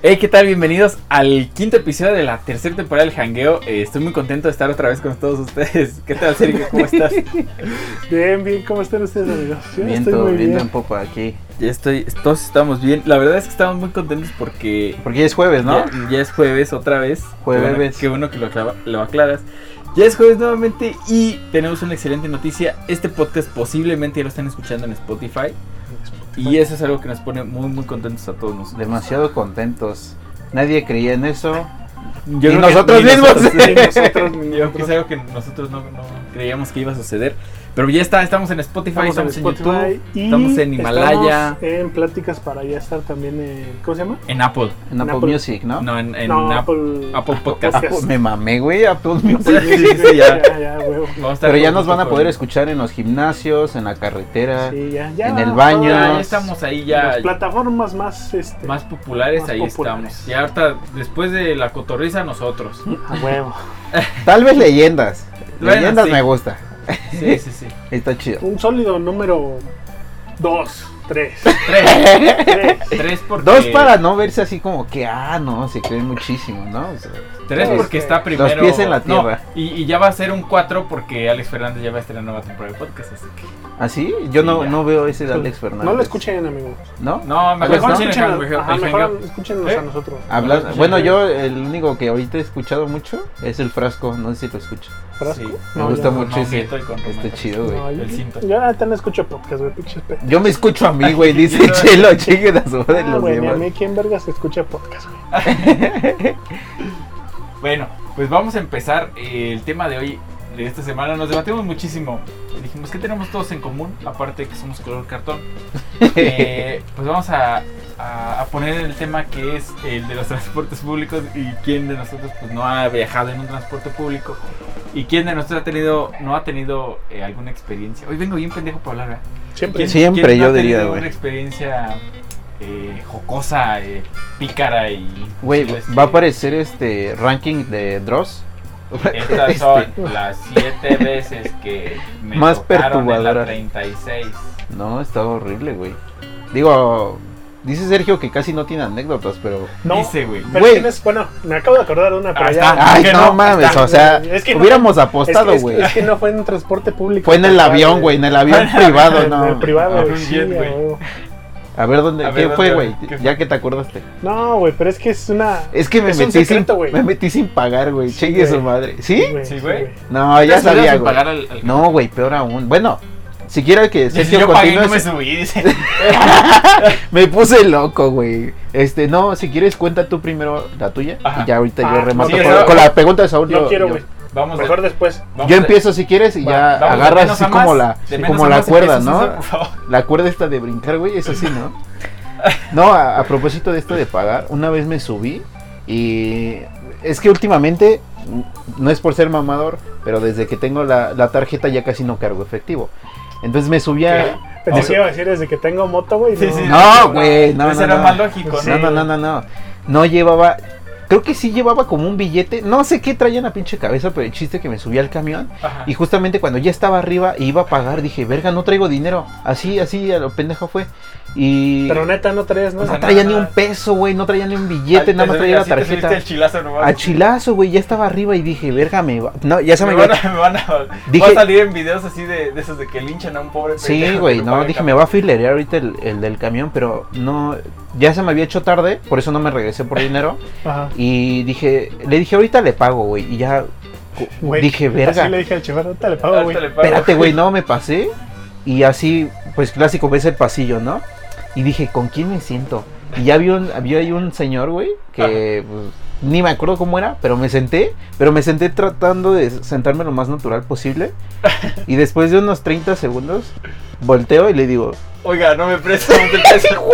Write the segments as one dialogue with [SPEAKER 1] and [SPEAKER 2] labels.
[SPEAKER 1] Hey, ¿qué tal? Bienvenidos al quinto episodio de la tercera temporada del Hangueo. Eh, estoy muy contento de estar otra vez con todos ustedes. ¿Qué tal, Sergio? ¿Cómo estás?
[SPEAKER 2] Bien, bien, ¿cómo están ustedes, amigos? Yo
[SPEAKER 3] Bien,
[SPEAKER 2] estoy
[SPEAKER 3] todo
[SPEAKER 2] muy
[SPEAKER 3] bien,
[SPEAKER 2] bien.
[SPEAKER 3] un poco aquí.
[SPEAKER 1] Ya estoy, todos estamos bien. La verdad es que estamos muy contentos porque
[SPEAKER 3] Porque ya es jueves, ¿no?
[SPEAKER 1] ¿no? ya, es jueves otra vez.
[SPEAKER 3] Jueves.
[SPEAKER 1] Qué bueno, qué bueno que lo, aclava- lo aclaras. Ya es jueves nuevamente y tenemos una excelente noticia. Este podcast posiblemente ya lo están escuchando en Spotify. Y eso es algo que nos pone muy, muy contentos a todos nosotros.
[SPEAKER 3] Demasiado contentos. Nadie creía en eso.
[SPEAKER 1] Yo
[SPEAKER 3] Y
[SPEAKER 1] creo que
[SPEAKER 3] nosotros
[SPEAKER 1] ni
[SPEAKER 3] mismos.
[SPEAKER 2] Sí, nosotros,
[SPEAKER 1] Yo creo que es algo que nosotros no, no creíamos que iba a suceder. Pero ya está, estamos en Spotify, estamos, en, YouTube,
[SPEAKER 2] y
[SPEAKER 1] estamos en Himalaya.
[SPEAKER 2] estamos en pláticas para ya estar también en. ¿Cómo se llama?
[SPEAKER 1] en Apple.
[SPEAKER 3] En Apple,
[SPEAKER 2] Apple.
[SPEAKER 3] Music, ¿no?
[SPEAKER 1] No, en, en
[SPEAKER 2] ¿Ah? No,
[SPEAKER 1] App- Apple,
[SPEAKER 2] Apple.
[SPEAKER 1] Podcast.
[SPEAKER 2] Apple.
[SPEAKER 3] Apple- me mamé, güey, Apple Music.
[SPEAKER 1] Sí, sí, sí, ya.
[SPEAKER 2] ya, ya, huevo.
[SPEAKER 1] Vamos a estar
[SPEAKER 3] Pero ya
[SPEAKER 1] con-
[SPEAKER 3] nos van a
[SPEAKER 1] con-
[SPEAKER 3] poder escuchar en los gimnasios, en la carretera.
[SPEAKER 2] Sí, ya, ya.
[SPEAKER 3] En el
[SPEAKER 2] va,
[SPEAKER 3] baño.
[SPEAKER 1] Ya,
[SPEAKER 2] todas
[SPEAKER 1] ya estamos ahí
[SPEAKER 2] Las
[SPEAKER 1] ya
[SPEAKER 2] plataformas más. Este,
[SPEAKER 1] más populares,
[SPEAKER 2] Más
[SPEAKER 1] ahí
[SPEAKER 2] populares.
[SPEAKER 1] estamos. Y ahorita, después de la cotorriza, nosotros.
[SPEAKER 3] ¿Mm?
[SPEAKER 2] A huevo.
[SPEAKER 3] Tal vez leyendas.
[SPEAKER 1] Bueno,
[SPEAKER 3] leyendas
[SPEAKER 1] sí.
[SPEAKER 3] me gusta.
[SPEAKER 1] Sí, sí, sí.
[SPEAKER 3] Está chido.
[SPEAKER 2] Un sólido número 2, 3.
[SPEAKER 1] Tres. Tres porque,
[SPEAKER 3] Dos para no verse así como que, ah, no, se creen muchísimo, ¿no? O sea,
[SPEAKER 1] tres porque está primero.
[SPEAKER 3] pies en la
[SPEAKER 1] no,
[SPEAKER 3] tierra.
[SPEAKER 1] y, y ya va a ser un cuatro porque Alex Fernández ya va a estrenar nueva temporada de podcast. Así que.
[SPEAKER 3] ¿Así? Yo
[SPEAKER 1] Sí,
[SPEAKER 3] no,
[SPEAKER 1] ya.
[SPEAKER 3] no veo ese de Alex Fernández.
[SPEAKER 2] No lo escuchen, amigos.
[SPEAKER 3] ¿No?
[SPEAKER 1] No, mejor,
[SPEAKER 3] Mejor
[SPEAKER 1] no
[SPEAKER 3] escuchen
[SPEAKER 1] tiene
[SPEAKER 2] escúchenlo-
[SPEAKER 1] el- el
[SPEAKER 2] ajá,
[SPEAKER 1] hangout.
[SPEAKER 2] mejor escúchenos
[SPEAKER 1] ¿Eh?
[SPEAKER 2] a nosotros.
[SPEAKER 3] Hablas-
[SPEAKER 1] Hola,
[SPEAKER 3] bueno,
[SPEAKER 1] José.
[SPEAKER 3] yo el único que ahorita he escuchado mucho es el frasco, no sé si lo escucho.
[SPEAKER 2] ¿Frasco?
[SPEAKER 1] Sí.
[SPEAKER 3] Me
[SPEAKER 2] No,
[SPEAKER 3] gusta
[SPEAKER 2] ya
[SPEAKER 1] Con
[SPEAKER 2] no.
[SPEAKER 3] mucho ese.
[SPEAKER 1] Mangueto y con
[SPEAKER 3] Está
[SPEAKER 1] Román.
[SPEAKER 3] chido, güey.
[SPEAKER 2] No, yo-
[SPEAKER 1] El cinto.
[SPEAKER 2] Yo ahorita no escucho podcast, güey, pinches pe-
[SPEAKER 3] Yo me escucho a mí, güey, dice
[SPEAKER 1] Yo-
[SPEAKER 3] Chelo, chinguen a su madre
[SPEAKER 2] Ah,
[SPEAKER 3] los
[SPEAKER 2] güey, ni a
[SPEAKER 3] demás.
[SPEAKER 2] mí quién verga se escucha podcast, güey.
[SPEAKER 1] Bueno, pues vamos a empezar eh, el tema de hoy, de esta semana. Nos debatimos muchísimo. Dijimos, ¿qué tenemos todos en común? Aparte de que somos color cartón. Eh, pues vamos a, a- a poner el tema que es el de los transportes públicos y quién de nosotros pues, no ha viajado en un transporte público y quién de nosotros ha tenido, no ha tenido eh, alguna experiencia. Hoy vengo bien pendejo para hablar, ¿verdad?
[SPEAKER 2] Siempre.
[SPEAKER 1] ¿Quién-
[SPEAKER 3] Sí. Siempre,
[SPEAKER 1] quién no
[SPEAKER 3] yo
[SPEAKER 1] ha
[SPEAKER 3] diría,
[SPEAKER 1] tenido
[SPEAKER 3] güey.
[SPEAKER 1] Una experiencia eh, jocosa, eh, pícara y... pues,
[SPEAKER 3] Güey,
[SPEAKER 1] silvestre?
[SPEAKER 3] va a aparecer este ranking de Dross.
[SPEAKER 1] Estas
[SPEAKER 3] Este,
[SPEAKER 1] son las siete veces que me
[SPEAKER 3] Más
[SPEAKER 1] tocaron
[SPEAKER 3] perturbadoras.
[SPEAKER 1] en la 36.
[SPEAKER 3] No, está horrible, güey. Digo, dice Sergio que casi no tiene anécdotas, pero...
[SPEAKER 2] No,
[SPEAKER 1] Dice, güey.
[SPEAKER 2] pero
[SPEAKER 3] güey.
[SPEAKER 2] tienes- bueno, me acabo de acordar de una, pero
[SPEAKER 1] Ah,
[SPEAKER 2] ya.
[SPEAKER 1] está.
[SPEAKER 3] Ay,
[SPEAKER 1] que
[SPEAKER 3] no,
[SPEAKER 1] no,
[SPEAKER 3] mames,
[SPEAKER 2] está-
[SPEAKER 3] o sea,
[SPEAKER 2] es que no-
[SPEAKER 3] hubiéramos
[SPEAKER 2] Es que-
[SPEAKER 3] apostado,
[SPEAKER 2] es, que-
[SPEAKER 3] güey.
[SPEAKER 2] Es, que no fue en transporte público.
[SPEAKER 3] Fue en el avión, güey, en el avión privado,
[SPEAKER 2] En el
[SPEAKER 3] no.
[SPEAKER 2] privado,
[SPEAKER 1] Ah,
[SPEAKER 2] güey.
[SPEAKER 1] fue un
[SPEAKER 2] sí,
[SPEAKER 1] jet,
[SPEAKER 2] a
[SPEAKER 1] güey.
[SPEAKER 2] huevo.
[SPEAKER 3] A ver, ¿dónde?
[SPEAKER 1] A ver,
[SPEAKER 3] ¿Qué
[SPEAKER 1] ¿dónde?
[SPEAKER 3] fue,
[SPEAKER 1] A ver,
[SPEAKER 3] güey?
[SPEAKER 1] ¿qué fue?
[SPEAKER 3] Ya que te acordaste.
[SPEAKER 2] No, güey, pero es que es una.
[SPEAKER 3] Es que me,
[SPEAKER 2] Es un
[SPEAKER 3] metí,
[SPEAKER 2] secreto,
[SPEAKER 3] sin,
[SPEAKER 2] güey.
[SPEAKER 3] me metí sin pagar, güey.
[SPEAKER 2] Sí,
[SPEAKER 3] Chingue
[SPEAKER 2] güey.
[SPEAKER 3] su madre. ¿Sí?
[SPEAKER 1] Sí, güey.
[SPEAKER 3] No, ya
[SPEAKER 1] ¿Te subías
[SPEAKER 3] sabía,
[SPEAKER 1] sin
[SPEAKER 3] güey.
[SPEAKER 1] pagar al- al-
[SPEAKER 3] No, güey, peor aún. Bueno, si quiero que
[SPEAKER 1] Dice,
[SPEAKER 3] Sergio
[SPEAKER 1] yo pagué y
[SPEAKER 3] continúe.
[SPEAKER 1] no me subí. dice.
[SPEAKER 3] me puse loco, güey. Este, no, si quieres cuenta tú primero la tuya
[SPEAKER 1] Ajá.
[SPEAKER 3] y ya ahorita
[SPEAKER 2] Ah,
[SPEAKER 3] yo remato
[SPEAKER 1] sí,
[SPEAKER 3] con,
[SPEAKER 1] claro.
[SPEAKER 3] con la pregunta de Saúl.
[SPEAKER 2] No
[SPEAKER 3] yo-
[SPEAKER 2] quiero,
[SPEAKER 3] yo-
[SPEAKER 2] güey.
[SPEAKER 1] Vamos,
[SPEAKER 2] Mejor
[SPEAKER 1] de-
[SPEAKER 2] después.
[SPEAKER 1] vamos
[SPEAKER 3] Yo
[SPEAKER 1] de-
[SPEAKER 3] empiezo si quieres y
[SPEAKER 1] va-
[SPEAKER 3] ya
[SPEAKER 1] vamos de
[SPEAKER 3] agarras
[SPEAKER 1] menos
[SPEAKER 3] así
[SPEAKER 1] a más,
[SPEAKER 3] como la
[SPEAKER 1] de menos
[SPEAKER 3] como
[SPEAKER 1] a
[SPEAKER 3] la
[SPEAKER 1] más
[SPEAKER 3] cuerda,
[SPEAKER 1] empiezas,
[SPEAKER 3] ¿no?
[SPEAKER 1] por favor.
[SPEAKER 3] La cuerda esta de brincar, güey, eso sí, ¿no? No, a, a propósito de esto de pagar, una vez me subí y es que últimamente, mm, no es por ser mamador, pero desde que tengo la, la tarjeta ya casi no cargo efectivo. Entonces me subí a...
[SPEAKER 2] Pensé
[SPEAKER 3] No.
[SPEAKER 2] que iba a decir desde que tengo moto, güey.
[SPEAKER 1] Sí,
[SPEAKER 2] no.
[SPEAKER 1] sí.
[SPEAKER 3] No, güey, no,
[SPEAKER 1] Eso
[SPEAKER 3] no,
[SPEAKER 1] era
[SPEAKER 3] no.
[SPEAKER 1] más lógico, ¿no?
[SPEAKER 2] Sí.
[SPEAKER 3] No, no, no, no, no. No llevaba. Creo que sí llevaba como un billete. No sé qué traía en la pinche cabeza, pero el chiste que me subí al camión.
[SPEAKER 1] Ajá.
[SPEAKER 3] Y justamente cuando ya estaba arriba e iba a pagar, dije, verga, no traigo dinero. Así, así, a lo pendejo fue. Y.
[SPEAKER 2] Pero neta, no traes, ¿no?
[SPEAKER 1] O
[SPEAKER 3] no
[SPEAKER 1] sea,
[SPEAKER 3] traía
[SPEAKER 1] nada,
[SPEAKER 3] ni un
[SPEAKER 1] nada.
[SPEAKER 3] peso, güey. No traía ni un billete,
[SPEAKER 1] Ay,
[SPEAKER 3] nada más
[SPEAKER 1] te-
[SPEAKER 3] traía la
[SPEAKER 1] así te subiste
[SPEAKER 3] tarjeta.
[SPEAKER 1] al chilazo nomás.
[SPEAKER 3] A chilazo, güey. Ya estaba arriba y dije, verga, me va. No, ya se me,
[SPEAKER 1] me,
[SPEAKER 3] iba.
[SPEAKER 1] van a, me van a-
[SPEAKER 3] Dije-
[SPEAKER 1] va a salir en videos así de, de esos de que linchan a un pobre
[SPEAKER 3] Sí,
[SPEAKER 1] pendejo que
[SPEAKER 3] güey,
[SPEAKER 1] no
[SPEAKER 3] no,
[SPEAKER 1] paga
[SPEAKER 3] dije,
[SPEAKER 1] cam-
[SPEAKER 3] me va a filerear ahorita el, el del camión, pero no, ya se me había hecho tarde, por eso no me regresé por dinero.
[SPEAKER 2] Ajá.
[SPEAKER 3] Y dije, le dije, ahorita le pago, güey. Y ya cu-
[SPEAKER 2] Güey,
[SPEAKER 3] dije, verga,
[SPEAKER 2] Así le dije al chaval, ahorita le pago,
[SPEAKER 1] Ahorita
[SPEAKER 2] Oh,
[SPEAKER 1] le
[SPEAKER 2] güey.
[SPEAKER 1] pago.
[SPEAKER 3] espérate, güey, no me pasé. Y así, pues clásico, ves el pasillo, ¿no? Y dije, ¿con quién me siento? Y ya había, un, había ahí un señor, güey, que pues, ni me acuerdo cómo era, pero me senté, pero me senté tratando de sentarme lo más natural posible. Y después de unos 30 segundos, volteo y le digo,
[SPEAKER 1] Oiga, no me presto, no te presto.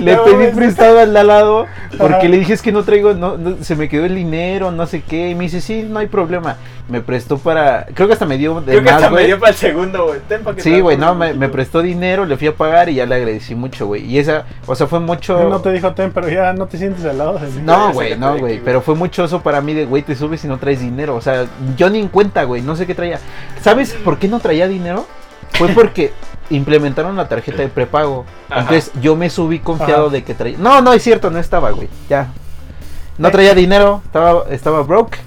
[SPEAKER 3] Le
[SPEAKER 2] No,
[SPEAKER 3] pedí
[SPEAKER 2] es-
[SPEAKER 3] prestado al de al lado
[SPEAKER 2] Ajá.
[SPEAKER 3] porque le dije es que no traigo, no, no, se me quedó el dinero, no sé qué. Y me dice, sí, no hay problema. Me prestó para, creo que hasta me dio de
[SPEAKER 1] Creo que
[SPEAKER 3] más,
[SPEAKER 1] hasta me
[SPEAKER 3] güey.
[SPEAKER 1] dio para el segundo, güey. Ten pa' que
[SPEAKER 3] Sí,
[SPEAKER 1] te-
[SPEAKER 3] güey, no, me, me prestó dinero, le fui a pagar y ya le agradecí mucho, güey. Y esa, o sea, fue mucho...
[SPEAKER 2] No te dijo ten, pero ya no te sientes al lado de mí.
[SPEAKER 3] No,
[SPEAKER 1] Ese que
[SPEAKER 3] güey,
[SPEAKER 1] te
[SPEAKER 3] no,
[SPEAKER 1] dije,
[SPEAKER 3] güey.
[SPEAKER 1] güey.
[SPEAKER 3] Pero fue mucho eso para mí de, güey, te subes y no traes dinero. O sea, yo ni en cuenta, güey. No sé qué traía. ¿Sabes por qué no traía dinero? Fue porque implementaron la tarjeta de prepago.
[SPEAKER 1] Ajá.
[SPEAKER 3] Entonces yo me subí confiado
[SPEAKER 2] Ajá.
[SPEAKER 3] de que traía. No, no, es cierto, no estaba, güey. Ya,
[SPEAKER 1] Eh.
[SPEAKER 3] No traía dinero, estaba, estaba broke.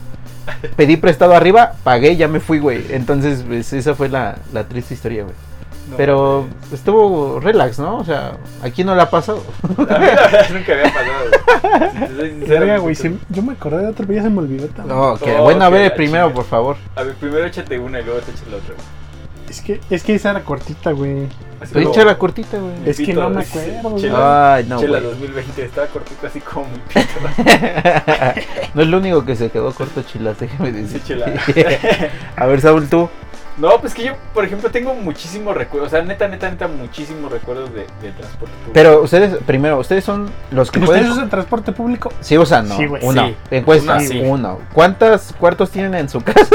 [SPEAKER 3] Pedí prestado arriba, pagué, ya me fui, güey. Entonces, pues, esa fue la, la triste historia, güey.
[SPEAKER 1] No,
[SPEAKER 3] Pero
[SPEAKER 1] pues,
[SPEAKER 3] estuvo relax, ¿no? O sea, aquí no la ha pasado.
[SPEAKER 1] la verdad, nunca había pasado. güey. Si te soy sincero,
[SPEAKER 2] Verga,
[SPEAKER 1] pues,
[SPEAKER 2] güey.
[SPEAKER 1] tú-
[SPEAKER 2] sí, Yo me acordé de otro, pero ya se me olvidó también.
[SPEAKER 3] No, que
[SPEAKER 1] Oh,
[SPEAKER 3] bueno, a
[SPEAKER 1] que
[SPEAKER 3] ver
[SPEAKER 1] la
[SPEAKER 3] primero,
[SPEAKER 1] chinga.
[SPEAKER 3] por favor.
[SPEAKER 1] A ver, primero échate una y luego te echas la otra. güey.
[SPEAKER 2] Es, que, es que esa era cortita, güey.
[SPEAKER 1] Así
[SPEAKER 3] Tú
[SPEAKER 1] como-
[SPEAKER 3] echa la cortita, güey.
[SPEAKER 2] Es que
[SPEAKER 1] Pito,
[SPEAKER 2] no me
[SPEAKER 1] sí,
[SPEAKER 2] acuerdo, güey.
[SPEAKER 1] chela.
[SPEAKER 3] Ay, no,
[SPEAKER 1] Chela
[SPEAKER 3] güey.
[SPEAKER 1] 2020, estaba cortito así como mi pito.
[SPEAKER 3] No es lo único que se quedó corto, chilas, déjame
[SPEAKER 1] Sí,
[SPEAKER 3] decir.
[SPEAKER 1] chela.
[SPEAKER 3] a ver, Saúl, tú.
[SPEAKER 1] No, pues que yo, por ejemplo, tengo muchísimos recuerdos. O sea, neta, neta, neta, muchísimos recuerdos de, de transporte público.
[SPEAKER 3] Pero ustedes, primero, ustedes son los que
[SPEAKER 2] ¿Ustedes
[SPEAKER 3] pueden.
[SPEAKER 2] usan transporte público?
[SPEAKER 3] Sí usan, ¿no?
[SPEAKER 2] Sí, güey.
[SPEAKER 3] uno.
[SPEAKER 1] Sí.
[SPEAKER 3] Encuesta,
[SPEAKER 1] Uno, sí.
[SPEAKER 3] uno. ¿Cuántos cuartos tienen en su casa?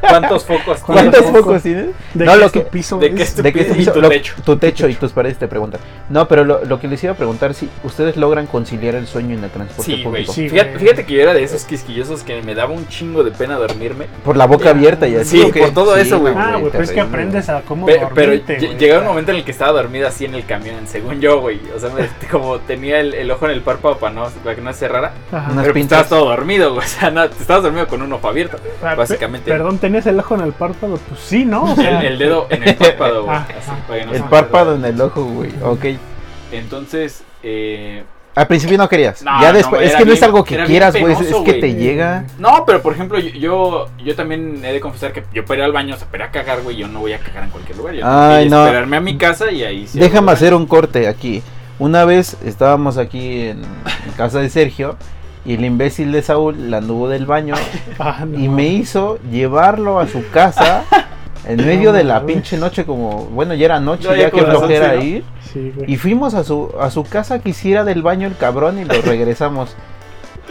[SPEAKER 1] ¿Cuántos focos
[SPEAKER 3] ¿Cuántos
[SPEAKER 1] tienes?
[SPEAKER 2] focos?
[SPEAKER 3] focos tienen?
[SPEAKER 2] ¿De
[SPEAKER 3] No,
[SPEAKER 2] qué
[SPEAKER 3] lo
[SPEAKER 2] es tu
[SPEAKER 3] que-
[SPEAKER 2] piso
[SPEAKER 1] de qué
[SPEAKER 2] es?
[SPEAKER 1] Tu
[SPEAKER 3] ¿De qué
[SPEAKER 1] pi- Este y
[SPEAKER 3] piso?
[SPEAKER 1] tu
[SPEAKER 3] Lo-
[SPEAKER 1] techo.
[SPEAKER 3] Tu techo y tus paredes te preguntan. No, pero lo, lo que les iba a preguntar si ustedes logran conciliar el sueño en el transporte
[SPEAKER 1] Sí, güey.
[SPEAKER 3] público.
[SPEAKER 2] Sí,
[SPEAKER 1] fíjate,
[SPEAKER 2] güey.
[SPEAKER 1] fíjate que yo era de esos quisquillosos que me daba un chingo de pena dormirme.
[SPEAKER 3] Por la boca abierta y así.
[SPEAKER 1] Sí,
[SPEAKER 3] ¿o qué?
[SPEAKER 1] por todo eso, güey.
[SPEAKER 2] Ah, güey, pero es que
[SPEAKER 3] terrible.
[SPEAKER 2] aprendes a cómo
[SPEAKER 1] Pe- pero
[SPEAKER 2] dormirte,
[SPEAKER 1] lle-
[SPEAKER 2] güey.
[SPEAKER 1] llegaba un momento en el que estaba dormida así en el camión, según yo, güey. O sea, me- como tenía el, el ojo en el párpado para, no, para que no se cerrara.
[SPEAKER 2] Ajá.
[SPEAKER 3] Unas
[SPEAKER 1] pero pues,
[SPEAKER 3] pinzas.
[SPEAKER 1] estabas todo dormido, güey. O sea, no, te estabas dormido con un ojo abierto.
[SPEAKER 2] Ah, pe-
[SPEAKER 1] básicamente.
[SPEAKER 2] Perdón, ¿tenías el ojo en el párpado? Pues sí, ¿no? O
[SPEAKER 1] El,
[SPEAKER 2] sea,
[SPEAKER 1] el dedo en el párpado, güey.
[SPEAKER 2] Ah,
[SPEAKER 1] así,
[SPEAKER 2] ah.
[SPEAKER 1] para que no se
[SPEAKER 3] El
[SPEAKER 1] me
[SPEAKER 3] párpado en el ojo, güey. Ok.
[SPEAKER 1] cerrara. Entonces, eh,
[SPEAKER 3] Al principio no querías.
[SPEAKER 1] No,
[SPEAKER 3] ya
[SPEAKER 1] no,
[SPEAKER 3] después.
[SPEAKER 1] era
[SPEAKER 3] es que no es
[SPEAKER 1] bien-
[SPEAKER 3] algo que
[SPEAKER 1] era bien
[SPEAKER 3] quieras, güey. Es,
[SPEAKER 1] penoso,
[SPEAKER 3] es que te
[SPEAKER 1] güey.
[SPEAKER 3] llega.
[SPEAKER 1] No, pero por ejemplo, yo, yo, yo también he de confesar que yo para ir al baño, o sea, para ir a cagar, güey, yo no voy a cagar en cualquier lugar. Yo tengo
[SPEAKER 3] Ay,
[SPEAKER 1] que
[SPEAKER 3] no.
[SPEAKER 1] esperarme a mi casa y ahí sí.
[SPEAKER 3] Déjame hacer un corte aquí. Una vez estábamos aquí en, en casa de Sergio y el imbécil de Saúl la anduvo del baño
[SPEAKER 2] ah, no.
[SPEAKER 3] y me hizo llevarlo a su casa en medio de la pinche noche como, bueno, ya era noche,
[SPEAKER 1] No, ya
[SPEAKER 3] ya que
[SPEAKER 1] con las
[SPEAKER 3] flojera
[SPEAKER 1] once, ¿no?
[SPEAKER 3] ir.
[SPEAKER 2] Sí, güey.
[SPEAKER 3] Y fuimos a su, a su casa que hiciera del baño el cabrón y lo regresamos.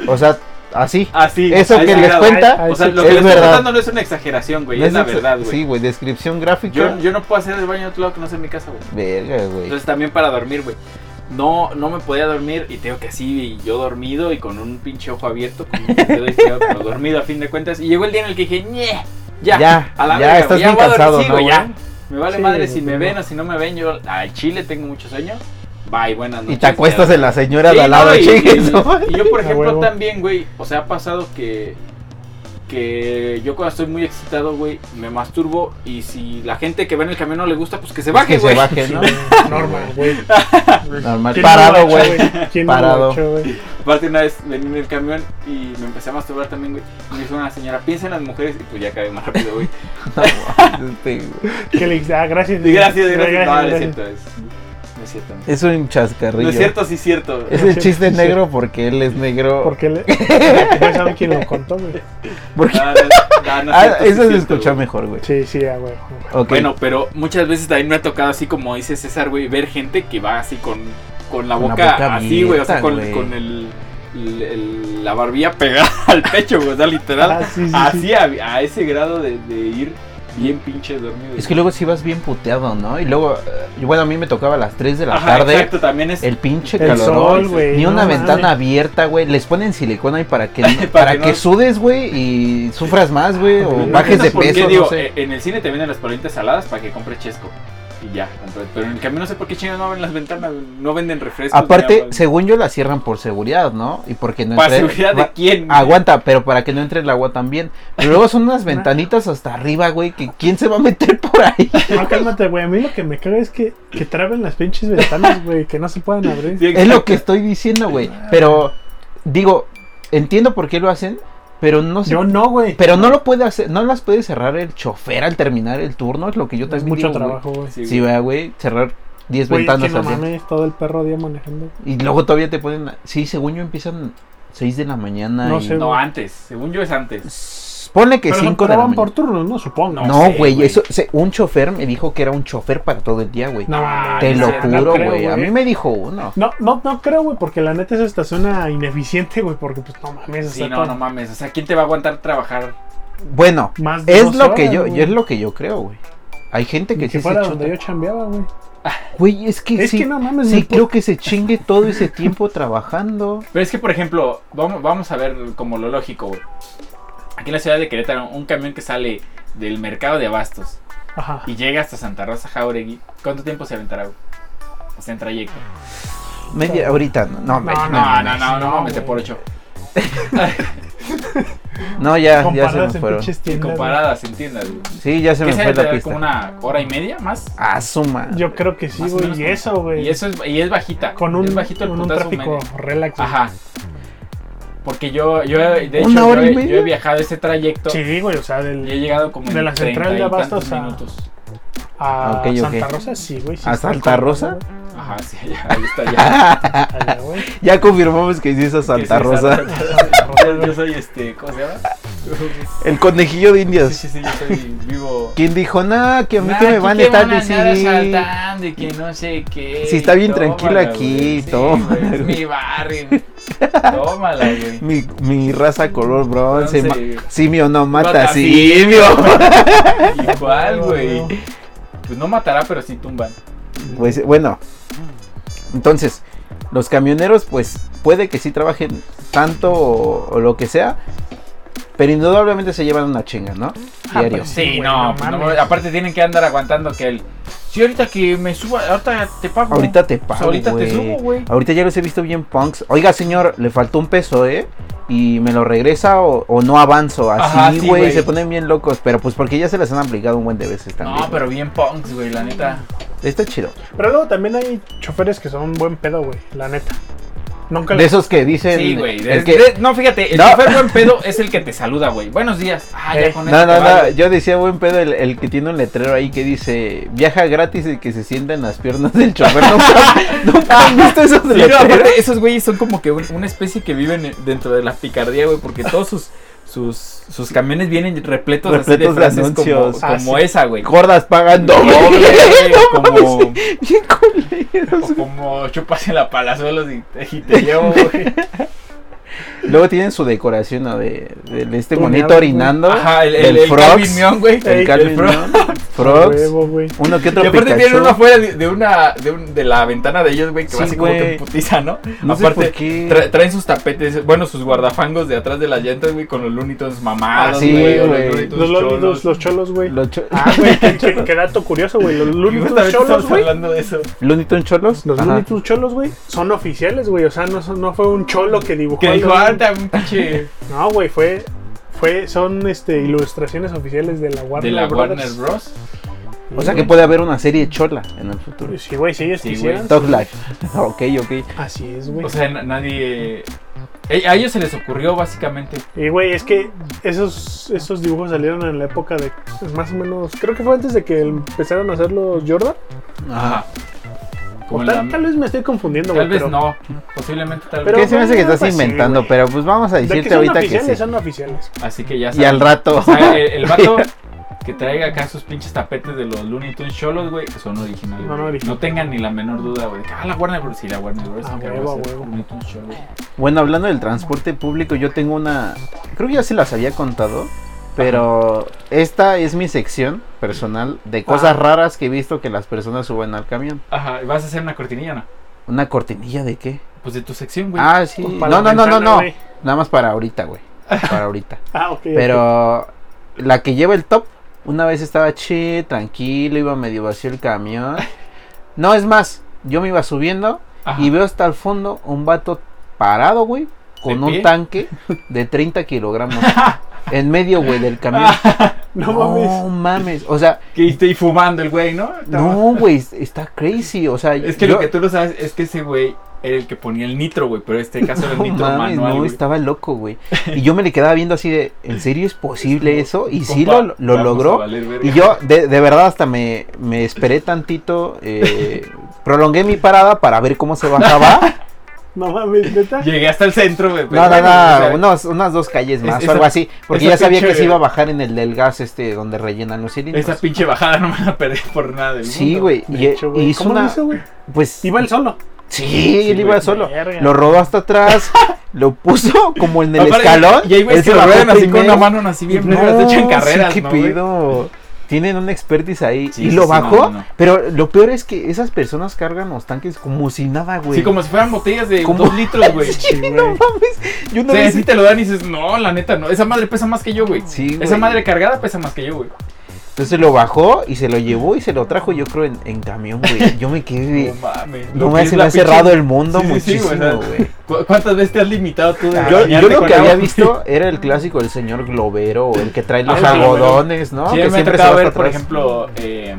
[SPEAKER 3] O sea, así.
[SPEAKER 1] Así.
[SPEAKER 3] Eso que les cuenta
[SPEAKER 2] ay,
[SPEAKER 1] O sea, lo
[SPEAKER 3] es
[SPEAKER 1] que les estoy
[SPEAKER 3] verdad.
[SPEAKER 1] contando no es una exageración, güey,
[SPEAKER 3] No
[SPEAKER 1] es la
[SPEAKER 3] ex-
[SPEAKER 1] verdad, güey.
[SPEAKER 3] Sí, güey, descripción gráfica.
[SPEAKER 1] yo, yo no puedo hacer el baño en otro lado que no sea en mi casa, güey.
[SPEAKER 3] Verga, güey.
[SPEAKER 1] Entonces también para dormir, güey. No, no me podía dormir y tengo que así, yo dormido y con un pinche ojo abierto, con un dedo izquierdo, pero dormido a fin de cuentas. Y llegó el día en el que dije, "Ñe, ya,
[SPEAKER 3] Ya,
[SPEAKER 1] a la
[SPEAKER 3] ya,
[SPEAKER 1] verga,
[SPEAKER 3] estás
[SPEAKER 1] güey, ya
[SPEAKER 3] bien
[SPEAKER 1] voy a dormir,
[SPEAKER 3] cansado,
[SPEAKER 1] sí,
[SPEAKER 3] ¿no,
[SPEAKER 1] güey, ya.
[SPEAKER 3] güey?
[SPEAKER 1] Me vale
[SPEAKER 2] Sí,
[SPEAKER 1] madre
[SPEAKER 2] güey,
[SPEAKER 1] si me
[SPEAKER 2] no.
[SPEAKER 1] ven o si no me ven, yo al chile tengo mucho sueño. Bye, buenas noches.
[SPEAKER 3] Y te acuestas en la señora
[SPEAKER 1] Sí,
[SPEAKER 3] de al
[SPEAKER 1] no,
[SPEAKER 3] lado,
[SPEAKER 1] y-
[SPEAKER 3] chingues,
[SPEAKER 1] y-
[SPEAKER 3] ¿no?
[SPEAKER 1] Y yo, por
[SPEAKER 2] A
[SPEAKER 1] ejemplo,
[SPEAKER 2] huevo.
[SPEAKER 1] también, güey, o sea, ha pasado que que yo cuando estoy muy excitado, güey, me masturbo y si la gente que va en el camión no le gusta, pues que se baje,
[SPEAKER 3] Que se
[SPEAKER 1] güey.
[SPEAKER 3] baje,
[SPEAKER 2] Sí,
[SPEAKER 3] ¿no?
[SPEAKER 2] güey, Normal, güey.
[SPEAKER 3] Normal.
[SPEAKER 2] ¿Quién
[SPEAKER 3] Parado,
[SPEAKER 2] no lo ha hecho,
[SPEAKER 3] güey.
[SPEAKER 2] ¿Quién no lo ha
[SPEAKER 3] Parado.
[SPEAKER 2] hecho, güey?
[SPEAKER 1] Aparte una vez venía en el camión y me empecé a masturbar también, güey. Y me dijo una señora, piensa en las mujeres y pues ya cae más rápido, güey.
[SPEAKER 3] No, este, güey.
[SPEAKER 2] Que le dice, ah, gracias.
[SPEAKER 1] Y gracias,
[SPEAKER 2] güey,
[SPEAKER 1] gracias. No, no es
[SPEAKER 2] gracias.
[SPEAKER 1] cierto, es, no es cierto. No
[SPEAKER 3] es un
[SPEAKER 1] es,
[SPEAKER 3] chascarrillo.
[SPEAKER 1] no es cierto, sí es cierto.
[SPEAKER 3] Es el chiste negro porque él es negro.
[SPEAKER 2] Porque le... no saben quién lo contó, güey.
[SPEAKER 3] Porque-
[SPEAKER 1] No, no, no, no es
[SPEAKER 3] Ah,
[SPEAKER 1] cierto, sí es
[SPEAKER 3] eso se
[SPEAKER 1] cierto,
[SPEAKER 3] escucha
[SPEAKER 1] güey.
[SPEAKER 3] mejor, güey.
[SPEAKER 2] Sí, sí, ah, güey.
[SPEAKER 3] Ok.
[SPEAKER 1] Bueno, pero muchas veces también me ha tocado así como dice César, güey, ver gente que va así con, con la
[SPEAKER 3] Con la
[SPEAKER 1] boca,
[SPEAKER 3] boca
[SPEAKER 1] así, güey, o sea,
[SPEAKER 3] abierta,
[SPEAKER 1] con,
[SPEAKER 3] güey.
[SPEAKER 1] con el, el- el- la barbilla pegada al pecho, güey, o sea, literal.
[SPEAKER 2] Ah, sí, sí,
[SPEAKER 1] así
[SPEAKER 2] sí.
[SPEAKER 1] A, a ese grado de, de ir bien pinche dormido.
[SPEAKER 3] Es que luego sí vas bien puteado, ¿no? Y luego, eh, bueno, a mí me tocaba a las 3 de la
[SPEAKER 1] Ajá,
[SPEAKER 3] tarde.
[SPEAKER 1] Exacto, también es
[SPEAKER 3] El pinche
[SPEAKER 2] El
[SPEAKER 3] calorón.
[SPEAKER 2] sol, güey.
[SPEAKER 3] Ni
[SPEAKER 2] no
[SPEAKER 3] una
[SPEAKER 2] mames.
[SPEAKER 3] ventana abierta, güey. Les ponen silicona ahí para que, para
[SPEAKER 1] que
[SPEAKER 3] que,
[SPEAKER 1] no-
[SPEAKER 3] sudes, güey, y sufras más, güey, o
[SPEAKER 2] No
[SPEAKER 3] bajes de
[SPEAKER 1] ¿Por qué,
[SPEAKER 3] peso, no
[SPEAKER 1] digo,
[SPEAKER 3] sé.
[SPEAKER 1] eh, En el cine te venden las palomitas saladas para que compres chesco. Y ya, compré. pero en el camino no sé por qué chingados no abren las ventanas, no venden refrescos. ni
[SPEAKER 3] Aparte,
[SPEAKER 1] agua.
[SPEAKER 3] según yo la cierran por seguridad, ¿no? Y porque no
[SPEAKER 1] ¿Para
[SPEAKER 3] entre-
[SPEAKER 1] seguridad
[SPEAKER 3] va-
[SPEAKER 1] de quién? güey?
[SPEAKER 3] Aguanta, pero para que no entre el agua también. Pero luego son unas ventanitas hasta arriba, güey, que quién se va a meter por ahí.
[SPEAKER 2] No, Ah, cálmate, güey. A mí lo que me caga es que, que traben las pinches ventanas, güey. Que no se puedan abrir.
[SPEAKER 1] Sí,
[SPEAKER 3] Es
[SPEAKER 1] exacto.
[SPEAKER 3] lo que estoy diciendo, güey. Pero digo, entiendo por qué lo hacen, pero no sé.
[SPEAKER 2] Yo no, güey.
[SPEAKER 3] Pero no lo puede hacer, no las puede cerrar el chofer al terminar el turno, es lo que yo
[SPEAKER 2] Es
[SPEAKER 3] también
[SPEAKER 2] mucho
[SPEAKER 3] digo, güey.
[SPEAKER 2] trabajo, güey.
[SPEAKER 1] Sí,
[SPEAKER 3] Sí,
[SPEAKER 1] güey.
[SPEAKER 3] vea, güey, cerrar 10
[SPEAKER 2] Güey, es que
[SPEAKER 3] ventanas
[SPEAKER 2] no
[SPEAKER 3] al día.
[SPEAKER 2] mames, todo el perro día manejando.
[SPEAKER 3] Y luego todavía te ponen, a- sí, según yo empiezan 6 de la mañana
[SPEAKER 2] No
[SPEAKER 3] y-
[SPEAKER 2] sé.
[SPEAKER 1] No, antes. Según yo es antes.
[SPEAKER 3] S- Ponle que
[SPEAKER 2] Pero
[SPEAKER 3] 5
[SPEAKER 2] no,
[SPEAKER 3] de la
[SPEAKER 2] van
[SPEAKER 3] mañana.
[SPEAKER 2] por turnos, ¿no? Supongo.
[SPEAKER 1] No
[SPEAKER 3] No,
[SPEAKER 1] sé,
[SPEAKER 3] güey,
[SPEAKER 1] güey.
[SPEAKER 3] eso se- un chofer me dijo que era un chofer para todo el día, güey.
[SPEAKER 2] No, mames.
[SPEAKER 3] Te lo
[SPEAKER 1] no
[SPEAKER 3] juro,
[SPEAKER 2] creo,
[SPEAKER 3] güey. A mí me dijo uno.
[SPEAKER 2] No, no, no creo, güey, porque la neta eso está suena ineficiente, güey, porque pues no mames, o
[SPEAKER 1] Sí,
[SPEAKER 2] sea,
[SPEAKER 1] no,
[SPEAKER 2] todo-
[SPEAKER 1] no mames. O sea, ¿quién te va a aguantar trabajar?
[SPEAKER 3] Bueno,
[SPEAKER 2] Más de
[SPEAKER 3] es
[SPEAKER 2] dos
[SPEAKER 3] lo que
[SPEAKER 2] horas,
[SPEAKER 3] yo,
[SPEAKER 2] güey.
[SPEAKER 3] es lo que yo creo, güey. Hay gente
[SPEAKER 2] ni
[SPEAKER 3] que
[SPEAKER 2] que
[SPEAKER 3] sí se
[SPEAKER 2] fuera donde yo
[SPEAKER 3] chinga.
[SPEAKER 2] chambeaba, güey.
[SPEAKER 3] Güey, es que
[SPEAKER 2] Es
[SPEAKER 3] sí,
[SPEAKER 2] que no mames,
[SPEAKER 3] sí
[SPEAKER 2] ni
[SPEAKER 3] creo que se chingue todo ese tiempo trabajando.
[SPEAKER 1] Pero es que, por ejemplo, vamos, vamos a ver como lo lógico, güey. Aquí en la ciudad de Querétaro, un camión que sale del mercado de abastos
[SPEAKER 2] Ajá.
[SPEAKER 1] y llega hasta Santa Rosa Jauregui, ¿cuánto tiempo se aventará, güey? O sea, en trayecto.
[SPEAKER 3] Media, ahorita no, no,
[SPEAKER 2] No,
[SPEAKER 3] mames,
[SPEAKER 1] No, no, no, no,
[SPEAKER 3] mames.
[SPEAKER 1] no,
[SPEAKER 2] no,
[SPEAKER 1] mames, de
[SPEAKER 2] güey.
[SPEAKER 1] por ocho.
[SPEAKER 3] No, ya, ya se
[SPEAKER 2] Comparadas
[SPEAKER 3] me
[SPEAKER 2] en
[SPEAKER 3] fueron.
[SPEAKER 2] pinches
[SPEAKER 1] Y
[SPEAKER 2] tiendas,
[SPEAKER 1] comparadas en tiendas, güey.
[SPEAKER 3] Sí, ya se
[SPEAKER 1] ¿Qué
[SPEAKER 3] me
[SPEAKER 1] se
[SPEAKER 3] fue
[SPEAKER 1] debe
[SPEAKER 3] la
[SPEAKER 1] tardar
[SPEAKER 3] pista.
[SPEAKER 1] como una hora y media más?
[SPEAKER 3] Ah, su
[SPEAKER 2] güey.
[SPEAKER 3] madre.
[SPEAKER 2] Yo creo que sí,
[SPEAKER 1] Más o
[SPEAKER 2] güey.
[SPEAKER 1] menos
[SPEAKER 2] Y
[SPEAKER 1] como-
[SPEAKER 2] eso, güey.
[SPEAKER 1] Y eso es, y es bajita.
[SPEAKER 2] Pues, con un,
[SPEAKER 1] es bajito el
[SPEAKER 2] con un
[SPEAKER 1] putazo
[SPEAKER 2] tráfico
[SPEAKER 1] medio.
[SPEAKER 2] relax. güey.
[SPEAKER 1] Ajá. Porque yo, yo he- de hecho,
[SPEAKER 3] ¿Una
[SPEAKER 1] yo
[SPEAKER 3] hora y
[SPEAKER 1] he,
[SPEAKER 3] media?
[SPEAKER 1] yo he viajado ese trayecto
[SPEAKER 2] Sí, güey, o sea,
[SPEAKER 1] y he
[SPEAKER 2] del,
[SPEAKER 1] llegado como en
[SPEAKER 2] De la central
[SPEAKER 1] 30 y
[SPEAKER 2] de Abastos
[SPEAKER 1] tantos
[SPEAKER 2] a-
[SPEAKER 1] minutos.
[SPEAKER 2] a
[SPEAKER 3] Ok, ok.
[SPEAKER 2] Santa Rosa, sí, güey. sí
[SPEAKER 3] ¿A
[SPEAKER 2] está
[SPEAKER 3] Santa
[SPEAKER 2] cabrón,
[SPEAKER 3] Rosa?
[SPEAKER 2] güey.
[SPEAKER 1] Ajá, sí, allá, ahí está ya.
[SPEAKER 2] Allá, güey.
[SPEAKER 3] Ya confirmamos que sí es a
[SPEAKER 1] Que sí,
[SPEAKER 3] Santa Rosa.
[SPEAKER 1] Santa Rosa. Yo soy este, ¿cómo se llama?
[SPEAKER 3] El conejillo de
[SPEAKER 1] Sí,
[SPEAKER 3] indias.
[SPEAKER 1] sí, sí, yo soy vivo.
[SPEAKER 3] ¿Quién dijo, nada, que a mí
[SPEAKER 1] Nah,
[SPEAKER 3] que me
[SPEAKER 1] aquí
[SPEAKER 3] van a
[SPEAKER 1] que
[SPEAKER 3] estar
[SPEAKER 1] van andar
[SPEAKER 3] diciendo?
[SPEAKER 1] asaltando y que no sé qué.
[SPEAKER 3] Si está bien
[SPEAKER 1] Tómala,
[SPEAKER 3] tranquilo aquí,
[SPEAKER 1] güey. Sí,
[SPEAKER 3] tómala,
[SPEAKER 1] güey, es
[SPEAKER 3] güey.
[SPEAKER 1] mi barrio. güey. Tómala, güey.
[SPEAKER 3] Mi, mi raza color bronce.
[SPEAKER 1] Bronce.
[SPEAKER 3] ma- simio no mata
[SPEAKER 1] Mata
[SPEAKER 3] simio.
[SPEAKER 1] Igual,
[SPEAKER 2] No,
[SPEAKER 1] güey. Pues no matará, pero sí tumban.
[SPEAKER 3] Pues bueno. Entonces, los camioneros, pues puede que sí trabajen tanto o, o lo que sea. Pero indudablemente se llevan una chinga, ¿no?
[SPEAKER 2] Ah,
[SPEAKER 3] Diario.
[SPEAKER 2] pues,
[SPEAKER 1] Sí,
[SPEAKER 2] güey,
[SPEAKER 1] no,
[SPEAKER 2] no
[SPEAKER 1] pues no
[SPEAKER 2] mames.
[SPEAKER 1] mames. aparte tienen que andar aguantando que el. Sí, ahorita que me suba, ahorita te pago.
[SPEAKER 3] Ahorita te
[SPEAKER 1] Pues
[SPEAKER 3] pago.
[SPEAKER 1] ahorita
[SPEAKER 3] güey.
[SPEAKER 1] te subo, güey.
[SPEAKER 3] Ahorita ya los he visto bien punks. Oiga, señor, le faltó un peso, ¿eh? Y me lo regresa o, o no avanzo.
[SPEAKER 1] Ajá,
[SPEAKER 3] Así,
[SPEAKER 1] sí,
[SPEAKER 3] güey,
[SPEAKER 1] güey.
[SPEAKER 3] se ponen bien locos. Pero pues porque ya se las han aplicado un buen de veces también.
[SPEAKER 1] No, pero bien punks, güey, la neta.
[SPEAKER 3] Está chido.
[SPEAKER 2] Pero luego también hay choferes que son un buen pedo, güey, la neta. Nunca
[SPEAKER 3] De
[SPEAKER 2] les...
[SPEAKER 3] esos que dicen.
[SPEAKER 1] Sí, güey. de-
[SPEAKER 3] el que-
[SPEAKER 1] de- No, fíjate, el
[SPEAKER 3] No.
[SPEAKER 1] chofer buen pedo es el que te saluda, güey. Buenos días. Ah, ya
[SPEAKER 2] Eh,
[SPEAKER 1] con
[SPEAKER 3] No,
[SPEAKER 1] eso
[SPEAKER 3] no,
[SPEAKER 1] te
[SPEAKER 3] no.
[SPEAKER 1] vale.
[SPEAKER 3] Yo decía buen pedo el, el que tiene un letrero ahí que dice viaja gratis y que se sienta en las piernas del chofer. ¿No, no, han visto esos
[SPEAKER 1] Ah. Sí, no,
[SPEAKER 3] letreros?
[SPEAKER 1] aparte, esos güeyes son como que un- una especie que viven dentro de la picardía, güey, porque todos sus, sus, sus camiones vienen repletos, así
[SPEAKER 3] Repletos de
[SPEAKER 1] frases como-
[SPEAKER 3] anuncios.
[SPEAKER 1] Como,
[SPEAKER 2] Ah, sí.
[SPEAKER 1] esa, güey.
[SPEAKER 3] Gordas pagando.
[SPEAKER 1] Doble, güey, como,
[SPEAKER 3] Bien culeros.
[SPEAKER 1] o como chupas en la palazuelos y, y te llevo, güey.
[SPEAKER 3] Luego tienen su decoración ¿no? de, de- de este
[SPEAKER 2] Tuneado,
[SPEAKER 3] monito
[SPEAKER 2] güey.
[SPEAKER 3] orinando.
[SPEAKER 1] Ajá, el, el,
[SPEAKER 3] Del
[SPEAKER 1] el
[SPEAKER 3] Frogs.
[SPEAKER 1] Calvin Neon, güey.
[SPEAKER 3] El
[SPEAKER 1] El
[SPEAKER 3] Calvin
[SPEAKER 1] Frog.
[SPEAKER 3] Neon,
[SPEAKER 2] A
[SPEAKER 3] Frogs.
[SPEAKER 2] huevo, güey.
[SPEAKER 3] Uno que otro
[SPEAKER 1] Y aparte
[SPEAKER 3] Pikachu.
[SPEAKER 1] tienen uno afuera de, de una de, un- de la ventana de ellos, güey, que
[SPEAKER 3] Sí,
[SPEAKER 1] va así como que
[SPEAKER 3] güey.
[SPEAKER 1] en putiza, ¿no?
[SPEAKER 3] No sé
[SPEAKER 1] aparte,
[SPEAKER 3] por qué.
[SPEAKER 1] tra- traen sus tapetes, bueno, sus guardafangos de atrás de las llantas, güey, con los Looney Tunes mamados,
[SPEAKER 3] Ah, sí,
[SPEAKER 1] güey, o
[SPEAKER 3] güey.
[SPEAKER 1] los Looney Tunes
[SPEAKER 2] Los
[SPEAKER 1] cholos.
[SPEAKER 2] lolitos, los cholos, güey.
[SPEAKER 3] Los cho-
[SPEAKER 2] Ah, güey, qué, qué- qué dato curioso, güey. Los Looney Tunes
[SPEAKER 1] Justamente
[SPEAKER 2] cholos,
[SPEAKER 1] estamos
[SPEAKER 2] güey.
[SPEAKER 1] hablando de eso.
[SPEAKER 3] Looney Tunes Cholos.
[SPEAKER 2] Los
[SPEAKER 3] Ajá.
[SPEAKER 2] Looney Tunes cholos, güey, son oficiales, güey. O sea, no, son- no fue un cholo que dibujó.
[SPEAKER 1] Que
[SPEAKER 2] a
[SPEAKER 1] dijo,
[SPEAKER 2] los-
[SPEAKER 1] ahorita un pinche
[SPEAKER 2] No, güey, fue, fue, son este, ilustraciones oficiales de la
[SPEAKER 1] de
[SPEAKER 2] Warner
[SPEAKER 1] la Warner
[SPEAKER 2] Brothers.
[SPEAKER 1] Bros.
[SPEAKER 3] O sea que puede haber una serie chola en el futuro.
[SPEAKER 2] Sí, güey, sí, ellos
[SPEAKER 1] Sí, güey.
[SPEAKER 2] quisieran.
[SPEAKER 3] Dog Life. Ok, ok.
[SPEAKER 2] Así es, güey.
[SPEAKER 1] O sea, na- nadie... eh, A ellos se les ocurrió, básicamente.
[SPEAKER 2] Y güey, es que esos, esos dibujos salieron en la época de pues, más o menos, creo que fue antes de que empezaron a hacer los Jordan.
[SPEAKER 1] Ajá.
[SPEAKER 2] O
[SPEAKER 1] Como en
[SPEAKER 2] tal,
[SPEAKER 1] la-
[SPEAKER 2] tal vez me estoy confundiendo,
[SPEAKER 1] tal
[SPEAKER 2] güey.
[SPEAKER 1] vez
[SPEAKER 2] pero-
[SPEAKER 1] no. Posiblemente tal
[SPEAKER 2] Pero-
[SPEAKER 3] ¿Qué
[SPEAKER 1] vez.
[SPEAKER 3] se me hace que
[SPEAKER 2] bueno,
[SPEAKER 3] estás
[SPEAKER 2] pues sí,
[SPEAKER 3] inventando?
[SPEAKER 2] güey.
[SPEAKER 3] pero pues vamos a
[SPEAKER 2] De
[SPEAKER 3] decirte
[SPEAKER 2] que son
[SPEAKER 3] ahorita que
[SPEAKER 2] oficiales,
[SPEAKER 3] sí.
[SPEAKER 2] son oficiales.
[SPEAKER 1] Así que ya
[SPEAKER 3] Y
[SPEAKER 1] saben.
[SPEAKER 3] al rato.
[SPEAKER 1] O sea, eh, el, el vato que traiga acá sus pinches tapetes de los Looney Tunes cholos, güey, son originales.
[SPEAKER 2] Son
[SPEAKER 1] güey.
[SPEAKER 2] originales.
[SPEAKER 1] No tengan ni la menor duda, güey. de que, Ah, la Warner Bros. Sí, la Warner Bros.
[SPEAKER 2] Ah,
[SPEAKER 1] se encargó de
[SPEAKER 2] huevo,
[SPEAKER 1] hacer
[SPEAKER 2] huevo.
[SPEAKER 1] Looney Tunes cholos.
[SPEAKER 3] Bueno, hablando del transporte público, yo tengo una. Creo que ya se las había contado. Pero esta es mi sección personal de cosas
[SPEAKER 2] Ah.
[SPEAKER 3] raras que he visto que las personas suben al camión.
[SPEAKER 1] Ajá, ¿y ¿vas a hacer una cortinilla, no?
[SPEAKER 3] ¿Una cortinilla de qué?
[SPEAKER 1] Pues de tu sección, güey.
[SPEAKER 3] Ah, sí.
[SPEAKER 2] Pues, Para la
[SPEAKER 3] No, no, no, no,
[SPEAKER 2] ventana,
[SPEAKER 3] no.
[SPEAKER 2] güey.
[SPEAKER 3] Nada más para ahorita, güey. Para ahorita.
[SPEAKER 2] Ah, ok. ok.
[SPEAKER 3] Pero la que lleva el top, una vez estaba che, tranquilo, iba medio vacío el camión. No, es más, yo me iba subiendo
[SPEAKER 1] Ajá.
[SPEAKER 3] y veo hasta el fondo un vato parado, güey, con
[SPEAKER 1] ¿De
[SPEAKER 3] un
[SPEAKER 1] pie?
[SPEAKER 3] tanque de 30 kilogramos en medio, güey, del camión.
[SPEAKER 1] Ah,
[SPEAKER 2] No mames.
[SPEAKER 3] mames. O sea,
[SPEAKER 1] Que esté ahí fumando el güey, ¿no?
[SPEAKER 3] no, güey, es- está crazy. O sea,
[SPEAKER 1] Es que
[SPEAKER 3] yo-
[SPEAKER 1] lo que tú no sabes es que ese güey era el que ponía el nitro, güey. Pero en este caso era el
[SPEAKER 3] no
[SPEAKER 1] nitro
[SPEAKER 3] mames,
[SPEAKER 1] manual.
[SPEAKER 3] no,
[SPEAKER 1] güey.
[SPEAKER 3] estaba loco, güey. Y yo me le quedaba viendo así de, ¿en serio es posible eso? Y sí
[SPEAKER 1] Compa,
[SPEAKER 3] lo, lo
[SPEAKER 1] vamos a
[SPEAKER 3] logró.
[SPEAKER 1] valer verga.
[SPEAKER 3] Y yo, de, de verdad, hasta me, me esperé tantito. eh, prolongué mi parada para ver cómo se bajaba.
[SPEAKER 2] No mames, neta.
[SPEAKER 1] Llegué hasta el centro, güey. pero
[SPEAKER 3] No, no,
[SPEAKER 1] bueno, o sea,
[SPEAKER 3] no, unos- unas dos calles
[SPEAKER 1] es-
[SPEAKER 3] más o
[SPEAKER 1] esa-
[SPEAKER 3] algo así. Porque
[SPEAKER 1] esa
[SPEAKER 3] ya sabía que
[SPEAKER 1] pinche-
[SPEAKER 3] se iba a bajar en el del gas, este, donde rellenan los
[SPEAKER 1] Esa
[SPEAKER 3] cilindros.
[SPEAKER 1] pinche bajada no me la perdí por nada del
[SPEAKER 3] Sí,
[SPEAKER 1] mundo.
[SPEAKER 3] güey.
[SPEAKER 2] De
[SPEAKER 3] Y,
[SPEAKER 2] hecho,
[SPEAKER 3] y
[SPEAKER 2] güey,
[SPEAKER 3] hizo
[SPEAKER 2] ¿cómo lo
[SPEAKER 3] una.
[SPEAKER 2] hizo, güey?
[SPEAKER 3] Pues.
[SPEAKER 2] Iba él solo.
[SPEAKER 3] Sí,
[SPEAKER 1] Sí,
[SPEAKER 3] él iba
[SPEAKER 1] güey,
[SPEAKER 3] solo.
[SPEAKER 2] verga.
[SPEAKER 3] Lo rodó hasta atrás. lo puso como en el
[SPEAKER 1] Aparte,
[SPEAKER 3] escalón.
[SPEAKER 1] Y hay
[SPEAKER 3] él
[SPEAKER 1] güeyes
[SPEAKER 3] se
[SPEAKER 1] que la
[SPEAKER 3] bajó
[SPEAKER 1] ruedan así con
[SPEAKER 3] primero.
[SPEAKER 1] una mano así bien
[SPEAKER 3] No,
[SPEAKER 1] vergas, echan
[SPEAKER 3] sí,
[SPEAKER 1] carreras,
[SPEAKER 3] qué
[SPEAKER 1] ¿no, güey?
[SPEAKER 3] pido. Tienen un expertise ahí.
[SPEAKER 1] Sí,
[SPEAKER 3] y
[SPEAKER 1] sí,
[SPEAKER 3] lo
[SPEAKER 1] sí,
[SPEAKER 3] bajó.
[SPEAKER 1] no, no, no.
[SPEAKER 3] Pero lo peor es que esas personas cargan los tanques como si nada, güey.
[SPEAKER 1] Sí, como si fueran botellas de
[SPEAKER 3] ¿Cómo?
[SPEAKER 1] dos litros, güey.
[SPEAKER 2] Sí, güey.
[SPEAKER 3] No mames. Yo
[SPEAKER 1] O
[SPEAKER 3] una
[SPEAKER 1] sea,
[SPEAKER 3] vez-
[SPEAKER 1] si te lo dan y dices, no, la neta, no. Esa madre pesa más que yo, güey.
[SPEAKER 3] Sí,
[SPEAKER 1] Esa
[SPEAKER 3] güey.
[SPEAKER 1] madre cargada pesa más que yo, güey.
[SPEAKER 3] Entonces lo bajó y se lo llevó y se lo trajo, yo creo, en, en camión, güey. Yo me quedé.
[SPEAKER 1] No mames.
[SPEAKER 3] No
[SPEAKER 1] lo
[SPEAKER 3] me,
[SPEAKER 1] que es
[SPEAKER 3] se me
[SPEAKER 1] la pinche-
[SPEAKER 3] ha cerrado el mundo
[SPEAKER 1] Sí, sí, sí,
[SPEAKER 3] muchísimo,
[SPEAKER 1] güey, o sea,
[SPEAKER 3] güey.
[SPEAKER 1] ¿Cu- ¿Cuántas veces te has limitado tú de
[SPEAKER 3] Yo, yo
[SPEAKER 1] bañarte
[SPEAKER 3] lo
[SPEAKER 1] con
[SPEAKER 3] que había
[SPEAKER 1] agua?
[SPEAKER 3] visto era el clásico del señor globero o el que trae los
[SPEAKER 1] Ah, el globero.
[SPEAKER 3] algodones, ¿no?
[SPEAKER 1] Sí,
[SPEAKER 3] que
[SPEAKER 1] me ha
[SPEAKER 3] se
[SPEAKER 1] tocado
[SPEAKER 3] va
[SPEAKER 1] ver,
[SPEAKER 3] hasta
[SPEAKER 1] por
[SPEAKER 3] atrás.
[SPEAKER 1] ejemplo, eh,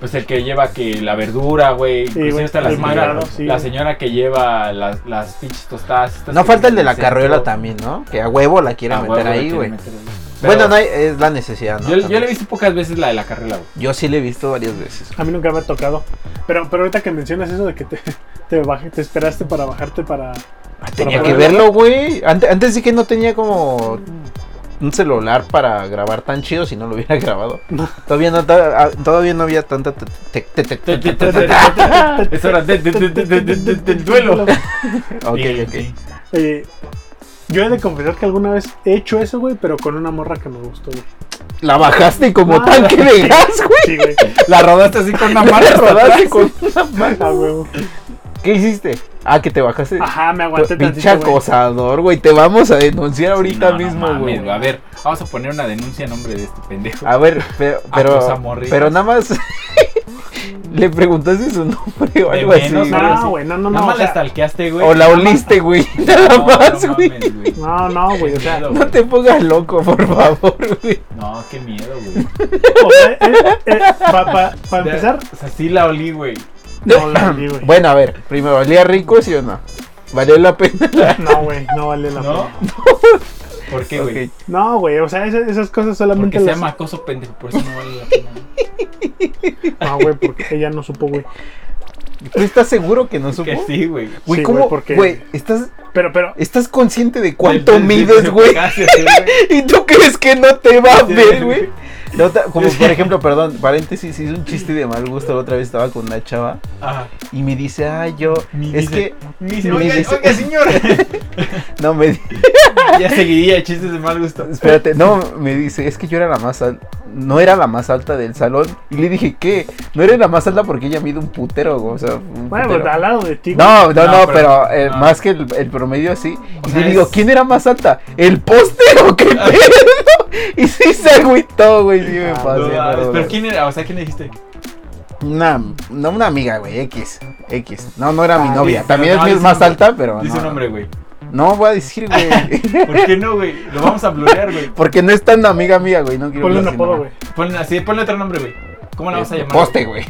[SPEAKER 1] pues el que lleva que la verdura, güey.
[SPEAKER 2] güey,
[SPEAKER 1] inclusive hasta la
[SPEAKER 2] el
[SPEAKER 1] señora,
[SPEAKER 2] mandado, sí,
[SPEAKER 1] la
[SPEAKER 2] güey.
[SPEAKER 1] señora que lleva las, las pinches tostadas. estas
[SPEAKER 3] No
[SPEAKER 1] que
[SPEAKER 3] falta el de
[SPEAKER 1] venden
[SPEAKER 3] la
[SPEAKER 1] en centro.
[SPEAKER 3] carriola también, ¿no? Que a huevo la quieren
[SPEAKER 1] Ah,
[SPEAKER 3] meter
[SPEAKER 1] huevo, la
[SPEAKER 3] ahí,
[SPEAKER 1] quieren
[SPEAKER 3] güey.
[SPEAKER 1] meter ahí.
[SPEAKER 3] Bueno,
[SPEAKER 1] Pero
[SPEAKER 3] no hay- es la necesidad, ¿no?
[SPEAKER 1] yo, yo le he
[SPEAKER 3] También.
[SPEAKER 1] visto pocas veces la de la carriola, güey.
[SPEAKER 3] Yo sí le he visto varias veces.
[SPEAKER 2] A mí nunca me ha tocado. Pero, pero ahorita que mencionas eso de que te, te, baj- te esperaste para bajarte para.
[SPEAKER 3] Ah, Tenía
[SPEAKER 2] para
[SPEAKER 3] que
[SPEAKER 2] poder-
[SPEAKER 3] verlo, güey. Antes, antes sí que no tenía como un celular para grabar tan chido si no lo hubiera grabado. Todavía no, ta- ah, todavía no había tanta... te- te- te- te- te- te- te-
[SPEAKER 1] Es hora de- de- de- de- de- de- de- del duelo.
[SPEAKER 3] Ok,
[SPEAKER 1] Y-
[SPEAKER 3] ok.
[SPEAKER 1] y-
[SPEAKER 2] Eh, yo he de confesar que alguna vez he hecho eso, güey, pero con una morra que me gustó, güey.
[SPEAKER 3] La bajaste como
[SPEAKER 2] Ah,
[SPEAKER 3] tanque de gas, güey.
[SPEAKER 2] Sí, güey.
[SPEAKER 3] La rodaste así con una mano. rodaste con una
[SPEAKER 2] Ah,
[SPEAKER 3] mano.
[SPEAKER 2] güey.
[SPEAKER 3] ¿Qué hiciste? Ah, que te bajaste.
[SPEAKER 2] Ajá, me aguanté
[SPEAKER 3] Pinche
[SPEAKER 2] tantito, güey.
[SPEAKER 3] acosador, güey. Te vamos a denunciar ahorita
[SPEAKER 1] No, no
[SPEAKER 3] mismo,
[SPEAKER 1] mames,
[SPEAKER 3] güey. Ah,
[SPEAKER 1] A ver, vamos a poner una denuncia en nombre de este pendejo.
[SPEAKER 3] A ver, pero,
[SPEAKER 1] Acosa
[SPEAKER 3] pero,
[SPEAKER 1] morritas.
[SPEAKER 3] pero nada más le preguntaste su nombre o
[SPEAKER 1] De
[SPEAKER 3] algo así.
[SPEAKER 1] menos,
[SPEAKER 3] güey.
[SPEAKER 1] ahora sí.
[SPEAKER 2] No, güey, no, no,
[SPEAKER 1] Nada
[SPEAKER 2] no.
[SPEAKER 1] más
[SPEAKER 2] O
[SPEAKER 1] la
[SPEAKER 2] sea,
[SPEAKER 1] stalkeaste, güey.
[SPEAKER 3] O la oliste, güey. Nada
[SPEAKER 1] No,
[SPEAKER 3] más,
[SPEAKER 1] no
[SPEAKER 3] güey.
[SPEAKER 1] mames, güey.
[SPEAKER 2] no, no, güey. O sea,
[SPEAKER 1] Miedo,
[SPEAKER 3] No te pongas loco, por favor, güey.
[SPEAKER 1] No, qué miedo, güey.
[SPEAKER 2] eh, para empezar,
[SPEAKER 1] O sea, sí la olí, güey.
[SPEAKER 2] no la vi, güey.
[SPEAKER 3] Bueno, a ver, primero, ¿valía rico, sí o no? ¿Valió la pena?
[SPEAKER 2] No, güey, no vale la
[SPEAKER 1] ¿No?
[SPEAKER 2] pena.
[SPEAKER 1] ¿Por qué, güey?
[SPEAKER 3] Ok.
[SPEAKER 2] No, güey, o sea, esas, esas cosas solamente
[SPEAKER 1] Porque se
[SPEAKER 2] las-
[SPEAKER 1] llama acoso pendejo, por eso no vale la pena.
[SPEAKER 2] No, Ah, güey, porque ella no supo, güey.
[SPEAKER 3] ¿Tú estás seguro que no supo?
[SPEAKER 1] Que sí, güey.
[SPEAKER 3] Güey,
[SPEAKER 2] Sí,
[SPEAKER 3] ¿cómo?
[SPEAKER 2] güey, porque-
[SPEAKER 3] Güey, ¿estás,
[SPEAKER 2] Pero, pero,
[SPEAKER 3] ¿estás consciente de cuánto
[SPEAKER 1] Del- del-
[SPEAKER 3] mides,
[SPEAKER 1] del-
[SPEAKER 3] güey?
[SPEAKER 1] Gracias, sí, güey.
[SPEAKER 3] ¿Y tú crees que no te va a
[SPEAKER 1] Sí,
[SPEAKER 3] ver,
[SPEAKER 1] sí,
[SPEAKER 3] güey?
[SPEAKER 1] sí.
[SPEAKER 3] La otra- como por ejemplo, perdón, paréntesis, hice un chiste de mal gusto. La otra vez estaba con una chava
[SPEAKER 1] Ajá.
[SPEAKER 3] y me dice, ah, yo,
[SPEAKER 1] Ni
[SPEAKER 3] es
[SPEAKER 1] dice-
[SPEAKER 3] que,
[SPEAKER 1] Ni dice,
[SPEAKER 3] ni
[SPEAKER 1] oiga,
[SPEAKER 3] dice-
[SPEAKER 1] oiga, señor.
[SPEAKER 3] no, me, di-
[SPEAKER 1] ya seguiría chistes de mal gusto.
[SPEAKER 3] espérate, no, me dice, es que yo era la más alta, no era la más alta del salón. Y le dije, ¿qué? No era la más alta porque ella mide un putero, o sea, un
[SPEAKER 2] bueno,
[SPEAKER 3] putero.
[SPEAKER 2] pues, al lado de ti, güey.
[SPEAKER 3] No, no,
[SPEAKER 1] No,
[SPEAKER 3] no,
[SPEAKER 1] pero-
[SPEAKER 3] pero eh,
[SPEAKER 1] no.
[SPEAKER 3] más que el, el promedio así.
[SPEAKER 1] O
[SPEAKER 3] Y
[SPEAKER 1] sea,
[SPEAKER 3] le digo,
[SPEAKER 1] es-
[SPEAKER 3] ¿quién era más alta? ¿El poste o qué pedo? y sí se agüitó, güey, sí me
[SPEAKER 2] Ah,
[SPEAKER 1] No,
[SPEAKER 3] pasé.
[SPEAKER 1] mames,
[SPEAKER 3] pero-
[SPEAKER 1] pero ¿quién era? O sea, ¿quién le dijiste?
[SPEAKER 3] Una, no una amiga, güey, X. X. No, no era mi
[SPEAKER 2] Ah,
[SPEAKER 3] novia.
[SPEAKER 1] sí,
[SPEAKER 3] También
[SPEAKER 1] pero no,
[SPEAKER 3] es, mi- es
[SPEAKER 1] dice
[SPEAKER 3] más
[SPEAKER 1] un-
[SPEAKER 3] alta, pero
[SPEAKER 1] Dice
[SPEAKER 3] no.
[SPEAKER 1] un hombre, güey.
[SPEAKER 3] No voy a decir, güey.
[SPEAKER 1] ¿Por qué no, güey? Lo vamos a blurear, güey.
[SPEAKER 3] Porque no es tan amiga mía, güey. No quiero
[SPEAKER 2] Ponle un
[SPEAKER 3] decir
[SPEAKER 2] apodo,
[SPEAKER 3] nada.
[SPEAKER 2] güey.
[SPEAKER 1] Ponle, así, ponle otro nombre, güey. ¿Cómo la vamos a
[SPEAKER 3] Este,
[SPEAKER 1] llamar?
[SPEAKER 3] Poste, güey.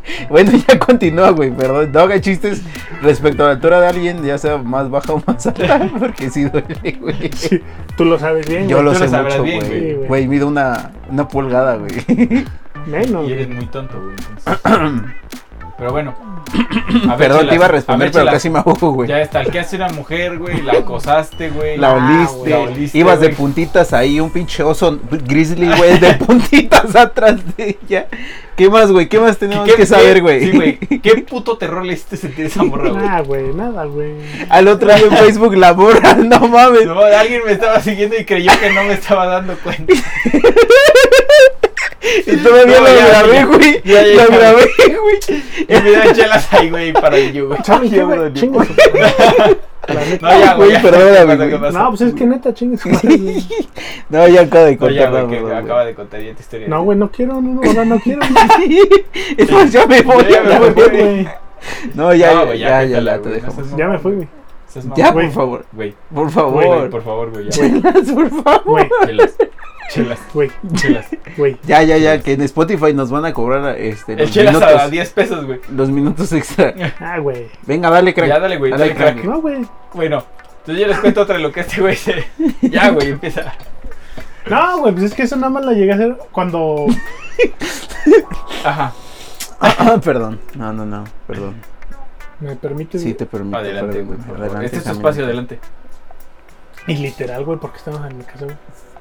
[SPEAKER 3] bueno, ya continúa, güey. Perdón, no haga chistes respecto a la altura de alguien, ya sea más baja o más alta, porque sí duele, güey.
[SPEAKER 2] Sí, tú lo sabes bien,
[SPEAKER 3] Yo
[SPEAKER 2] güey,
[SPEAKER 3] lo
[SPEAKER 1] tú
[SPEAKER 3] sé
[SPEAKER 1] lo sabrás
[SPEAKER 3] mucho,
[SPEAKER 1] bien,
[SPEAKER 2] güey.
[SPEAKER 3] güey. Güey, mido una, una pulgada, güey.
[SPEAKER 2] Menos,
[SPEAKER 1] Y
[SPEAKER 2] güey.
[SPEAKER 1] eres muy tonto, güey. entonces. Pero bueno. A ver,
[SPEAKER 3] Perdón,
[SPEAKER 1] Chela,
[SPEAKER 3] te iba a responder,
[SPEAKER 1] ver,
[SPEAKER 3] pero
[SPEAKER 1] Chela,
[SPEAKER 3] casi me ahogo, güey.
[SPEAKER 1] Ya stalkeaste a una mujer, güey, la acosaste, güey. Ah,
[SPEAKER 3] La oliste,
[SPEAKER 1] güey, la oliste,
[SPEAKER 3] ibas de
[SPEAKER 1] güey.
[SPEAKER 3] puntitas ahí, un pinche oso grizzly, güey, de puntitas atrás de ella. ¿Qué más, güey? ¿Qué más tenemos que saber, güey?
[SPEAKER 1] Sí, güey. ¿Qué puto terror le hiciste sentir a esa morra, güey?
[SPEAKER 2] Nada, güey, nada, güey.
[SPEAKER 3] Al otro día en Facebook la borra, no mames.
[SPEAKER 1] No, alguien me estaba siguiendo y creyó que no me estaba dando cuenta.
[SPEAKER 3] y todavía
[SPEAKER 1] No,
[SPEAKER 3] la
[SPEAKER 1] ya,
[SPEAKER 3] grabé,
[SPEAKER 1] ya,
[SPEAKER 3] güey.
[SPEAKER 1] ya, ya,
[SPEAKER 3] La
[SPEAKER 1] ya.
[SPEAKER 3] grabé, güey.
[SPEAKER 1] Y me dan chelas ahí, güey, para yo, güey.
[SPEAKER 2] ¿Sabes qué,
[SPEAKER 3] Yo,
[SPEAKER 2] güey?
[SPEAKER 3] Dani.
[SPEAKER 2] Chinga su madre. La neta.
[SPEAKER 1] No, ya, güey.
[SPEAKER 3] Güey,
[SPEAKER 1] ya.
[SPEAKER 3] perdóname,
[SPEAKER 1] ¿Qué
[SPEAKER 3] güey.
[SPEAKER 1] pasa?
[SPEAKER 2] No, pues es que neta, chingue su madre, güey.
[SPEAKER 3] No, ya acaba de
[SPEAKER 1] No, ya, güey,
[SPEAKER 3] contar. la
[SPEAKER 1] que
[SPEAKER 3] verdad,
[SPEAKER 1] acaba de contar ya tu historia.
[SPEAKER 2] No, güey, no quiero, no, no, o sea, no quiero.
[SPEAKER 3] Es más, Pues ya me voy,
[SPEAKER 1] Ya, ya
[SPEAKER 3] ya me
[SPEAKER 1] me
[SPEAKER 3] voy,
[SPEAKER 1] voy,
[SPEAKER 3] güey.
[SPEAKER 2] güey.
[SPEAKER 3] No, ya,
[SPEAKER 1] No,
[SPEAKER 3] ya,
[SPEAKER 1] güey,
[SPEAKER 3] ya, ya,
[SPEAKER 1] quítala,
[SPEAKER 3] te
[SPEAKER 1] güey, no
[SPEAKER 3] dejamos.
[SPEAKER 1] seas
[SPEAKER 2] Ya me
[SPEAKER 1] mamón,
[SPEAKER 2] fui, güey.
[SPEAKER 1] Seas
[SPEAKER 3] Ya,
[SPEAKER 1] mamón,
[SPEAKER 3] por
[SPEAKER 2] Güey.
[SPEAKER 3] favor,
[SPEAKER 1] Güey,
[SPEAKER 3] por
[SPEAKER 1] güey, güey,
[SPEAKER 3] favor.
[SPEAKER 1] por favor, güey, ya.
[SPEAKER 3] Chelas, por favor.
[SPEAKER 2] Güey,
[SPEAKER 1] Chelas, chelas,
[SPEAKER 2] güey,
[SPEAKER 1] chelas.
[SPEAKER 2] güey.
[SPEAKER 3] Ya, ya, ya, que en Spotify nos van a cobrar este,
[SPEAKER 1] El
[SPEAKER 3] los,
[SPEAKER 1] chelas a
[SPEAKER 3] minutos,
[SPEAKER 1] 10 pesos, güey.
[SPEAKER 3] los minutos extra.
[SPEAKER 2] Ah, güey.
[SPEAKER 3] Venga, dale, crack.
[SPEAKER 1] Ya, dale, güey, dale, crack.
[SPEAKER 2] No, güey.
[SPEAKER 1] Bueno, entonces yo les cuento otra de lo que este güey se... Ya, güey, empieza.
[SPEAKER 2] No, güey, pues es que eso nada más la llegué a hacer cuando.
[SPEAKER 1] Ajá,
[SPEAKER 3] Ah, perdón. No, no, no, perdón.
[SPEAKER 2] ¿Me permites?
[SPEAKER 3] Sí,
[SPEAKER 2] güey?
[SPEAKER 3] te permito.
[SPEAKER 1] adelante,
[SPEAKER 3] perdón,
[SPEAKER 1] güey, por favor. Este es tu
[SPEAKER 3] Camila.
[SPEAKER 1] espacio, adelante.
[SPEAKER 2] Y literal, güey, porque estamos en mi casa, güey.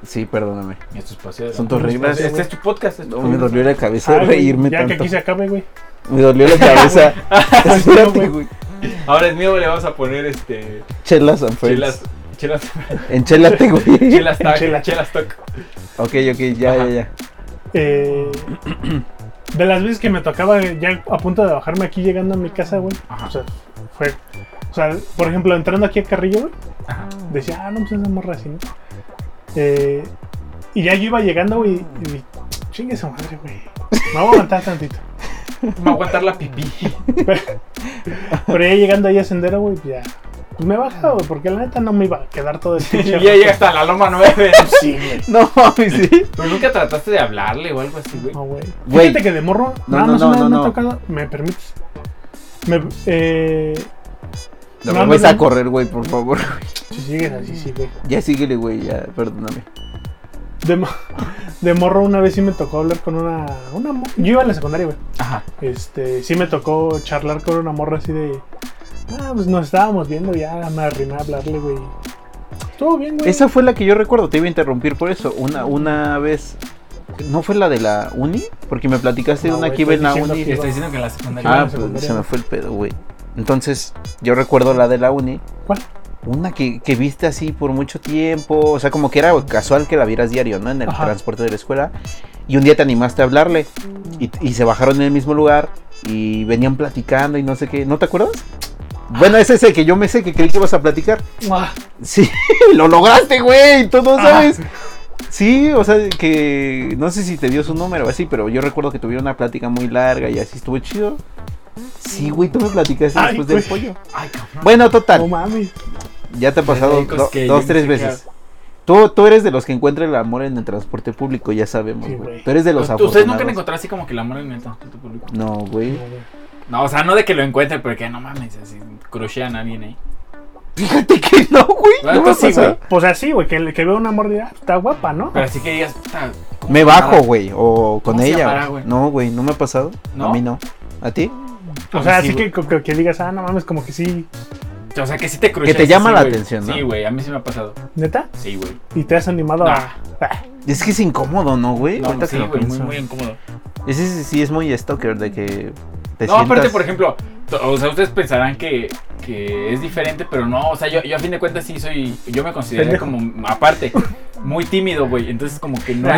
[SPEAKER 3] Sí, perdóname.
[SPEAKER 1] Este es tu espacio, adelante.
[SPEAKER 3] Son tus reglas.
[SPEAKER 1] Este es tu podcast. este es
[SPEAKER 3] No,
[SPEAKER 1] tu
[SPEAKER 3] me
[SPEAKER 1] podcast.
[SPEAKER 3] dolió la cabeza
[SPEAKER 2] Ah, güey,
[SPEAKER 3] reírme
[SPEAKER 2] ya que
[SPEAKER 3] tanto.
[SPEAKER 2] aquí se acabe, güey.
[SPEAKER 3] Me dolió la cabeza.
[SPEAKER 1] Ah,
[SPEAKER 3] Espérate,
[SPEAKER 2] güey.
[SPEAKER 3] güey.
[SPEAKER 1] Ahora es mío, le vamos a poner este...
[SPEAKER 3] Chelas and friends.
[SPEAKER 1] Chelas... Chelas...
[SPEAKER 3] Enchélate, güey.
[SPEAKER 1] Chelas Talk.
[SPEAKER 2] Chela.
[SPEAKER 1] Chelas Talk.
[SPEAKER 3] Ok, ok, ya,
[SPEAKER 1] Ajá.
[SPEAKER 3] ya, ya.
[SPEAKER 2] Eh, de las veces que me tocaba ya a punto de bajarme aquí llegando a mi casa, güey.
[SPEAKER 1] Ajá.
[SPEAKER 2] O sea, fue. O sea, por ejemplo, entrando aquí a Carrillo, güey,
[SPEAKER 1] Ajá.
[SPEAKER 2] decía, ah, no, pues esa morra así, ¿no? Eh, Y ya yo iba llegando, güey. Y dije, chingue su madre, güey. Me voy a aguantar tantito.
[SPEAKER 1] Me va a aguantar la pipí.
[SPEAKER 2] Pero ya llegando ahí a Sendero, güey, ya. Pues me he bajado, güey, porque la neta no me iba a quedar todo el
[SPEAKER 1] Y
[SPEAKER 2] pinche.
[SPEAKER 1] ya llega hasta la loma 9.
[SPEAKER 2] Sí, güey.
[SPEAKER 3] No mames, sí.
[SPEAKER 1] Pero nunca trataste de hablarle o algo así, güey.
[SPEAKER 2] No, güey.
[SPEAKER 3] Güey.
[SPEAKER 2] Fíjate que de morro,
[SPEAKER 3] No,
[SPEAKER 2] nada
[SPEAKER 3] no,
[SPEAKER 2] más
[SPEAKER 3] no,
[SPEAKER 2] una vez
[SPEAKER 3] no,
[SPEAKER 2] me
[SPEAKER 3] no.
[SPEAKER 2] ha tocado. ¿Me permites? Me, eh,
[SPEAKER 3] No,
[SPEAKER 2] No,
[SPEAKER 3] me
[SPEAKER 2] no,
[SPEAKER 3] vas
[SPEAKER 2] no.
[SPEAKER 3] a correr, güey, por favor.
[SPEAKER 2] si sigues así, sí, güey.
[SPEAKER 3] Ya síguele, güey, ya, perdóname.
[SPEAKER 2] De, mo- de morro una vez sí me tocó hablar con una, una mo- Yo iba a la secundaria, güey.
[SPEAKER 1] Ajá.
[SPEAKER 2] Este, sí me tocó charlar con una morra así de. Ah, pues nos estábamos viendo ya, me arrimé a hablarle, güey. Estuvo bien, güey.
[SPEAKER 3] Esa fue la que yo recuerdo, te iba a interrumpir por eso. Una, una vez. ¿No fue la de la uni? Porque me platicaste de
[SPEAKER 2] No,
[SPEAKER 3] una
[SPEAKER 2] güey,
[SPEAKER 3] que iba en la
[SPEAKER 2] estoy diciendo
[SPEAKER 3] uni.
[SPEAKER 1] Te está diciendo que en la secundaria.
[SPEAKER 3] Ah,
[SPEAKER 2] en la
[SPEAKER 3] pues
[SPEAKER 2] secundaria.
[SPEAKER 3] se me fue el pedo, güey. Entonces, yo recuerdo la de la uni.
[SPEAKER 2] ¿Cuál?
[SPEAKER 3] Una que, que viste así por mucho tiempo. O sea, como que era casual que la vieras diario, ¿no? En el
[SPEAKER 2] Ajá.
[SPEAKER 3] transporte de la escuela. Y un día te animaste a hablarle. Y, y se bajaron en el mismo lugar. Y venían platicando y no sé qué. ¿No te acuerdas? Bueno, es ese que yo me sé que creí que ibas a platicar.
[SPEAKER 2] Ah,
[SPEAKER 3] Sí, lo lograste, güey. Tú no
[SPEAKER 2] Ah.
[SPEAKER 3] sabes. Sí, o sea, que no sé si te dio su número o así, pero yo recuerdo que tuvieron una plática muy larga y así estuvo chido. Sí, güey, tú me platicaste
[SPEAKER 2] Ay,
[SPEAKER 3] después del
[SPEAKER 2] güey.
[SPEAKER 3] pollo.
[SPEAKER 1] Ay, cabrón.
[SPEAKER 3] Bueno,
[SPEAKER 2] no
[SPEAKER 3] total,
[SPEAKER 2] mames.
[SPEAKER 3] ya te ha pasado
[SPEAKER 1] Pendejos
[SPEAKER 3] do-
[SPEAKER 1] que yo
[SPEAKER 3] dos,
[SPEAKER 1] ni
[SPEAKER 3] tres
[SPEAKER 1] siquiera-
[SPEAKER 3] veces. Tú, tú eres de los que encuentra el amor en el transporte público, ya sabemos,
[SPEAKER 2] Sí,
[SPEAKER 3] güey.
[SPEAKER 2] güey.
[SPEAKER 3] Tú eres de los
[SPEAKER 1] ¿Ustedes nunca han
[SPEAKER 3] afortunados.
[SPEAKER 1] encontrado así como que el amor en el transporte público?
[SPEAKER 3] No, güey.
[SPEAKER 1] No, o sea, no de que lo encuentren, pero que no mames, así crochean a alguien ahí.
[SPEAKER 3] Fíjate que no, güey.
[SPEAKER 1] Ah,
[SPEAKER 3] No me ha
[SPEAKER 1] entonces sí,
[SPEAKER 3] pasado.
[SPEAKER 2] Pues así, güey, que, que veo una morra y diga, "Ah, está guapa, ¿no?
[SPEAKER 1] Pero así que digas, puta, ¿cómo
[SPEAKER 3] Me
[SPEAKER 1] se
[SPEAKER 3] bajo,
[SPEAKER 1] llamará?
[SPEAKER 3] güey, o con
[SPEAKER 1] ¿Cómo se
[SPEAKER 3] ella.
[SPEAKER 1] llamará,
[SPEAKER 3] güey.
[SPEAKER 1] güey?
[SPEAKER 3] No, güey, no me ha pasado.
[SPEAKER 1] ¿No?
[SPEAKER 3] A mí no. ¿A ti?
[SPEAKER 2] o sea,
[SPEAKER 1] sí,
[SPEAKER 2] así
[SPEAKER 1] güey.
[SPEAKER 2] que, que, que digas, ah, no mames, como que sí,
[SPEAKER 1] O sea, que sí te crocheas.
[SPEAKER 3] Que te llama
[SPEAKER 1] sí,
[SPEAKER 3] la
[SPEAKER 1] güey.
[SPEAKER 3] atención, ¿no?
[SPEAKER 1] Sí, güey, a mí sí me ha pasado.
[SPEAKER 2] neta.
[SPEAKER 1] Sí, güey.
[SPEAKER 2] Y te has animado
[SPEAKER 1] Ah.
[SPEAKER 2] a. Ah,
[SPEAKER 3] Es que es incómodo, ¿no, güey?
[SPEAKER 1] No,
[SPEAKER 3] Ahorita
[SPEAKER 1] sí,
[SPEAKER 3] que lo
[SPEAKER 1] güey, muy,
[SPEAKER 3] pienso.
[SPEAKER 1] muy incómodo.
[SPEAKER 3] Ese sí- sí es muy stalker de que te
[SPEAKER 1] No, aparte,
[SPEAKER 3] sientas-
[SPEAKER 1] por ejemplo, to- o sea, ustedes pensarán que, que es diferente, pero no, o sea, yo, yo a fin de cuentas sí soy, yo me consideré
[SPEAKER 2] Pendejo.
[SPEAKER 1] como, aparte, muy tímido, güey, entonces como que no...
[SPEAKER 3] ¡No!
[SPEAKER 1] Te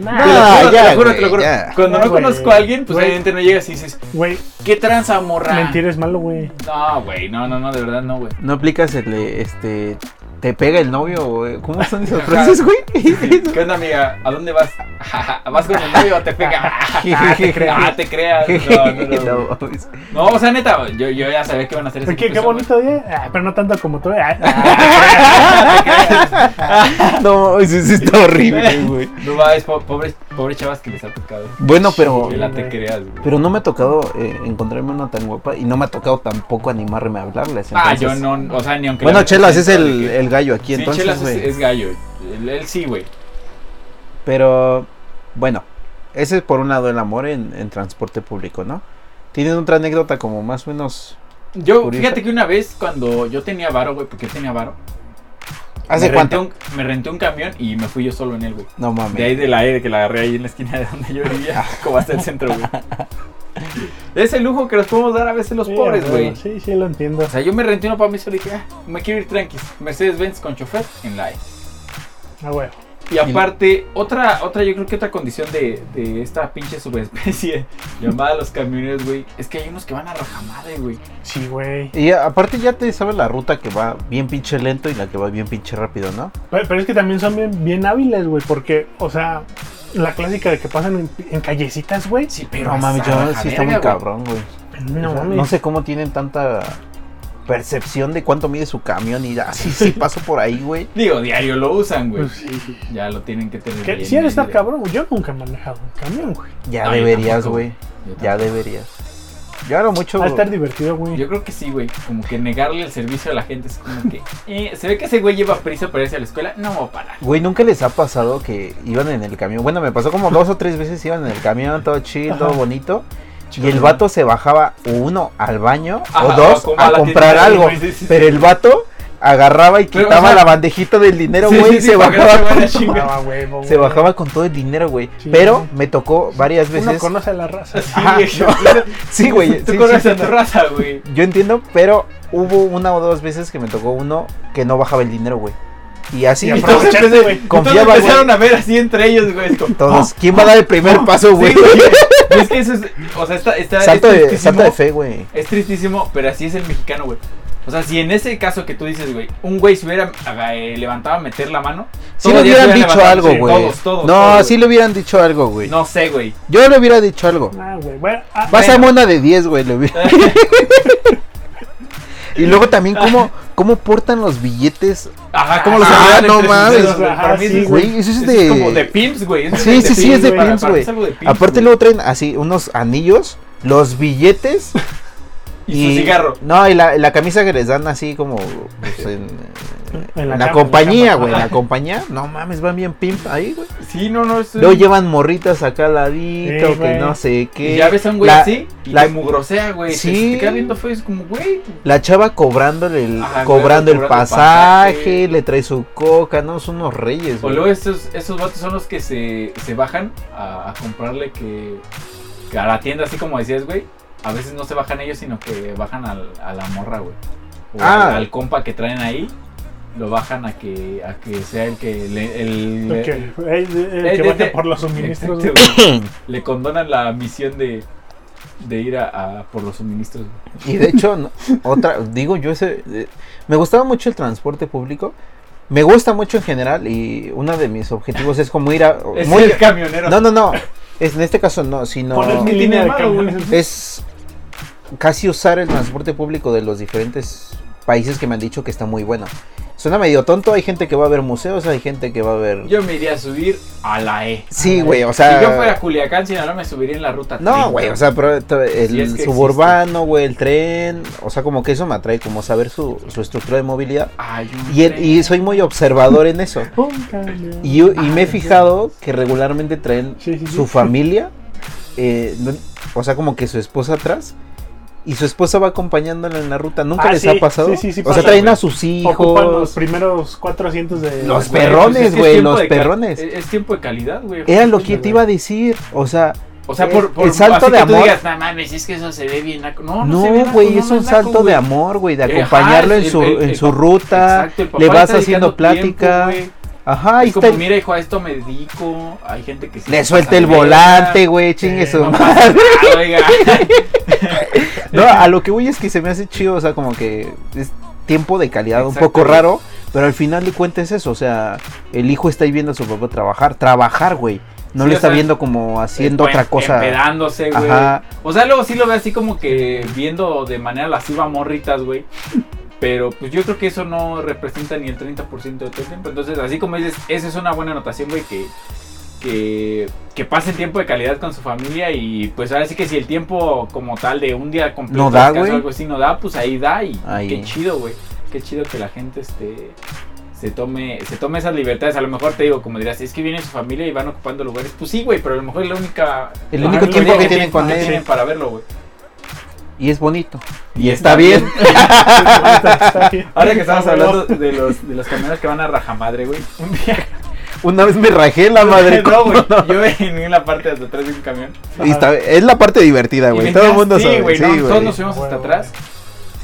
[SPEAKER 1] lo
[SPEAKER 3] Ah,
[SPEAKER 1] juro, te
[SPEAKER 3] ya,
[SPEAKER 1] lo juro,
[SPEAKER 3] güey,
[SPEAKER 1] te lo juro.
[SPEAKER 3] ya.
[SPEAKER 1] Cuando
[SPEAKER 2] Ya,
[SPEAKER 1] no
[SPEAKER 2] güey.
[SPEAKER 1] conozco a alguien, pues
[SPEAKER 2] Güey.
[SPEAKER 1] obviamente no llegas y dices,
[SPEAKER 2] Güey,
[SPEAKER 1] ¿qué tranza, morra?
[SPEAKER 2] mentir es malo, güey.
[SPEAKER 1] No, güey, no, no, no, de verdad no, güey.
[SPEAKER 3] No aplicas el, eh, este, te pega el novio, güey. ¿Cómo son esas frases, güey?
[SPEAKER 1] ¿Qué onda, amiga? ¿A dónde vas? ¿Vas con el novio o te pega?
[SPEAKER 2] Ah, te creas.
[SPEAKER 1] Ah, te creas. No, no, no, güey.
[SPEAKER 3] No, mames.
[SPEAKER 1] No, o sea, neta, yo, yo ya sabía que iban a hacer eso.
[SPEAKER 2] Qué, qué bonito día, ah, pero no tanto como tú. ah,
[SPEAKER 3] No, eso sí está horrible, güey.
[SPEAKER 1] No mames, po- pobres, pobres chavas que les ha tocado.
[SPEAKER 3] Bueno, pero,
[SPEAKER 1] Que la te
[SPEAKER 2] güey.
[SPEAKER 1] creas, güey.
[SPEAKER 3] pero no me ha tocado eh, encontrarme una tan guapa y no me ha tocado tampoco animarme a hablarles.
[SPEAKER 1] Ah,
[SPEAKER 3] entonces-
[SPEAKER 1] yo no, o sea, ni aunque.
[SPEAKER 3] Bueno,
[SPEAKER 1] la-
[SPEAKER 3] Chelas es
[SPEAKER 1] de
[SPEAKER 3] el,
[SPEAKER 1] que-
[SPEAKER 3] el gallo aquí,
[SPEAKER 1] Sí,
[SPEAKER 3] entonces,
[SPEAKER 1] Chelas es,
[SPEAKER 3] güey.
[SPEAKER 1] es gallo. Él, él sí, güey.
[SPEAKER 3] Pero bueno, ese es por un lado el amor en, en transporte público, ¿no? Tienen otra anécdota como más o menos.
[SPEAKER 1] Yo,
[SPEAKER 3] Curioso.
[SPEAKER 1] fíjate que una vez cuando yo tenía varo, güey, porque tenía varo.
[SPEAKER 3] ¿Hace
[SPEAKER 1] me
[SPEAKER 3] cuánto?
[SPEAKER 1] Renté un, me renté un camión y me fui yo solo en él, güey.
[SPEAKER 3] No
[SPEAKER 1] De
[SPEAKER 3] mames.
[SPEAKER 1] ahí de la E, que la agarré ahí en la esquina de donde yo vivía, como hasta el centro, güey. Es el lujo que nos podemos dar a veces los
[SPEAKER 2] sí,
[SPEAKER 1] pobres, güey.
[SPEAKER 2] Sí, sí, lo entiendo.
[SPEAKER 1] O sea, yo me renté uno para mí solo y dije, ah, me quiero ir tranquis. Mercedes-Benz con chofer en la E.
[SPEAKER 2] Ah, güey.
[SPEAKER 1] Y aparte, otra, otra, yo creo que otra condición de, de esta pinche subespecie llamada los camioneros, güey, es que hay unos que van a rajamadre, güey.
[SPEAKER 2] Sí, güey.
[SPEAKER 3] Y a- aparte ya te sabes la ruta que va bien pinche lento y la que va bien pinche rápido, ¿no?
[SPEAKER 2] Pero, pero es que también son bien, bien hábiles, güey, porque, o sea, la clásica de que pasan en, en callecitas, güey.
[SPEAKER 1] Sí,
[SPEAKER 3] no mames,
[SPEAKER 1] esa
[SPEAKER 3] yo sí está muy
[SPEAKER 1] rajadera, güey.
[SPEAKER 3] cabrón, güey.
[SPEAKER 2] No
[SPEAKER 3] O sea,
[SPEAKER 2] mames.
[SPEAKER 3] no sé cómo tienen tanta percepción de cuánto mide su camión y así sí paso por ahí, güey.
[SPEAKER 1] Digo, diario lo usan, güey.
[SPEAKER 2] Pues sí, sí.
[SPEAKER 1] Ya lo tienen que tener.
[SPEAKER 2] Que
[SPEAKER 1] bien
[SPEAKER 2] sí, ha de estar
[SPEAKER 1] medido.
[SPEAKER 2] cabrón. Yo nunca he manejado un camión, güey.
[SPEAKER 3] Ya
[SPEAKER 1] No, yo
[SPEAKER 3] deberías,
[SPEAKER 1] tampoco,
[SPEAKER 3] güey.
[SPEAKER 1] Yo
[SPEAKER 3] Ya deberías. Yo ahora mucho.
[SPEAKER 2] Ha de estar divertido, güey.
[SPEAKER 1] Yo creo que sí, güey. Como que negarle el servicio a la gente es como que. eh, se ve que ese güey lleva prisa para irse a la escuela. No voy a parar.
[SPEAKER 3] Güey, ¿nunca les ha pasado que iban en el camión? Bueno, me pasó como dos o tres veces, iban en el camión, todo chill, todo
[SPEAKER 2] Ajá.
[SPEAKER 3] bonito. Y el vato se bajaba, uno, al baño, o
[SPEAKER 1] Ajá,
[SPEAKER 3] dos,
[SPEAKER 1] o como
[SPEAKER 3] a,
[SPEAKER 1] a la
[SPEAKER 3] comprar
[SPEAKER 1] tiendita,
[SPEAKER 3] algo.
[SPEAKER 1] güey, sí, sí,
[SPEAKER 3] Pero el vato agarraba y
[SPEAKER 1] Pero,
[SPEAKER 3] quitaba
[SPEAKER 1] o sea,
[SPEAKER 3] la bandejita del dinero,
[SPEAKER 1] Sí,
[SPEAKER 3] güey,
[SPEAKER 1] sí,
[SPEAKER 3] y
[SPEAKER 1] sí,
[SPEAKER 3] se
[SPEAKER 1] para que no
[SPEAKER 3] bajaba.
[SPEAKER 1] se
[SPEAKER 3] con-
[SPEAKER 1] vaya a chingar.
[SPEAKER 2] Ah, huevo,
[SPEAKER 3] Se
[SPEAKER 2] güey.
[SPEAKER 3] bajaba con todo el dinero, güey.
[SPEAKER 2] Sí.
[SPEAKER 3] Pero me tocó varias
[SPEAKER 2] Uno
[SPEAKER 3] veces.
[SPEAKER 2] conoce a la raza.
[SPEAKER 1] Sí,
[SPEAKER 3] Ajá,
[SPEAKER 1] güey.
[SPEAKER 3] Ah, Sí, güey.
[SPEAKER 1] Tú
[SPEAKER 3] sí,
[SPEAKER 1] conoces
[SPEAKER 3] sí,
[SPEAKER 1] a tu raza, güey.
[SPEAKER 3] Yo entiendo, pero hubo una o dos veces que me tocó uno que no bajaba el dinero, güey. Y así
[SPEAKER 2] Y
[SPEAKER 3] todos
[SPEAKER 2] aprovechaste,
[SPEAKER 3] empecé-
[SPEAKER 2] güey.
[SPEAKER 1] Entonces
[SPEAKER 3] confiaba, güey.
[SPEAKER 1] empezaron a ver así entre ellos, güey. esto.
[SPEAKER 3] Todos. ¿Quién va a dar el primer paso, güey?
[SPEAKER 1] Oh, Sí, güey. Es que eso es. O sea, está. está
[SPEAKER 3] Salto
[SPEAKER 1] es
[SPEAKER 3] de,
[SPEAKER 1] tristísimo.
[SPEAKER 3] salto de fe, güey.
[SPEAKER 1] Es tristísimo, pero así es el mexicano, güey. O sea, si en ese caso que tú dices, güey, un güey se hubiera aga- eh, levantado a meter la mano.
[SPEAKER 3] Si
[SPEAKER 1] todos
[SPEAKER 3] le
[SPEAKER 1] ya se
[SPEAKER 3] hubieran dicho
[SPEAKER 1] levantado,
[SPEAKER 3] algo,
[SPEAKER 1] sí,
[SPEAKER 3] güey.
[SPEAKER 1] Todos, todos.
[SPEAKER 3] No,
[SPEAKER 1] todos,
[SPEAKER 3] sí le hubieran dicho algo, güey.
[SPEAKER 1] güey. No sé, güey.
[SPEAKER 3] Yo le hubiera dicho algo.
[SPEAKER 2] Ah, güey. Bueno, ah,
[SPEAKER 3] Vas a
[SPEAKER 1] Bueno.
[SPEAKER 3] mona de 10, güey. le hubiera- y luego también cómo, cómo portan los billetes.
[SPEAKER 1] Ajá, ¿cómo los
[SPEAKER 3] Ah,
[SPEAKER 1] agarran
[SPEAKER 3] no
[SPEAKER 1] entre sus
[SPEAKER 3] mames.
[SPEAKER 1] dedos, güey?
[SPEAKER 2] Ajá,
[SPEAKER 1] Para mí eso
[SPEAKER 2] sí,
[SPEAKER 1] es-
[SPEAKER 3] Güey, eso es
[SPEAKER 1] eso es como de
[SPEAKER 3] de...
[SPEAKER 1] pimps, güey. eso
[SPEAKER 3] Sí, sí, sí, es de
[SPEAKER 1] para-
[SPEAKER 3] pimps,
[SPEAKER 1] para mí
[SPEAKER 3] güey.
[SPEAKER 1] es algo de pimps,
[SPEAKER 3] Aparte
[SPEAKER 1] güey.
[SPEAKER 3] luego traen así unos anillos, los billetes
[SPEAKER 1] Y su cigarro.
[SPEAKER 3] No, y la, la camisa que les dan así como pues, en, en la,
[SPEAKER 2] cama,
[SPEAKER 3] compañía,
[SPEAKER 2] cama.
[SPEAKER 3] güey. En la compañía. No mames, van bien pimp ahí, güey.
[SPEAKER 1] Sí, no, no. eso es-
[SPEAKER 3] Luego llevan morritas acá al ladito,
[SPEAKER 2] Sí,
[SPEAKER 3] que
[SPEAKER 2] güey.
[SPEAKER 3] no sé qué.
[SPEAKER 1] Y ya ves a un güey
[SPEAKER 3] La-
[SPEAKER 1] así y
[SPEAKER 3] la-
[SPEAKER 1] la, mugrosea, güey.
[SPEAKER 3] Sí.
[SPEAKER 1] Sí. Te, queda viendo feo y es como, güey.
[SPEAKER 3] La chava cobrándole el,
[SPEAKER 1] Ajá,
[SPEAKER 3] cobrando
[SPEAKER 1] güey, cobrando
[SPEAKER 3] el
[SPEAKER 1] el
[SPEAKER 3] pasaje,
[SPEAKER 1] pasaje.
[SPEAKER 3] le trae su coca, no, son unos reyes,
[SPEAKER 1] O
[SPEAKER 3] güey.
[SPEAKER 1] luego estos, esos vatos son los que se, se bajan a, a comprarle que, que a la tienda, así como decías, güey. A veces no se bajan ellos, sino que bajan al- a la morra, güey. O
[SPEAKER 3] Ah.
[SPEAKER 1] al, al compa que traen ahí, lo bajan a que, a que sea el que le, el,
[SPEAKER 2] El que, eh, el
[SPEAKER 1] Eh,
[SPEAKER 2] que
[SPEAKER 1] de-
[SPEAKER 2] baja
[SPEAKER 3] este,
[SPEAKER 1] de-
[SPEAKER 2] por los
[SPEAKER 1] Exacto,
[SPEAKER 2] suministros. güey.
[SPEAKER 1] güey. le condonan la misión de, de ir a, a por los suministros. güey.
[SPEAKER 3] Y de hecho, no, otra, digo yo ese, eh, me gustaba mucho el transporte público, me gusta mucho en general y uno de mis objetivos es como ir a,
[SPEAKER 1] Es
[SPEAKER 3] muy-
[SPEAKER 1] el camionero.
[SPEAKER 3] no, no, no, es, en este caso no, sino
[SPEAKER 2] Poner
[SPEAKER 1] No.
[SPEAKER 2] mi
[SPEAKER 1] Tiene
[SPEAKER 2] línea de
[SPEAKER 1] malo, güey.
[SPEAKER 2] camiones.
[SPEAKER 3] es casi usar el transporte público de los diferentes países que me han dicho que está muy bueno. Suena medio tonto, hay gente que va a ver museos, hay gente que va a ver...
[SPEAKER 1] Yo me iría a subir a la E.
[SPEAKER 3] Sí,
[SPEAKER 2] Ah,
[SPEAKER 3] güey, o sea...
[SPEAKER 1] si yo fuera a Culiacán, Sinaloa, me subiría en la ruta.
[SPEAKER 3] No,
[SPEAKER 1] 30,
[SPEAKER 3] güey, o sea, pero to- el
[SPEAKER 1] Si es que
[SPEAKER 3] suburbano, güey, el tren, o sea, como que eso me atrae, como saber su, su estructura de movilidad.
[SPEAKER 1] Ay, un
[SPEAKER 3] Y, el-
[SPEAKER 1] tren.
[SPEAKER 3] y soy muy observador en eso.
[SPEAKER 2] Un camión.
[SPEAKER 3] Y, yo- y me he fijado que regularmente traen
[SPEAKER 2] Sí, sí, sí.
[SPEAKER 3] su familia, eh, no- o sea, como que su esposa atrás. Y su esposa va acompañándola en la ruta. ¿Nunca
[SPEAKER 2] Ah,
[SPEAKER 3] les
[SPEAKER 2] sí,
[SPEAKER 3] ha pasado?
[SPEAKER 2] sí, sí, sí
[SPEAKER 3] o
[SPEAKER 2] pasa,
[SPEAKER 3] sea, traen
[SPEAKER 1] güey.
[SPEAKER 3] a sus
[SPEAKER 2] Ocupan los
[SPEAKER 3] hijos.
[SPEAKER 2] primeros cuatro asientos de.
[SPEAKER 3] Los
[SPEAKER 1] Güey,
[SPEAKER 3] perrones,
[SPEAKER 1] pues es que es
[SPEAKER 3] güey,
[SPEAKER 1] tiempo
[SPEAKER 3] los
[SPEAKER 1] de ca-
[SPEAKER 3] perrones.
[SPEAKER 1] Es, es tiempo de calidad, güey.
[SPEAKER 3] Era lo que te iba a decir. O sea,
[SPEAKER 1] O sea, por, por
[SPEAKER 3] El salto
[SPEAKER 1] así
[SPEAKER 3] de
[SPEAKER 1] que tú
[SPEAKER 3] amor.
[SPEAKER 1] digas, no mames, es que eso se ve bien naco". No, no, se ve
[SPEAKER 3] no,
[SPEAKER 1] naco,
[SPEAKER 3] güey,
[SPEAKER 1] no,
[SPEAKER 3] es
[SPEAKER 1] no
[SPEAKER 3] un salto
[SPEAKER 1] naco,
[SPEAKER 3] de
[SPEAKER 1] güey.
[SPEAKER 3] amor, güey, de
[SPEAKER 1] Ajá,
[SPEAKER 3] acompañarlo en
[SPEAKER 1] el-
[SPEAKER 3] su,
[SPEAKER 1] el- el
[SPEAKER 3] en su
[SPEAKER 1] papá-
[SPEAKER 3] ruta.
[SPEAKER 1] Exacto, el papá
[SPEAKER 3] le
[SPEAKER 1] está
[SPEAKER 3] vas haciendo
[SPEAKER 1] dedicando tiempo,
[SPEAKER 3] plática.
[SPEAKER 1] güey.
[SPEAKER 3] Ajá, ahí
[SPEAKER 1] Es como,
[SPEAKER 3] está.
[SPEAKER 1] mira, hijo, a esto me dedico. Hay gente que se
[SPEAKER 3] Le
[SPEAKER 1] pasa
[SPEAKER 3] suelta
[SPEAKER 1] de
[SPEAKER 3] el
[SPEAKER 1] verga.
[SPEAKER 3] volante, güey, chingue
[SPEAKER 2] Eh,
[SPEAKER 3] su
[SPEAKER 1] No
[SPEAKER 3] madre.
[SPEAKER 1] pasa nada, oiga.
[SPEAKER 3] No, a lo que voy es que se me hace chido, o sea, como que es tiempo de calidad un
[SPEAKER 1] Exacto.
[SPEAKER 3] poco raro, pero al final de cuentas es eso, o sea, el hijo está ahí viendo a su papá trabajar, trabajar, güey. No
[SPEAKER 1] Sí,
[SPEAKER 3] lo
[SPEAKER 1] o
[SPEAKER 3] está
[SPEAKER 1] sea,
[SPEAKER 3] viendo como haciendo
[SPEAKER 1] Empe-
[SPEAKER 3] otra cosa.
[SPEAKER 1] Pues, Empedándose, güey.
[SPEAKER 3] Ajá.
[SPEAKER 1] O sea, luego sí lo ve así como que viendo de manera lasciva morritas, güey. Pero pues yo creo que eso no representa ni el 30% de todo el tiempo. Entonces, así como dices, esa es una buena anotación, güey, que, que, que pasen tiempo de calidad con su familia. Y pues ahora sí que si el tiempo como tal de un día completo
[SPEAKER 3] No da,
[SPEAKER 1] descanso,
[SPEAKER 3] güey.
[SPEAKER 1] algo así no da, pues ahí da. Y
[SPEAKER 3] Ahí.
[SPEAKER 1] qué chido, güey. Qué chido que la gente este, se tome, se tome esas libertades. A lo mejor te digo, como dirás, es que viene su familia y van ocupando lugares. Pues sí, güey, pero a lo mejor es la única.
[SPEAKER 3] El
[SPEAKER 1] la
[SPEAKER 3] único
[SPEAKER 1] única
[SPEAKER 2] tiempo que
[SPEAKER 1] manera
[SPEAKER 3] tienen con
[SPEAKER 1] que
[SPEAKER 3] él.
[SPEAKER 1] tienen para verlo, güey.
[SPEAKER 3] Y es bonito.
[SPEAKER 1] Y
[SPEAKER 3] está bien.
[SPEAKER 2] Está bien.
[SPEAKER 1] Ahora que estamos hablando de los, de los camioneros que van a rajamadre, güey. Un día.
[SPEAKER 3] Una vez me rajé la madre.
[SPEAKER 1] No, güey.
[SPEAKER 3] ¿cómo no?
[SPEAKER 1] Yo venía en la parte de hasta atrás de un camión.
[SPEAKER 3] Y está- es la parte divertida,
[SPEAKER 1] Y
[SPEAKER 3] Ah, güey.
[SPEAKER 1] me
[SPEAKER 3] Todo el
[SPEAKER 1] quedas-
[SPEAKER 3] mundo
[SPEAKER 1] sí,
[SPEAKER 3] sabe.
[SPEAKER 1] güey,
[SPEAKER 3] sí,
[SPEAKER 1] no,
[SPEAKER 3] güey.
[SPEAKER 1] Todos nos fuimos hasta
[SPEAKER 2] Huevo.
[SPEAKER 1] atrás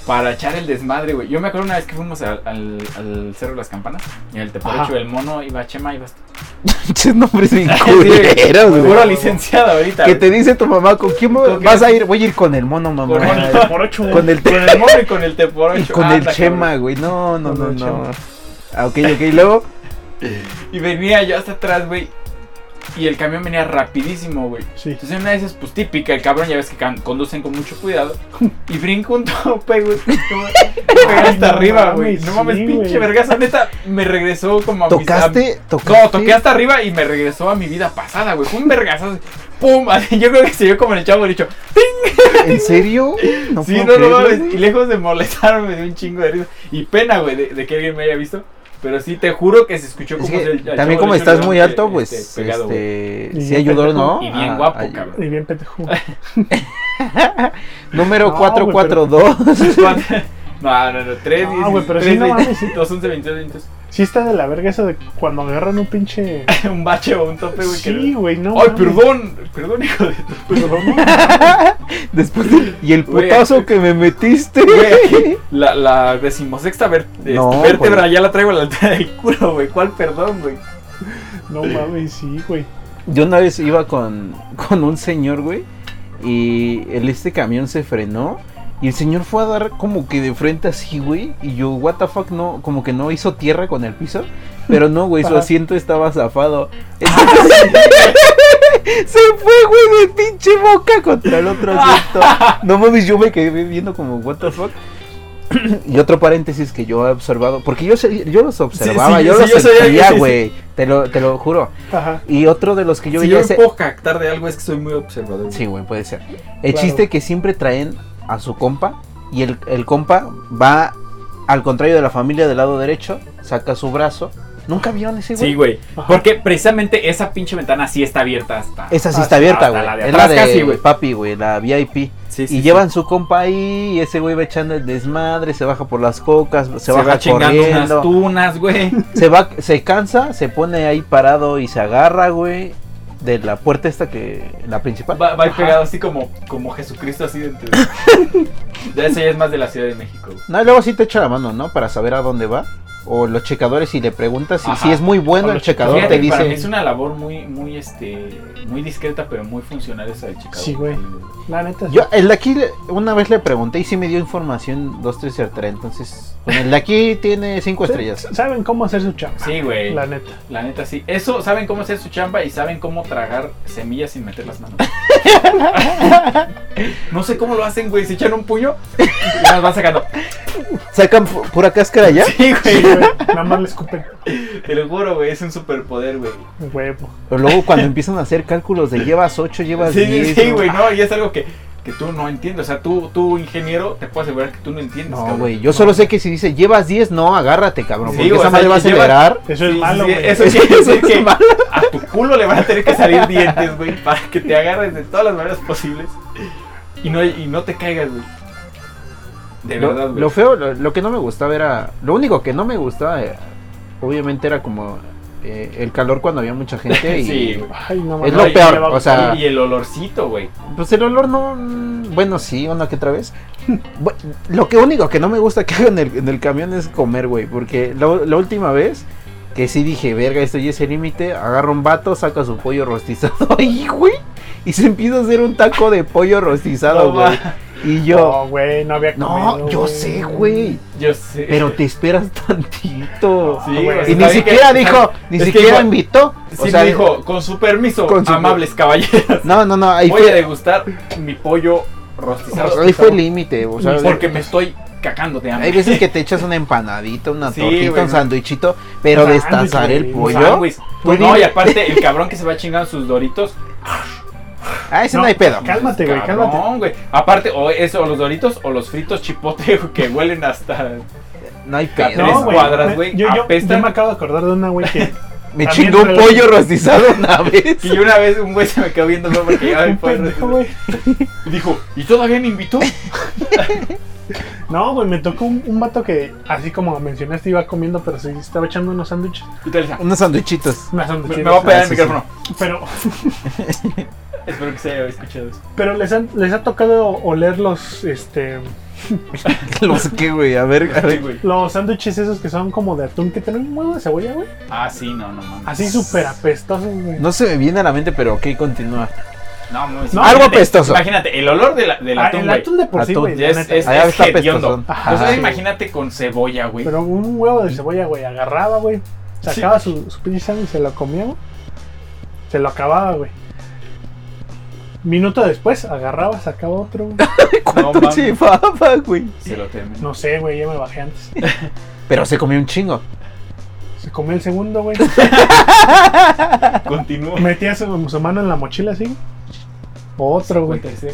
[SPEAKER 1] para echar el desmadre, güey. Yo me acuerdo una vez que fuimos al, al, al Cerro de las Campanas. Y el teparecho
[SPEAKER 2] Ajá.
[SPEAKER 1] del mono iba Chema, ibas tú.
[SPEAKER 3] Pinches nombres bien
[SPEAKER 1] Sí,
[SPEAKER 3] culeros, güey.
[SPEAKER 1] Puro licenciado ahorita.
[SPEAKER 3] Que
[SPEAKER 1] güey.
[SPEAKER 3] te dice tu mamá, ¿con quién me-
[SPEAKER 1] ¿Con
[SPEAKER 3] vas
[SPEAKER 1] quién?
[SPEAKER 3] a ir? Voy a ir con el mono, mamá.
[SPEAKER 1] Con el-
[SPEAKER 2] Bueno, por ocho, güey.
[SPEAKER 3] Con el
[SPEAKER 1] Con el mono y con el teporocho.
[SPEAKER 3] Y con el
[SPEAKER 1] Anda,
[SPEAKER 3] Chema,
[SPEAKER 1] cabrón.
[SPEAKER 3] güey. No, no,
[SPEAKER 2] Con
[SPEAKER 3] no,
[SPEAKER 2] el
[SPEAKER 3] no.
[SPEAKER 2] Chema.
[SPEAKER 3] Ah, ok, ok. Y luego,
[SPEAKER 1] Y venía yo hasta atrás, güey. Y el camión venía rapidísimo, güey.
[SPEAKER 2] Sí.
[SPEAKER 1] Entonces en una de esas, pues típica, el cabrón, ya ves que can- conducen con mucho cuidado. Y brinco un tope, güey. como- Pegar
[SPEAKER 2] Ay,
[SPEAKER 1] hasta
[SPEAKER 2] no
[SPEAKER 1] arriba, güey.
[SPEAKER 2] mames,
[SPEAKER 1] No mames,
[SPEAKER 2] sí,
[SPEAKER 1] pinche
[SPEAKER 2] güey.
[SPEAKER 1] vergaza. Neta, me regresó como a mis- a-
[SPEAKER 3] tocaste, tocaste.
[SPEAKER 1] No, toqué hasta arriba y me regresó a mi vida pasada, güey. Fue un vergazazo. ¡Pum! Así, yo creo que se vio como en el chavo dicho.
[SPEAKER 3] ¿En serio? No
[SPEAKER 1] sí, no,
[SPEAKER 3] puedo
[SPEAKER 1] no
[SPEAKER 3] creerlo,
[SPEAKER 1] mames. Y lejos de molestarme, me dio un chingo de risa. Y pena, güey, de, de que alguien me haya visto. Pero sí, te juro que se escuchó
[SPEAKER 3] Es
[SPEAKER 1] como
[SPEAKER 3] que
[SPEAKER 1] si el- al
[SPEAKER 3] también
[SPEAKER 1] chavo
[SPEAKER 3] como
[SPEAKER 1] le
[SPEAKER 3] estás
[SPEAKER 1] hicieron,
[SPEAKER 3] muy
[SPEAKER 1] eh,
[SPEAKER 3] alto, pues,
[SPEAKER 1] este, pegado, güey.
[SPEAKER 3] este,
[SPEAKER 2] Y
[SPEAKER 3] sí
[SPEAKER 2] bien
[SPEAKER 3] ayudó,
[SPEAKER 2] pendejo.
[SPEAKER 3] ¿no? Ah,
[SPEAKER 1] Y bien
[SPEAKER 3] A-
[SPEAKER 1] guapo,
[SPEAKER 3] a-
[SPEAKER 1] cabrón.
[SPEAKER 2] Y bien pendejo.
[SPEAKER 3] Número
[SPEAKER 2] No, güey,
[SPEAKER 3] 442.
[SPEAKER 1] No, no, no, 3,
[SPEAKER 2] No,
[SPEAKER 1] 10,
[SPEAKER 2] güey, pero
[SPEAKER 1] 3,
[SPEAKER 2] sí, no mames,
[SPEAKER 1] 2, 11, 22, 22.
[SPEAKER 2] Sí está de la verga eso de cuando agarran un pinche.
[SPEAKER 1] Un bache o un tope, güey. que
[SPEAKER 2] Sí,
[SPEAKER 1] no-
[SPEAKER 2] güey, no.
[SPEAKER 1] Ay,
[SPEAKER 2] mames.
[SPEAKER 1] perdón, perdón, hijo de tu.
[SPEAKER 2] Perdón.
[SPEAKER 3] Después de- y el
[SPEAKER 1] Güey.
[SPEAKER 3] putazo que me metiste.
[SPEAKER 1] Güey, la, la decimosexta ver- este,
[SPEAKER 3] No, pues.
[SPEAKER 1] vértebra
[SPEAKER 3] güey.
[SPEAKER 1] ya la traigo a la altura del culo, güey. ¿Cuál perdón, güey?
[SPEAKER 2] No mames, sí, güey.
[SPEAKER 3] Yo una vez iba con, con un señor, güey, y el, este camión se frenó Y el señor fue a dar como que de frente así, güey. Y yo, what the fuck, no, como que no hizo tierra con el piso. Pero no, güey, su
[SPEAKER 2] Ajá.
[SPEAKER 3] asiento estaba zafado. Entonces, se fue, güey, de pinche boca contra el otro asiento. No mames, yo me quedé viendo como, what the fuck. Y otro paréntesis que yo he observado, porque yo, sé- yo los observaba,
[SPEAKER 1] sí,
[SPEAKER 3] yo
[SPEAKER 1] sí,
[SPEAKER 3] los
[SPEAKER 1] yo sabía que sí,
[SPEAKER 3] veía,
[SPEAKER 1] sí.
[SPEAKER 3] güey, te, lo, te lo juro.
[SPEAKER 2] Ajá.
[SPEAKER 3] Y otro de los que yo
[SPEAKER 4] si
[SPEAKER 3] veía...
[SPEAKER 4] yo me
[SPEAKER 3] ese-
[SPEAKER 4] puedo captar de algo es que soy muy observador.
[SPEAKER 3] Sí, güey, puede ser. El
[SPEAKER 2] Claro.
[SPEAKER 3] chiste que siempre traen a su compa y el, el compa va al contrario de la familia del lado derecho, saca su brazo. ¿Nunca vieron ese güey?
[SPEAKER 1] Sí, güey.
[SPEAKER 2] Ajá.
[SPEAKER 1] Porque precisamente esa pinche ventana sí está abierta hasta.
[SPEAKER 3] Esa sí
[SPEAKER 2] Ah,
[SPEAKER 3] está abierta,
[SPEAKER 1] hasta
[SPEAKER 3] güey.
[SPEAKER 1] la de
[SPEAKER 3] es la
[SPEAKER 1] atrás
[SPEAKER 3] de
[SPEAKER 1] casi, güey.
[SPEAKER 3] papi, güey, la VIP.
[SPEAKER 4] Sí,
[SPEAKER 3] y llevan su compa ahí y ese güey va echando el desmadre, se baja por las cocas, se, baja
[SPEAKER 1] chingando unas
[SPEAKER 3] corriendo.
[SPEAKER 1] tunas, güey.
[SPEAKER 3] Se va, se cansa, se pone ahí parado y se agarra, güey, de la puerta esta que la principal.
[SPEAKER 1] Va, va ahí pegado así como, como Jesucristo, así dentro. ya eso ya es más de la Ciudad de México, güey.
[SPEAKER 3] No, y luego sí te echa la mano, ¿no? Para saber a dónde va. O los checadores y le preguntas si,
[SPEAKER 1] Ajá.
[SPEAKER 3] si es muy bueno
[SPEAKER 2] O
[SPEAKER 3] el
[SPEAKER 2] los
[SPEAKER 3] checador,
[SPEAKER 1] Fíjate,
[SPEAKER 3] te
[SPEAKER 1] para mí
[SPEAKER 3] dice...
[SPEAKER 1] es una labor muy, muy, este, muy discreta, pero muy funcional esa de Chicago.
[SPEAKER 2] Sí, güey. La neta. sí.
[SPEAKER 3] Yo, el de aquí, le- una vez le pregunté y sí me dio información 2, 3, 3, entonces... con el de aquí tiene 5 estrellas.
[SPEAKER 2] Saben cómo hacer su chamba.
[SPEAKER 1] Sí, güey.
[SPEAKER 2] La
[SPEAKER 1] La...
[SPEAKER 2] neta.
[SPEAKER 1] neta, sí. Eso, saben cómo hacer su chamba y saben cómo tragar semillas sin meter las manos. no sé cómo lo hacen, güey. Se echan un puño y las van sacando.
[SPEAKER 3] ¿Sacan pu- pura cáscara ya?
[SPEAKER 1] Sí,
[SPEAKER 2] Sí,
[SPEAKER 1] güey.
[SPEAKER 2] güey. Nada más le escupen.
[SPEAKER 1] Te lo juro, güey. Es un superpoder, güey.
[SPEAKER 2] Huevo.
[SPEAKER 3] Pero luego cuando empiezan a hacer cálculos de llevas 8, llevas
[SPEAKER 1] Sí,
[SPEAKER 3] 10...
[SPEAKER 1] sí, güey. No, y es algo que, que tú no entiendes. O sea, tú, tú, ingeniero, te puedo asegurar que tú no entiendes.
[SPEAKER 3] No,
[SPEAKER 1] cabrón.
[SPEAKER 3] güey, yo solo sé que si dice llevas 10, no, agárrate, cabrón,
[SPEAKER 1] Sí,
[SPEAKER 3] porque
[SPEAKER 1] güey,
[SPEAKER 3] esa
[SPEAKER 1] o sea,
[SPEAKER 3] madre va a
[SPEAKER 1] que lleva-
[SPEAKER 3] acelerar.
[SPEAKER 2] Eso es
[SPEAKER 1] Sí,
[SPEAKER 2] malo,
[SPEAKER 1] sí,
[SPEAKER 2] güey.
[SPEAKER 1] Eso quiere
[SPEAKER 3] Eso
[SPEAKER 1] decir
[SPEAKER 3] es
[SPEAKER 1] que
[SPEAKER 3] malo.
[SPEAKER 1] a tu culo le van a tener que salir dientes, güey, para que te agarres de todas las maneras posibles y no, y no te caigas, güey. De
[SPEAKER 3] Lo,
[SPEAKER 1] verdad, güey.
[SPEAKER 3] lo feo, lo, lo que no me gustaba era. Lo único que no me gustaba, eh, obviamente, era como eh, el calor cuando había mucha gente. Y,
[SPEAKER 1] Sí, güey.
[SPEAKER 2] Ay, no mames.
[SPEAKER 3] Es lo
[SPEAKER 1] No, y
[SPEAKER 3] peor,
[SPEAKER 2] le va-
[SPEAKER 3] o sea.
[SPEAKER 1] Y el olorcito, güey.
[SPEAKER 3] Pues el olor no. mm, Bueno, sí, una que otra vez. Bu- lo que único que no me gusta que hagan en el, en el camión es comer, güey. Porque la- la última vez que sí dije, verga, esto ya es el límite, agarra un vato, saca su pollo rostizado ahí, güey. Y se empieza a hacer un taco de pollo rostizado,
[SPEAKER 1] No,
[SPEAKER 3] güey.
[SPEAKER 1] ma-
[SPEAKER 3] Y yo.
[SPEAKER 2] No, güey, no había
[SPEAKER 3] No,
[SPEAKER 2] comido,
[SPEAKER 3] yo sé, güey.
[SPEAKER 1] Yo sé.
[SPEAKER 3] Pero te esperas tantito.
[SPEAKER 1] Sí,
[SPEAKER 2] güey.
[SPEAKER 1] güey.
[SPEAKER 3] Y
[SPEAKER 1] Pues está
[SPEAKER 3] ni
[SPEAKER 1] bien
[SPEAKER 3] siquiera
[SPEAKER 1] que-
[SPEAKER 3] dijo, ni
[SPEAKER 1] es que
[SPEAKER 3] siquiera
[SPEAKER 1] igual-
[SPEAKER 3] invitó.
[SPEAKER 1] Sí,
[SPEAKER 3] O
[SPEAKER 1] me
[SPEAKER 3] sea,
[SPEAKER 1] dijo, con su permiso,
[SPEAKER 3] con su-
[SPEAKER 1] amables caballeros,
[SPEAKER 3] No, no, no, ahí
[SPEAKER 1] voy a
[SPEAKER 3] fue,
[SPEAKER 1] degustar mi pollo rostizado.
[SPEAKER 3] ahí fue el límite. O sea,
[SPEAKER 1] Porque me estoy cagando de hambre.
[SPEAKER 3] hay veces que te echas una empanadita, una
[SPEAKER 1] Sí,
[SPEAKER 3] tortita,
[SPEAKER 1] güey,
[SPEAKER 3] un
[SPEAKER 1] no.
[SPEAKER 3] sandwichito, pero
[SPEAKER 2] Un
[SPEAKER 3] destazar
[SPEAKER 2] sándwich,
[SPEAKER 3] el
[SPEAKER 1] Un
[SPEAKER 2] güey,
[SPEAKER 3] pollo.
[SPEAKER 1] sándwich.
[SPEAKER 3] Pues
[SPEAKER 1] no,
[SPEAKER 3] dime.
[SPEAKER 1] y aparte, el cabrón que se va chingando sus doritos. pues,
[SPEAKER 3] Ah, ese no,
[SPEAKER 2] No,
[SPEAKER 3] hay pedo.
[SPEAKER 2] Cálmate, güey,
[SPEAKER 1] Cabrón,
[SPEAKER 2] cálmate.
[SPEAKER 1] güey. Aparte, o eso, o los doritos o los fritos chipote güey, que huelen hasta.
[SPEAKER 3] No hay
[SPEAKER 1] Tres
[SPEAKER 3] pedo.
[SPEAKER 2] No, güey.
[SPEAKER 1] cuadras, güey,
[SPEAKER 2] Yo, yo,
[SPEAKER 1] apestan.
[SPEAKER 2] yo me acabo de acordar de una, güey, que
[SPEAKER 3] me
[SPEAKER 2] también
[SPEAKER 3] chingó un
[SPEAKER 2] re-
[SPEAKER 3] pollo rostizado una vez.
[SPEAKER 1] Y una vez un güey se me quedó viendo, ¿no? Porque ya me
[SPEAKER 2] un
[SPEAKER 1] fue.
[SPEAKER 2] pendejo, güey.
[SPEAKER 1] Y dijo, ¿y todavía me invitó?
[SPEAKER 2] No, güey, me tocó un, un vato que, así como mencionaste, iba comiendo, pero sí estaba echando unos sándwiches.
[SPEAKER 1] Y te le dije,
[SPEAKER 3] Unos sandwichitos.
[SPEAKER 2] Unas
[SPEAKER 1] me,
[SPEAKER 2] sándwiches.
[SPEAKER 1] me va a pegar
[SPEAKER 3] Ah,
[SPEAKER 1] el
[SPEAKER 3] sí,
[SPEAKER 1] micrófono.
[SPEAKER 2] Pero,
[SPEAKER 1] Espero que se haya escuchado eso.
[SPEAKER 2] pero les, han- les ha tocado oler los, este,
[SPEAKER 3] Los que, güey, a ver, a
[SPEAKER 1] Sí,
[SPEAKER 3] ver.
[SPEAKER 1] güey.
[SPEAKER 2] los sándwiches esos que son como de atún que tienen un huevo de cebolla, güey.
[SPEAKER 1] Ah, sí, no, no mames.
[SPEAKER 2] Así súper apestosos, güey.
[SPEAKER 3] No se me viene a la mente, pero ok, continúa.
[SPEAKER 1] No, mames,
[SPEAKER 2] No,
[SPEAKER 1] imagínate-
[SPEAKER 3] algo apestoso.
[SPEAKER 1] Imagínate, el olor de la, del
[SPEAKER 2] Ah,
[SPEAKER 1] atún,
[SPEAKER 2] el
[SPEAKER 1] güey.
[SPEAKER 2] atún de por sí,
[SPEAKER 3] Atún,
[SPEAKER 2] güey.
[SPEAKER 1] Ya
[SPEAKER 2] la
[SPEAKER 1] es,
[SPEAKER 2] neta.
[SPEAKER 1] es,
[SPEAKER 3] Allá
[SPEAKER 1] es
[SPEAKER 3] está
[SPEAKER 1] hediondo.
[SPEAKER 3] apestosón.
[SPEAKER 2] Ajá,
[SPEAKER 1] Entonces,
[SPEAKER 2] sí.
[SPEAKER 1] imagínate con cebolla, güey.
[SPEAKER 2] Pero un huevo de cebolla, güey, agarraba, güey. Sacaba su, su pinche sándwich y se lo comía, güey. Se lo acababa, güey. Minuto después, agarraba, sacaba otro, güey.
[SPEAKER 3] ¿Cuánto
[SPEAKER 1] mames.
[SPEAKER 3] llevaba, güey?
[SPEAKER 1] Se lo temen.
[SPEAKER 2] No sé, güey, ya me bajé antes.
[SPEAKER 3] Pero se comió un chingo.
[SPEAKER 2] Se comió el segundo, güey.
[SPEAKER 1] Continúa.
[SPEAKER 2] Metía su, su mano en la mochila así. Otro, güey.
[SPEAKER 1] El tercero.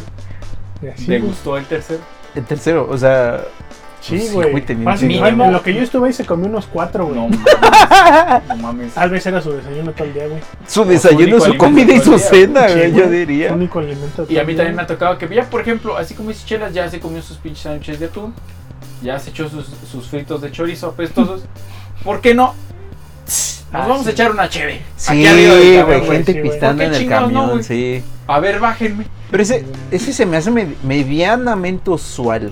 [SPEAKER 2] Y así,
[SPEAKER 1] ¿Te
[SPEAKER 2] güey.
[SPEAKER 1] gustó el tercero?
[SPEAKER 3] El tercero, o sea,
[SPEAKER 2] Sí,
[SPEAKER 3] Sí,
[SPEAKER 2] güey.
[SPEAKER 3] güey, tenía
[SPEAKER 2] Fácil,
[SPEAKER 1] mínimo.
[SPEAKER 2] bueno, en lo que yo estuve ahí se comió unos cuatro, güey.
[SPEAKER 1] No mames. No mames.
[SPEAKER 2] Tal vez era su desayuno todo el día, güey.
[SPEAKER 3] su
[SPEAKER 1] único
[SPEAKER 3] desayuno, su
[SPEAKER 1] alimento
[SPEAKER 3] comida y
[SPEAKER 1] todo
[SPEAKER 3] su
[SPEAKER 1] el día,
[SPEAKER 3] cena,
[SPEAKER 2] Sí,
[SPEAKER 3] güey,
[SPEAKER 2] güey.
[SPEAKER 3] yo diría.
[SPEAKER 2] Único alimento.
[SPEAKER 1] Y
[SPEAKER 2] todo
[SPEAKER 1] a mí
[SPEAKER 2] el
[SPEAKER 1] también me
[SPEAKER 2] día.
[SPEAKER 1] ha tocado que, ya por ejemplo, así como dice Chelas, ya se comió sus pinches sándwiches de atún, ya se echó sus, sus fritos de chorizo apestosos. ¿Por qué no? Nos
[SPEAKER 2] Ah,
[SPEAKER 1] vamos
[SPEAKER 2] sí.
[SPEAKER 1] a echar una cheve.
[SPEAKER 3] Sí,
[SPEAKER 1] arriba del
[SPEAKER 3] güey,
[SPEAKER 1] cabrón,
[SPEAKER 2] güey,
[SPEAKER 3] gente
[SPEAKER 2] sí, güey.
[SPEAKER 1] ¿Por
[SPEAKER 3] pistando en
[SPEAKER 1] qué
[SPEAKER 3] el
[SPEAKER 1] chingados no,
[SPEAKER 3] camión,
[SPEAKER 1] güey?
[SPEAKER 3] sí.
[SPEAKER 1] A ver, bájenme.
[SPEAKER 3] Pero ese, ese se me hace med- medianamente usual.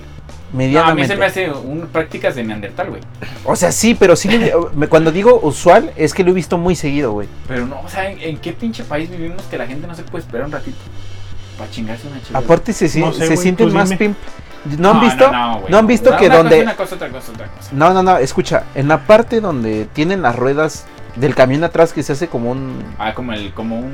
[SPEAKER 1] No, a mí se
[SPEAKER 3] Medianamente.
[SPEAKER 1] me hace un, prácticas de Neandertal, güey.
[SPEAKER 3] O sea, sí, pero sí. lo- me- cuando digo usual, es que lo he visto muy seguido, güey.
[SPEAKER 1] Pero no, o sea, ¿en, en qué pinche país vivimos que la gente no se puede esperar un ratito? Para chingarse una cheve.
[SPEAKER 3] Aparte, se, si-
[SPEAKER 2] No sé,
[SPEAKER 3] se
[SPEAKER 2] güey,
[SPEAKER 3] sienten
[SPEAKER 2] tú
[SPEAKER 3] más
[SPEAKER 2] dime.
[SPEAKER 3] pimp. ¿No han visto? No,
[SPEAKER 1] No, güey.
[SPEAKER 3] han visto
[SPEAKER 1] Una-
[SPEAKER 3] que
[SPEAKER 1] una cosa,
[SPEAKER 3] donde.
[SPEAKER 1] Una cosa, otra cosa, otra cosa.
[SPEAKER 3] No, no, no, escucha. En la parte donde tienen las ruedas del camión atrás que se hace como un.
[SPEAKER 1] Ah, como, el, como un.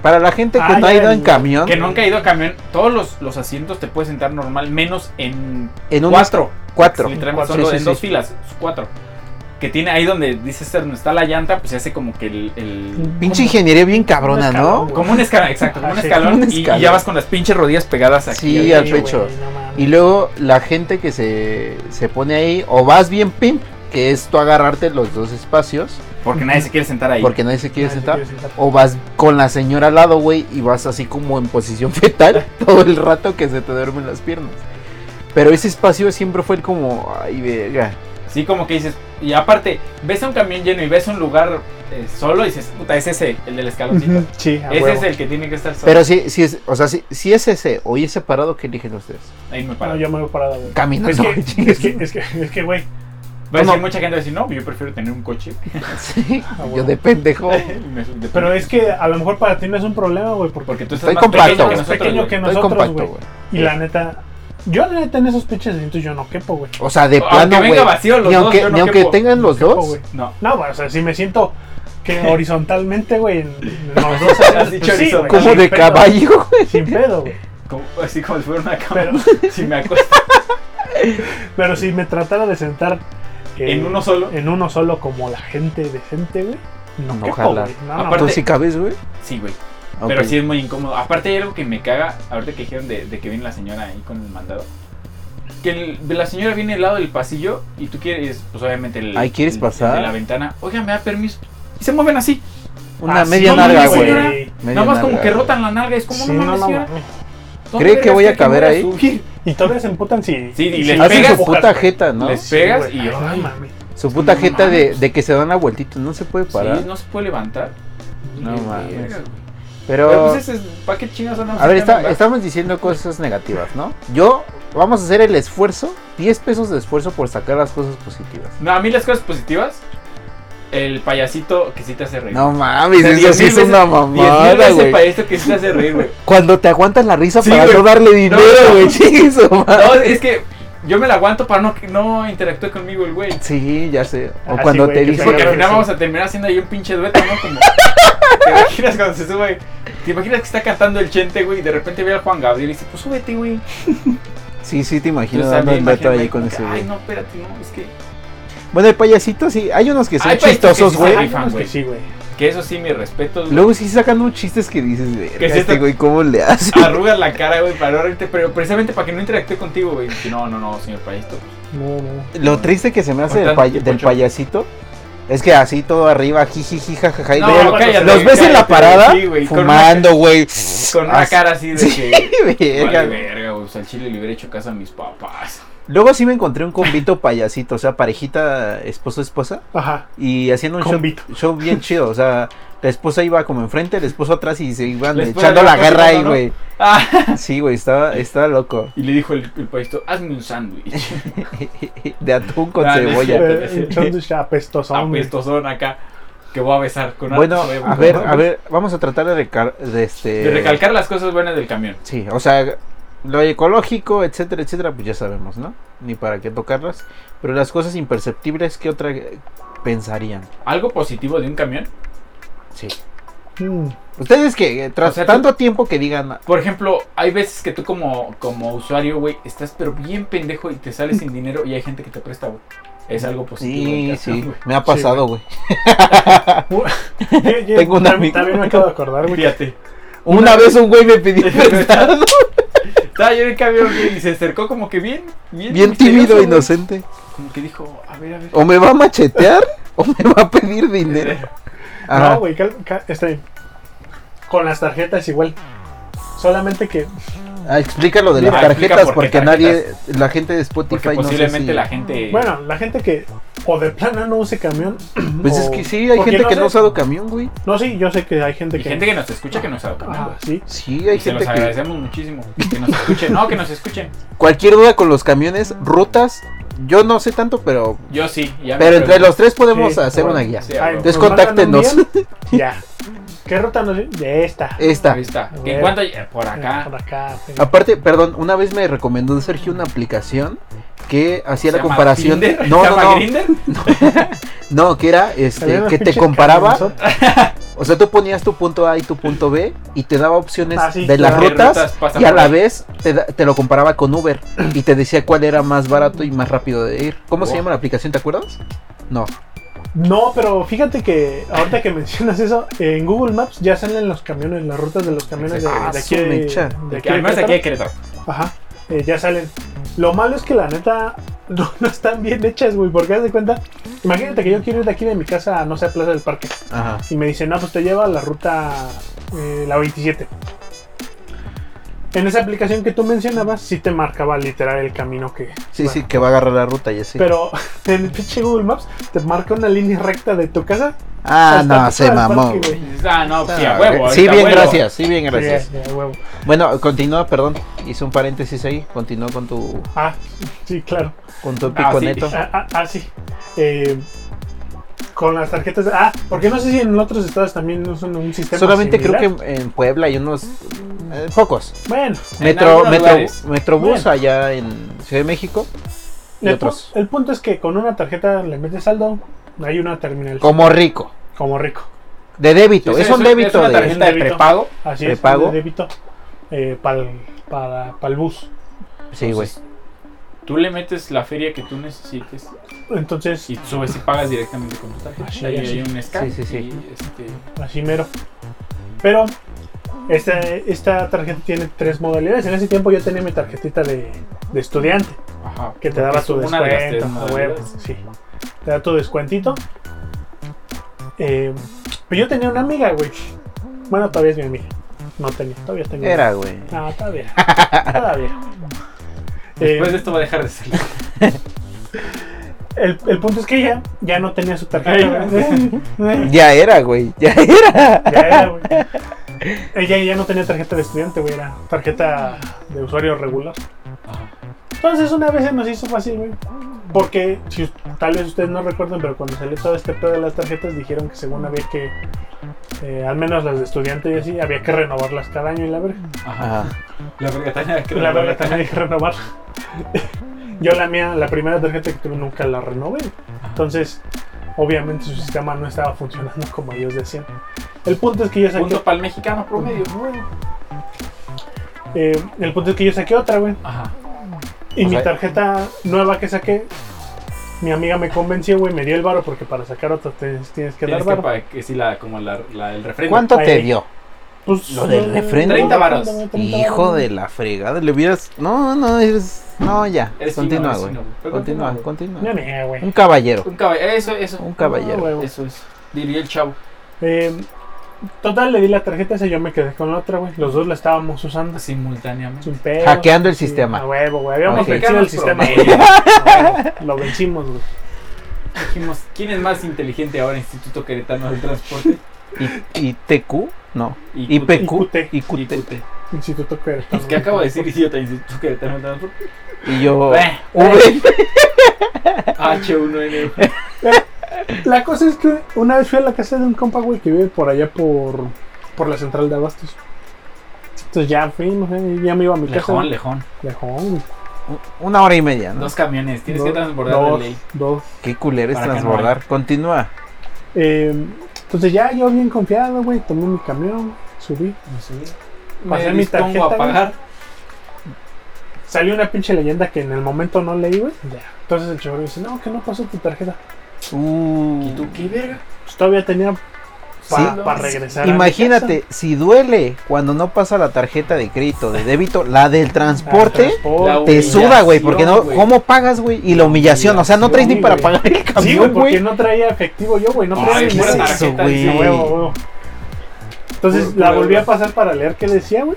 [SPEAKER 3] Para la gente que
[SPEAKER 2] Ah,
[SPEAKER 3] no ha
[SPEAKER 2] ya,
[SPEAKER 3] ido en
[SPEAKER 2] el-
[SPEAKER 3] camión,
[SPEAKER 1] Que nunca he ido a camión. Todos los, los asientos te puedes sentar normal, menos en
[SPEAKER 3] en un.
[SPEAKER 1] cuatro.
[SPEAKER 3] cuatro.
[SPEAKER 1] Literalmente son
[SPEAKER 3] Sí,
[SPEAKER 1] dos-
[SPEAKER 3] sí,
[SPEAKER 1] en
[SPEAKER 3] sí.
[SPEAKER 1] dos filas, cuatro. Que tiene ahí donde dice ser donde está la llanta, pues se hace como que el. el-
[SPEAKER 3] Pinche ingeniería bien cabrona, ¿no?
[SPEAKER 2] Escalón,
[SPEAKER 1] Como un escalón, exacto, como un
[SPEAKER 2] Ah, sí,
[SPEAKER 1] escalón,
[SPEAKER 3] como un
[SPEAKER 1] y- Y, ya
[SPEAKER 3] escalón.
[SPEAKER 1] vas con las pinches rodillas pegadas aquí.
[SPEAKER 3] Sí,
[SPEAKER 1] ahí.
[SPEAKER 3] al pecho.
[SPEAKER 2] güey, no mames.
[SPEAKER 3] Y luego la gente que se, se pone ahí, o vas bien pimp, que es tú agarrarte los dos espacios,
[SPEAKER 1] Porque nadie se quiere sentar ahí.
[SPEAKER 3] porque nadie se quiere
[SPEAKER 2] Nadie se
[SPEAKER 3] sentar.
[SPEAKER 2] quiere Ah, sentar.
[SPEAKER 3] O vas con la señora al lado, güey, y vas así como en posición fetal todo el rato que se te duermen las piernas. Pero ese espacio siempre fue el como, ay, verga.
[SPEAKER 1] Sí, como que dices. Y aparte, ves a un camión lleno y ves un lugar eh, solo y dices, puta, es ese, el del escaloncito.
[SPEAKER 2] Ujú, Sí, a
[SPEAKER 1] Ese
[SPEAKER 2] huevo.
[SPEAKER 1] es el que tiene que estar solo.
[SPEAKER 3] Pero sí, sí es, o sea, sí, sí es ese, o y ese parado que eligen ustedes.
[SPEAKER 1] Ahí me paro.
[SPEAKER 2] No, yo me voy parado, güey.
[SPEAKER 3] Caminando.
[SPEAKER 2] Es que,
[SPEAKER 3] chingues.
[SPEAKER 2] es que, es que, es que, güey.
[SPEAKER 1] Va a
[SPEAKER 3] no,
[SPEAKER 1] decir
[SPEAKER 3] no.
[SPEAKER 1] mucha gente va a decir, no, yo prefiero tener un coche.
[SPEAKER 3] Sí,
[SPEAKER 2] Ah, bueno.
[SPEAKER 3] yo de pendejo.
[SPEAKER 1] Me- de-
[SPEAKER 2] Pero es que a lo mejor para ti no es un problema, güey, porque
[SPEAKER 1] Porque tú estás
[SPEAKER 3] Estoy
[SPEAKER 1] más
[SPEAKER 3] compacto.
[SPEAKER 1] pequeño que
[SPEAKER 3] Más
[SPEAKER 1] nosotros.
[SPEAKER 2] pequeño
[SPEAKER 1] güey.
[SPEAKER 2] que
[SPEAKER 3] Estoy
[SPEAKER 2] nosotros,
[SPEAKER 3] compacto,
[SPEAKER 2] güey.
[SPEAKER 3] güey.
[SPEAKER 2] Y la neta, yo la neta en esos pinches asientos yo no quepo, güey.
[SPEAKER 3] O sea, de
[SPEAKER 1] Aunque
[SPEAKER 3] plano,
[SPEAKER 1] venga
[SPEAKER 3] güey.
[SPEAKER 1] vacío los
[SPEAKER 3] Ni
[SPEAKER 1] dos,
[SPEAKER 3] aunque,
[SPEAKER 1] yo no
[SPEAKER 3] ni aunque
[SPEAKER 1] quepo.
[SPEAKER 3] tengan los
[SPEAKER 2] Quepo,
[SPEAKER 3] dos.
[SPEAKER 2] güey.
[SPEAKER 1] No.
[SPEAKER 2] No, güey, o sea, si me siento que horizontalmente, güey, en en los dos
[SPEAKER 1] Has dicho horizontal.
[SPEAKER 2] güey,
[SPEAKER 3] Como
[SPEAKER 2] sin
[SPEAKER 3] de
[SPEAKER 2] pedo,
[SPEAKER 3] caballo, güey.
[SPEAKER 2] Sin pedo, güey.
[SPEAKER 1] Como- así como si fuera una cama.
[SPEAKER 2] Pero,
[SPEAKER 1] si me acuesto
[SPEAKER 2] pero si me tratara de sentar eh,
[SPEAKER 1] en uno solo.
[SPEAKER 2] en uno solo como la gente decente, güey, no,
[SPEAKER 3] No,
[SPEAKER 2] quepo,
[SPEAKER 3] ojalá.
[SPEAKER 2] güey. No,
[SPEAKER 1] Aparte-
[SPEAKER 3] ¿Tú
[SPEAKER 2] no,
[SPEAKER 3] sí cabes, güey?
[SPEAKER 1] Sí, güey.
[SPEAKER 3] Ok.
[SPEAKER 1] Pero sí es muy incómodo. Aparte hay algo que me caga, ahorita que dijeron de, de que viene la señora ahí con el mandado. Que el- la señora viene al lado del pasillo y tú quieres, pues obviamente el...
[SPEAKER 3] Ay, ¿quieres
[SPEAKER 1] el-
[SPEAKER 3] pasar?
[SPEAKER 1] el De la ventana. Oiga, me da permiso. Y se mueven así.
[SPEAKER 3] Una
[SPEAKER 2] Ah, sí,
[SPEAKER 3] media
[SPEAKER 1] no
[SPEAKER 3] larga,
[SPEAKER 1] mames,
[SPEAKER 3] güey.
[SPEAKER 1] señora.
[SPEAKER 3] Media
[SPEAKER 1] Nada más como
[SPEAKER 3] larga,
[SPEAKER 1] que
[SPEAKER 3] güey.
[SPEAKER 1] rotan la nalga. Es como,
[SPEAKER 2] Sí,
[SPEAKER 1] no
[SPEAKER 2] no,
[SPEAKER 1] mames,
[SPEAKER 2] no,
[SPEAKER 1] señora.
[SPEAKER 2] maey.
[SPEAKER 1] ¿dónde este
[SPEAKER 3] ¿Cree que
[SPEAKER 1] vergas
[SPEAKER 3] voy a
[SPEAKER 1] cree
[SPEAKER 3] caber
[SPEAKER 1] me voy
[SPEAKER 3] ahí?
[SPEAKER 1] subir?
[SPEAKER 2] Y todavía se emputan si.
[SPEAKER 1] Sí, y
[SPEAKER 2] si
[SPEAKER 1] les
[SPEAKER 2] las
[SPEAKER 3] Hacen
[SPEAKER 1] pegas,
[SPEAKER 3] su
[SPEAKER 2] empujas,
[SPEAKER 3] puta
[SPEAKER 2] güey.
[SPEAKER 3] jeta, ¿no?
[SPEAKER 1] Les-
[SPEAKER 2] Sí,
[SPEAKER 1] pegas
[SPEAKER 2] güey,
[SPEAKER 1] y-
[SPEAKER 2] ay,
[SPEAKER 1] ay.
[SPEAKER 2] mames.
[SPEAKER 3] Su puta
[SPEAKER 1] No
[SPEAKER 3] jeta de,
[SPEAKER 1] mames.
[SPEAKER 3] de que se dan la vueltita, no se puede parar.
[SPEAKER 1] Sí, no se puede levantar.
[SPEAKER 3] No
[SPEAKER 1] Ni
[SPEAKER 3] mames.
[SPEAKER 1] verga, güey.
[SPEAKER 3] Pero,
[SPEAKER 1] Pero pues ese es, ¿para qué chingados andamos
[SPEAKER 3] a ver,
[SPEAKER 1] acá,
[SPEAKER 3] está-
[SPEAKER 1] verdad?
[SPEAKER 3] estamos diciendo cosas negativas, ¿no? Yo, vamos a hacer el esfuerzo, 10 pesos de esfuerzo por sacar las cosas positivas.
[SPEAKER 1] No, a mí las cosas positivas, el payasito que sí te hace reír.
[SPEAKER 3] No mames,
[SPEAKER 1] Diez
[SPEAKER 3] eso sí
[SPEAKER 1] mil
[SPEAKER 3] es una
[SPEAKER 1] veces- diez mil
[SPEAKER 3] mamada,
[SPEAKER 1] veces
[SPEAKER 3] güey.
[SPEAKER 1] el payasito que sí te hace reír, güey.
[SPEAKER 3] Cuando te aguantas la risa
[SPEAKER 1] Sí,
[SPEAKER 3] para
[SPEAKER 1] güey.
[SPEAKER 3] no darle dinero,
[SPEAKER 1] no.
[SPEAKER 3] güey. chingue su madre.
[SPEAKER 1] No, es que yo me la aguanto para no, que no interactúe conmigo el güey.
[SPEAKER 3] Sí, ya sé. O
[SPEAKER 2] Ah,
[SPEAKER 3] cuando
[SPEAKER 2] sí, güey,
[SPEAKER 3] te
[SPEAKER 2] que
[SPEAKER 3] dice.
[SPEAKER 1] Porque al
[SPEAKER 2] claro
[SPEAKER 1] final
[SPEAKER 2] que sí.
[SPEAKER 1] vamos a terminar haciendo ahí un pinche dueto, ¿no? Como, ¿Te imaginas cuando se sube? ¿Te imaginas que está cantando el chente, güey? Y de repente ve al Juan Gabriel y dice, pues súbete, güey.
[SPEAKER 3] Sí, sí, te imagino
[SPEAKER 1] Entonces,
[SPEAKER 3] dando
[SPEAKER 1] a mí
[SPEAKER 3] el reto
[SPEAKER 1] imagínate
[SPEAKER 3] ahí con
[SPEAKER 1] como
[SPEAKER 3] ese
[SPEAKER 1] que, Ay,
[SPEAKER 3] güey.
[SPEAKER 1] no, espérate, no, es que...
[SPEAKER 3] Bueno, el payasito sí. Hay unos que son
[SPEAKER 1] Hay payasitos que
[SPEAKER 3] chistosos,
[SPEAKER 1] sí
[SPEAKER 3] güey.
[SPEAKER 1] se
[SPEAKER 2] Hay
[SPEAKER 1] rifan,
[SPEAKER 2] unos que
[SPEAKER 1] güey.
[SPEAKER 2] sí, güey.
[SPEAKER 1] Que eso sí, mi respeto, güey.
[SPEAKER 3] Luego sí sacan unos chistes que dices, güey.
[SPEAKER 1] Que sí
[SPEAKER 3] este
[SPEAKER 1] está-
[SPEAKER 3] güey, ¿cómo le hace?
[SPEAKER 1] Arrugas la cara, güey, para no reírte, pero precisamente para que no interactúe contigo, güey. Que No, no, no, señor payasito.
[SPEAKER 2] No, no.
[SPEAKER 3] Lo triste que se me hace del,
[SPEAKER 1] Bastante
[SPEAKER 3] pay- del
[SPEAKER 1] tiempo,
[SPEAKER 3] payasito es que así todo arriba, jijiji, jajaja. y
[SPEAKER 1] No,
[SPEAKER 3] luego-
[SPEAKER 1] cállate,
[SPEAKER 3] los ves en la
[SPEAKER 1] cállate,
[SPEAKER 3] parada
[SPEAKER 1] sí, güey, con una-
[SPEAKER 3] fumando, güey.
[SPEAKER 1] Con una
[SPEAKER 3] Así-
[SPEAKER 1] cara así de
[SPEAKER 3] Sí,
[SPEAKER 1] que...
[SPEAKER 3] verga.
[SPEAKER 1] Vale, verga, güey. O sea, al chile le hubiera hecho caso a mis papás.
[SPEAKER 3] Luego sí me encontré un convito payasito, o sea, parejita esposo-esposa.
[SPEAKER 2] Ajá.
[SPEAKER 3] Y haciendo un show,
[SPEAKER 2] Convito.
[SPEAKER 3] show bien chido, o sea, la esposa iba como enfrente, el esposo atrás y se iban
[SPEAKER 1] La esposa
[SPEAKER 3] echando
[SPEAKER 1] iba
[SPEAKER 3] la garra
[SPEAKER 1] cocinando,
[SPEAKER 3] ahí,
[SPEAKER 1] ¿no?
[SPEAKER 3] güey. Sí, güey, estaba, estaba loco.
[SPEAKER 1] Y le dijo el, el paisito, hazme un sándwich.
[SPEAKER 3] De atún con
[SPEAKER 1] Ah, no es
[SPEAKER 3] cebolla.
[SPEAKER 1] cierto.
[SPEAKER 2] Eh, el sándwich apestosón, güey.
[SPEAKER 1] Apestosón acá, que voy a besar con
[SPEAKER 3] Bueno,
[SPEAKER 1] harto cebolla,
[SPEAKER 3] a ver,
[SPEAKER 1] ¿no?
[SPEAKER 3] a ver, vamos a tratar de, recar- de este...
[SPEAKER 1] De recalcar las cosas buenas del camión.
[SPEAKER 3] Sí, o sea, lo ecológico, etcétera, etcétera, pues ya sabemos, ¿no? Ni para qué tocarlas. Pero las cosas imperceptibles, ¿qué otra eh, pensarían?
[SPEAKER 1] Algo positivo de un camión.
[SPEAKER 3] Sí.
[SPEAKER 2] Mm.
[SPEAKER 3] Ustedes que eh, tras
[SPEAKER 1] O sea, tú-
[SPEAKER 3] tanto tiempo que digan,
[SPEAKER 1] Por ejemplo, hay veces que tú como, como usuario, güey, estás pero bien pendejo y te sales sin dinero y hay gente que te presta, güey. Es algo positivo.
[SPEAKER 3] sí,
[SPEAKER 1] del camión,
[SPEAKER 3] sí,
[SPEAKER 1] güey.
[SPEAKER 3] me ha pasado, güey.
[SPEAKER 2] Yo- yo
[SPEAKER 3] Tengo un
[SPEAKER 2] tam-
[SPEAKER 3] amigo.
[SPEAKER 2] También me acabo de acordar, güey.
[SPEAKER 1] Fíjate.
[SPEAKER 3] Una vez un güey me pidió prestado,
[SPEAKER 1] Estaba yo en el camión güey, y se acercó como que bien, bien,
[SPEAKER 3] bien
[SPEAKER 1] misterioso,
[SPEAKER 3] tímido,
[SPEAKER 1] güey.
[SPEAKER 3] inocente.
[SPEAKER 1] Como que dijo, a ver, a ver.
[SPEAKER 3] O me va a machetear o me va a pedir dinero. Ajá.
[SPEAKER 2] No, güey, cal- ca- este, con las tarjetas igual. Solamente que
[SPEAKER 3] Ah, explica lo de
[SPEAKER 1] Mira,
[SPEAKER 3] las
[SPEAKER 1] explica
[SPEAKER 3] tarjetas
[SPEAKER 1] por qué
[SPEAKER 3] porque
[SPEAKER 1] tarjetas.
[SPEAKER 3] nadie, la gente de Spotify
[SPEAKER 1] Porque
[SPEAKER 3] no sé
[SPEAKER 1] posiblemente
[SPEAKER 3] si-
[SPEAKER 1] la gente.
[SPEAKER 2] Bueno, la gente que o de plano no use camión.
[SPEAKER 3] Pues
[SPEAKER 2] o-
[SPEAKER 3] es que sí, hay
[SPEAKER 2] porque
[SPEAKER 3] gente que no ha
[SPEAKER 2] sé-
[SPEAKER 3] usado camión, güey.
[SPEAKER 2] No, sí, yo sé que hay gente
[SPEAKER 1] y
[SPEAKER 2] que.
[SPEAKER 1] gente que nos escucha que nos ha dado
[SPEAKER 2] Ajá, sí.
[SPEAKER 3] Sí, hay
[SPEAKER 1] Y se los
[SPEAKER 3] gente que
[SPEAKER 1] agradecemos muchísimo. Que nos escuchen. No, que nos escuchen.
[SPEAKER 3] Cualquier duda con los camiones, rutas, yo no sé tanto, pero
[SPEAKER 1] Yo sí. ya me
[SPEAKER 3] pero entre
[SPEAKER 1] pregunto.
[SPEAKER 3] los tres podemos
[SPEAKER 2] Sí,
[SPEAKER 3] hacer
[SPEAKER 2] bueno,
[SPEAKER 3] una guía.
[SPEAKER 1] Sí, a huevo.
[SPEAKER 2] nos
[SPEAKER 3] Entonces, contáctenos.
[SPEAKER 2] mandan un día, Ya. ¿Qué ruta nos De esta.
[SPEAKER 3] Esta.
[SPEAKER 1] Ahí está.
[SPEAKER 2] A
[SPEAKER 1] Que en
[SPEAKER 2] ver.
[SPEAKER 1] cuanto eh, por
[SPEAKER 2] Eh, Por
[SPEAKER 1] acá.
[SPEAKER 2] acá. sí.
[SPEAKER 3] Aparte, perdón, una vez me recomendó Sergio una aplicación que hacía
[SPEAKER 1] ¿Se
[SPEAKER 3] la
[SPEAKER 1] llama
[SPEAKER 3] comparación.
[SPEAKER 1] Tinder?
[SPEAKER 3] No,
[SPEAKER 1] ¿Se
[SPEAKER 3] no,
[SPEAKER 1] llama
[SPEAKER 3] no,
[SPEAKER 1] Grindr?
[SPEAKER 3] no, que era
[SPEAKER 2] Había
[SPEAKER 3] este,
[SPEAKER 2] unos
[SPEAKER 3] que te
[SPEAKER 2] pinches
[SPEAKER 3] comparaba.
[SPEAKER 2] camionzotas.
[SPEAKER 3] O sea, tú ponías tu punto A y tu punto B y te daba opciones
[SPEAKER 2] Ah, sí,
[SPEAKER 3] de las
[SPEAKER 2] claro.
[SPEAKER 3] rutas,
[SPEAKER 1] De rutas, pasa
[SPEAKER 3] y a
[SPEAKER 1] por
[SPEAKER 3] la
[SPEAKER 1] ahí.
[SPEAKER 3] vez te, da- te lo comparaba con Uber y te decía cuál era más barato y más rápido de ir. ¿Cómo se
[SPEAKER 1] Wow.
[SPEAKER 3] llama la aplicación? ¿Te acuerdas? No.
[SPEAKER 2] No, pero fíjate que ahorita que mencionas eso, en Google Maps ya salen los camiones, las rutas de los camiones de,
[SPEAKER 3] Ah,
[SPEAKER 2] de
[SPEAKER 3] su
[SPEAKER 2] aquí. de-
[SPEAKER 3] mecha.
[SPEAKER 2] de
[SPEAKER 1] De
[SPEAKER 2] aquí
[SPEAKER 1] que al
[SPEAKER 2] de
[SPEAKER 1] menos de aquí de
[SPEAKER 2] Querétaro.
[SPEAKER 1] Querétaro.
[SPEAKER 2] Ajá, eh, ya salen. Lo malo es que la neta no, no están bien hechas, güey, porque haz de cuenta. Imagínate que yo quiero ir de aquí de mi casa a, no sé, a Plaza del Parque.
[SPEAKER 3] Ajá.
[SPEAKER 2] Y me dicen, no, pues te lleva a la ruta eh, la 27. En esa aplicación que tú mencionabas, sí te marcaba literal el camino que.
[SPEAKER 3] Sí,
[SPEAKER 2] bueno,
[SPEAKER 3] sí, que va a agarrar la ruta y así.
[SPEAKER 2] Pero en el pinche Google Maps te marca una línea recta de tu casa.
[SPEAKER 3] ah,
[SPEAKER 2] hasta
[SPEAKER 3] no,
[SPEAKER 2] Plaza
[SPEAKER 3] se
[SPEAKER 2] del
[SPEAKER 3] mamó.
[SPEAKER 2] Parque,
[SPEAKER 3] güey.
[SPEAKER 2] güey.
[SPEAKER 1] Ah, no, sí,
[SPEAKER 3] Ah,
[SPEAKER 1] a huevo.
[SPEAKER 3] sí,
[SPEAKER 1] ahorita,
[SPEAKER 3] bien,
[SPEAKER 1] huevo.
[SPEAKER 3] gracias, sí, bien, gracias.
[SPEAKER 2] Sí, a huevo.
[SPEAKER 3] Bueno, continúa, perdón. Hice un paréntesis ahí. Continúa con tu,
[SPEAKER 2] Ah, sí, claro.
[SPEAKER 3] con tu
[SPEAKER 1] Ah, sí.
[SPEAKER 3] piconeto.
[SPEAKER 2] Ah, ah, ah, sí. Eh, con las tarjetas. de- Ah, porque no sé si en otros estados también usan un sistema.
[SPEAKER 3] Solamente
[SPEAKER 2] similar.
[SPEAKER 3] creo que en Puebla hay unos eh, pocos.
[SPEAKER 2] Bueno,
[SPEAKER 1] En
[SPEAKER 3] Metro,
[SPEAKER 1] algunos
[SPEAKER 3] metro,
[SPEAKER 1] lugares.
[SPEAKER 3] metrobús
[SPEAKER 2] Bueno.
[SPEAKER 3] allá en Ciudad de México. Y
[SPEAKER 2] el,
[SPEAKER 3] otros.
[SPEAKER 2] pu- el punto es que con una tarjeta le metes saldo, hay una terminal.
[SPEAKER 3] Como rico.
[SPEAKER 2] Como rico.
[SPEAKER 3] De débito.
[SPEAKER 1] Sí,
[SPEAKER 3] es
[SPEAKER 1] sí,
[SPEAKER 3] un
[SPEAKER 1] sí,
[SPEAKER 3] débito
[SPEAKER 1] una
[SPEAKER 3] de-
[SPEAKER 1] tarjeta de
[SPEAKER 2] débito.
[SPEAKER 1] prepago.
[SPEAKER 2] Así
[SPEAKER 3] Prepago.
[SPEAKER 2] es, de débito eh, pa'l- para, para el bus.
[SPEAKER 3] Sí, güey.
[SPEAKER 1] Entonces, Tú le metes la feria que tú necesites
[SPEAKER 2] Entonces,
[SPEAKER 1] y subes y pagas directamente con tu tarjeta.
[SPEAKER 2] Así
[SPEAKER 1] Ahí
[SPEAKER 2] es.
[SPEAKER 1] hay un scan.
[SPEAKER 3] Sí, sí, sí.
[SPEAKER 1] y, este,
[SPEAKER 2] así mero. Pero esta, esta tarjeta tiene tres modalidades. En ese tiempo yo tenía mi tarjetita de, de estudiante
[SPEAKER 1] ajá,
[SPEAKER 2] que te daba
[SPEAKER 1] es
[SPEAKER 2] tu
[SPEAKER 1] una de las tres
[SPEAKER 2] descuento. a
[SPEAKER 1] modalidades.
[SPEAKER 2] huevo, sí. Te da tu descuentito. Eh, pero yo tenía una amiga, güey. Bueno, todavía es mi amiga. No tenía, todavía tengo. una.
[SPEAKER 3] Era, güey.
[SPEAKER 2] No, todavía. todavía.
[SPEAKER 1] Después de
[SPEAKER 2] Eh,
[SPEAKER 1] esto va a dejar de ser.
[SPEAKER 2] el, el punto es que ella ya no tenía su
[SPEAKER 1] Ay,
[SPEAKER 2] tarjeta. güey.
[SPEAKER 3] Ya era, güey. Ya era.
[SPEAKER 2] ya era, güey. Ella ya no tenía tarjeta de estudiante, güey. Era tarjeta de usuario regular.
[SPEAKER 1] Ajá.
[SPEAKER 2] Entonces una vez se nos hizo fácil, güey. Porque si, tal vez ustedes no recuerden, pero cuando salió todo este pedo de las tarjetas dijeron que según había que, eh, al menos las de estudiante y así, había que renovarlas cada año y la verga.
[SPEAKER 1] Ajá.
[SPEAKER 3] Ajá.
[SPEAKER 1] La vergataña que
[SPEAKER 2] La verdad también hay que renovar. Yo la mía, la primera tarjeta que tuve nunca la renové. Entonces, obviamente su sistema no estaba funcionando como ellos decían. El punto es que yo saqué,
[SPEAKER 1] Punto para el mexicano promedio.
[SPEAKER 2] eh, el punto es que yo saqué otra, güey.
[SPEAKER 1] Ajá.
[SPEAKER 2] Y
[SPEAKER 3] O
[SPEAKER 2] mi
[SPEAKER 3] sea-
[SPEAKER 2] tarjeta nueva que saqué, mi amiga me convenció, güey, me dio el varo porque para sacar otra te- tienes que
[SPEAKER 1] Tienes
[SPEAKER 2] dar
[SPEAKER 1] que,
[SPEAKER 2] varo.
[SPEAKER 1] pa- que sí, la, como la, la, el refrendo.
[SPEAKER 3] ¿Cuánto
[SPEAKER 2] Ahí
[SPEAKER 3] te
[SPEAKER 2] vi.
[SPEAKER 3] dio?
[SPEAKER 2] Pues,
[SPEAKER 3] Lo del
[SPEAKER 2] eh,
[SPEAKER 3] refrendo.
[SPEAKER 1] 30 varos.
[SPEAKER 2] 30
[SPEAKER 3] Hijo
[SPEAKER 2] varos.
[SPEAKER 3] de la fregada. Le hubieras. No, no, eres. No, ya.
[SPEAKER 1] Eres
[SPEAKER 3] Continúa,
[SPEAKER 1] fino,
[SPEAKER 3] güey.
[SPEAKER 1] eres fino, güey. Pero
[SPEAKER 3] Continúa,
[SPEAKER 1] continúa,
[SPEAKER 3] continúa.
[SPEAKER 2] Mi amiga, güey.
[SPEAKER 3] Un caballero.
[SPEAKER 1] Un caballero. Eso, eso.
[SPEAKER 3] Un caballero.
[SPEAKER 2] Ah, güey.
[SPEAKER 1] Eso es. Diría el chavo.
[SPEAKER 2] Eh, total, le di la tarjeta esa y yo me quedé con la otra, güey. Los dos la estábamos usando.
[SPEAKER 1] Simultáneamente.
[SPEAKER 2] Sin pedos,
[SPEAKER 3] Hackeando el
[SPEAKER 2] sí,
[SPEAKER 3] sistema.
[SPEAKER 2] A huevo, güey. Habíamos
[SPEAKER 3] Ok.
[SPEAKER 2] vencido el sistema.
[SPEAKER 1] Promedio.
[SPEAKER 2] A huevo, Lo vencimos, güey.
[SPEAKER 1] Dijimos, ¿quién es más inteligente ahora, Instituto Queretano del Transporte?
[SPEAKER 3] ¿Y, y TQ? No.
[SPEAKER 1] Y Cute.
[SPEAKER 3] IPQ.
[SPEAKER 2] IQT.
[SPEAKER 1] Y
[SPEAKER 3] IQT.
[SPEAKER 1] Cute.
[SPEAKER 2] Instituto Querétaro.
[SPEAKER 1] Pues, ¿Qué acabo de decir, idiota? Instituto Queretano del Transporte.
[SPEAKER 3] Y yo.
[SPEAKER 1] Eh,
[SPEAKER 3] V.
[SPEAKER 1] H1N.
[SPEAKER 2] La cosa es que una vez fui a la casa de un compa, güey, que vive por allá por, por la central de Abastos. Entonces ya fui, no sé, ya me iba a mi casa.
[SPEAKER 1] Lejón, lejón.
[SPEAKER 2] Lejón, güey.
[SPEAKER 3] Una hora y media, ¿no?
[SPEAKER 1] Dos camiones. Tienes que
[SPEAKER 2] Dos-
[SPEAKER 1] transbordar la
[SPEAKER 2] dos,
[SPEAKER 1] ley.
[SPEAKER 2] dos.
[SPEAKER 3] Qué culero es
[SPEAKER 1] Para que no
[SPEAKER 3] transbordar. Continúa.
[SPEAKER 2] Eh, entonces ya yo bien confiado, güey, tomé mi camión, subí.
[SPEAKER 1] Me
[SPEAKER 2] Pasé mi
[SPEAKER 1] dispongo
[SPEAKER 2] tarjeta,
[SPEAKER 1] a pagar.
[SPEAKER 2] Salió una pinche leyenda que en el momento no leí, güey. Ya. Entonces el chaval dice, no, que no pasó tu tarjeta.
[SPEAKER 3] Uh,
[SPEAKER 1] ¿Y tú qué verga?
[SPEAKER 2] Pues todavía tenía para
[SPEAKER 1] Sí.
[SPEAKER 2] regresar. a mi
[SPEAKER 3] Imagínate, si duele cuando no pasa la tarjeta de crédito, de débito, la del
[SPEAKER 2] casa. Ah,
[SPEAKER 3] transporte,
[SPEAKER 2] Transporte.
[SPEAKER 3] te suda, güey, porque no,
[SPEAKER 1] Humillación, güey.
[SPEAKER 3] ¿cómo pagas, güey? Y la humillación, o sea, no traes ni para
[SPEAKER 2] güey.
[SPEAKER 3] pagar el
[SPEAKER 2] Sí, güey,
[SPEAKER 3] camión,
[SPEAKER 2] porque
[SPEAKER 3] güey.
[SPEAKER 2] no traía efectivo yo, güey, no
[SPEAKER 1] Ay,
[SPEAKER 2] traía
[SPEAKER 1] ¿qué
[SPEAKER 2] dinero.
[SPEAKER 1] es
[SPEAKER 2] Sí,
[SPEAKER 1] tarjeta,
[SPEAKER 3] eso,
[SPEAKER 1] dice,
[SPEAKER 2] A huevo, a
[SPEAKER 3] güey?
[SPEAKER 2] huevo. Entonces
[SPEAKER 1] Puro,
[SPEAKER 2] la
[SPEAKER 1] puro
[SPEAKER 2] volví a
[SPEAKER 1] huevo.
[SPEAKER 2] pasar para leer qué decía, güey.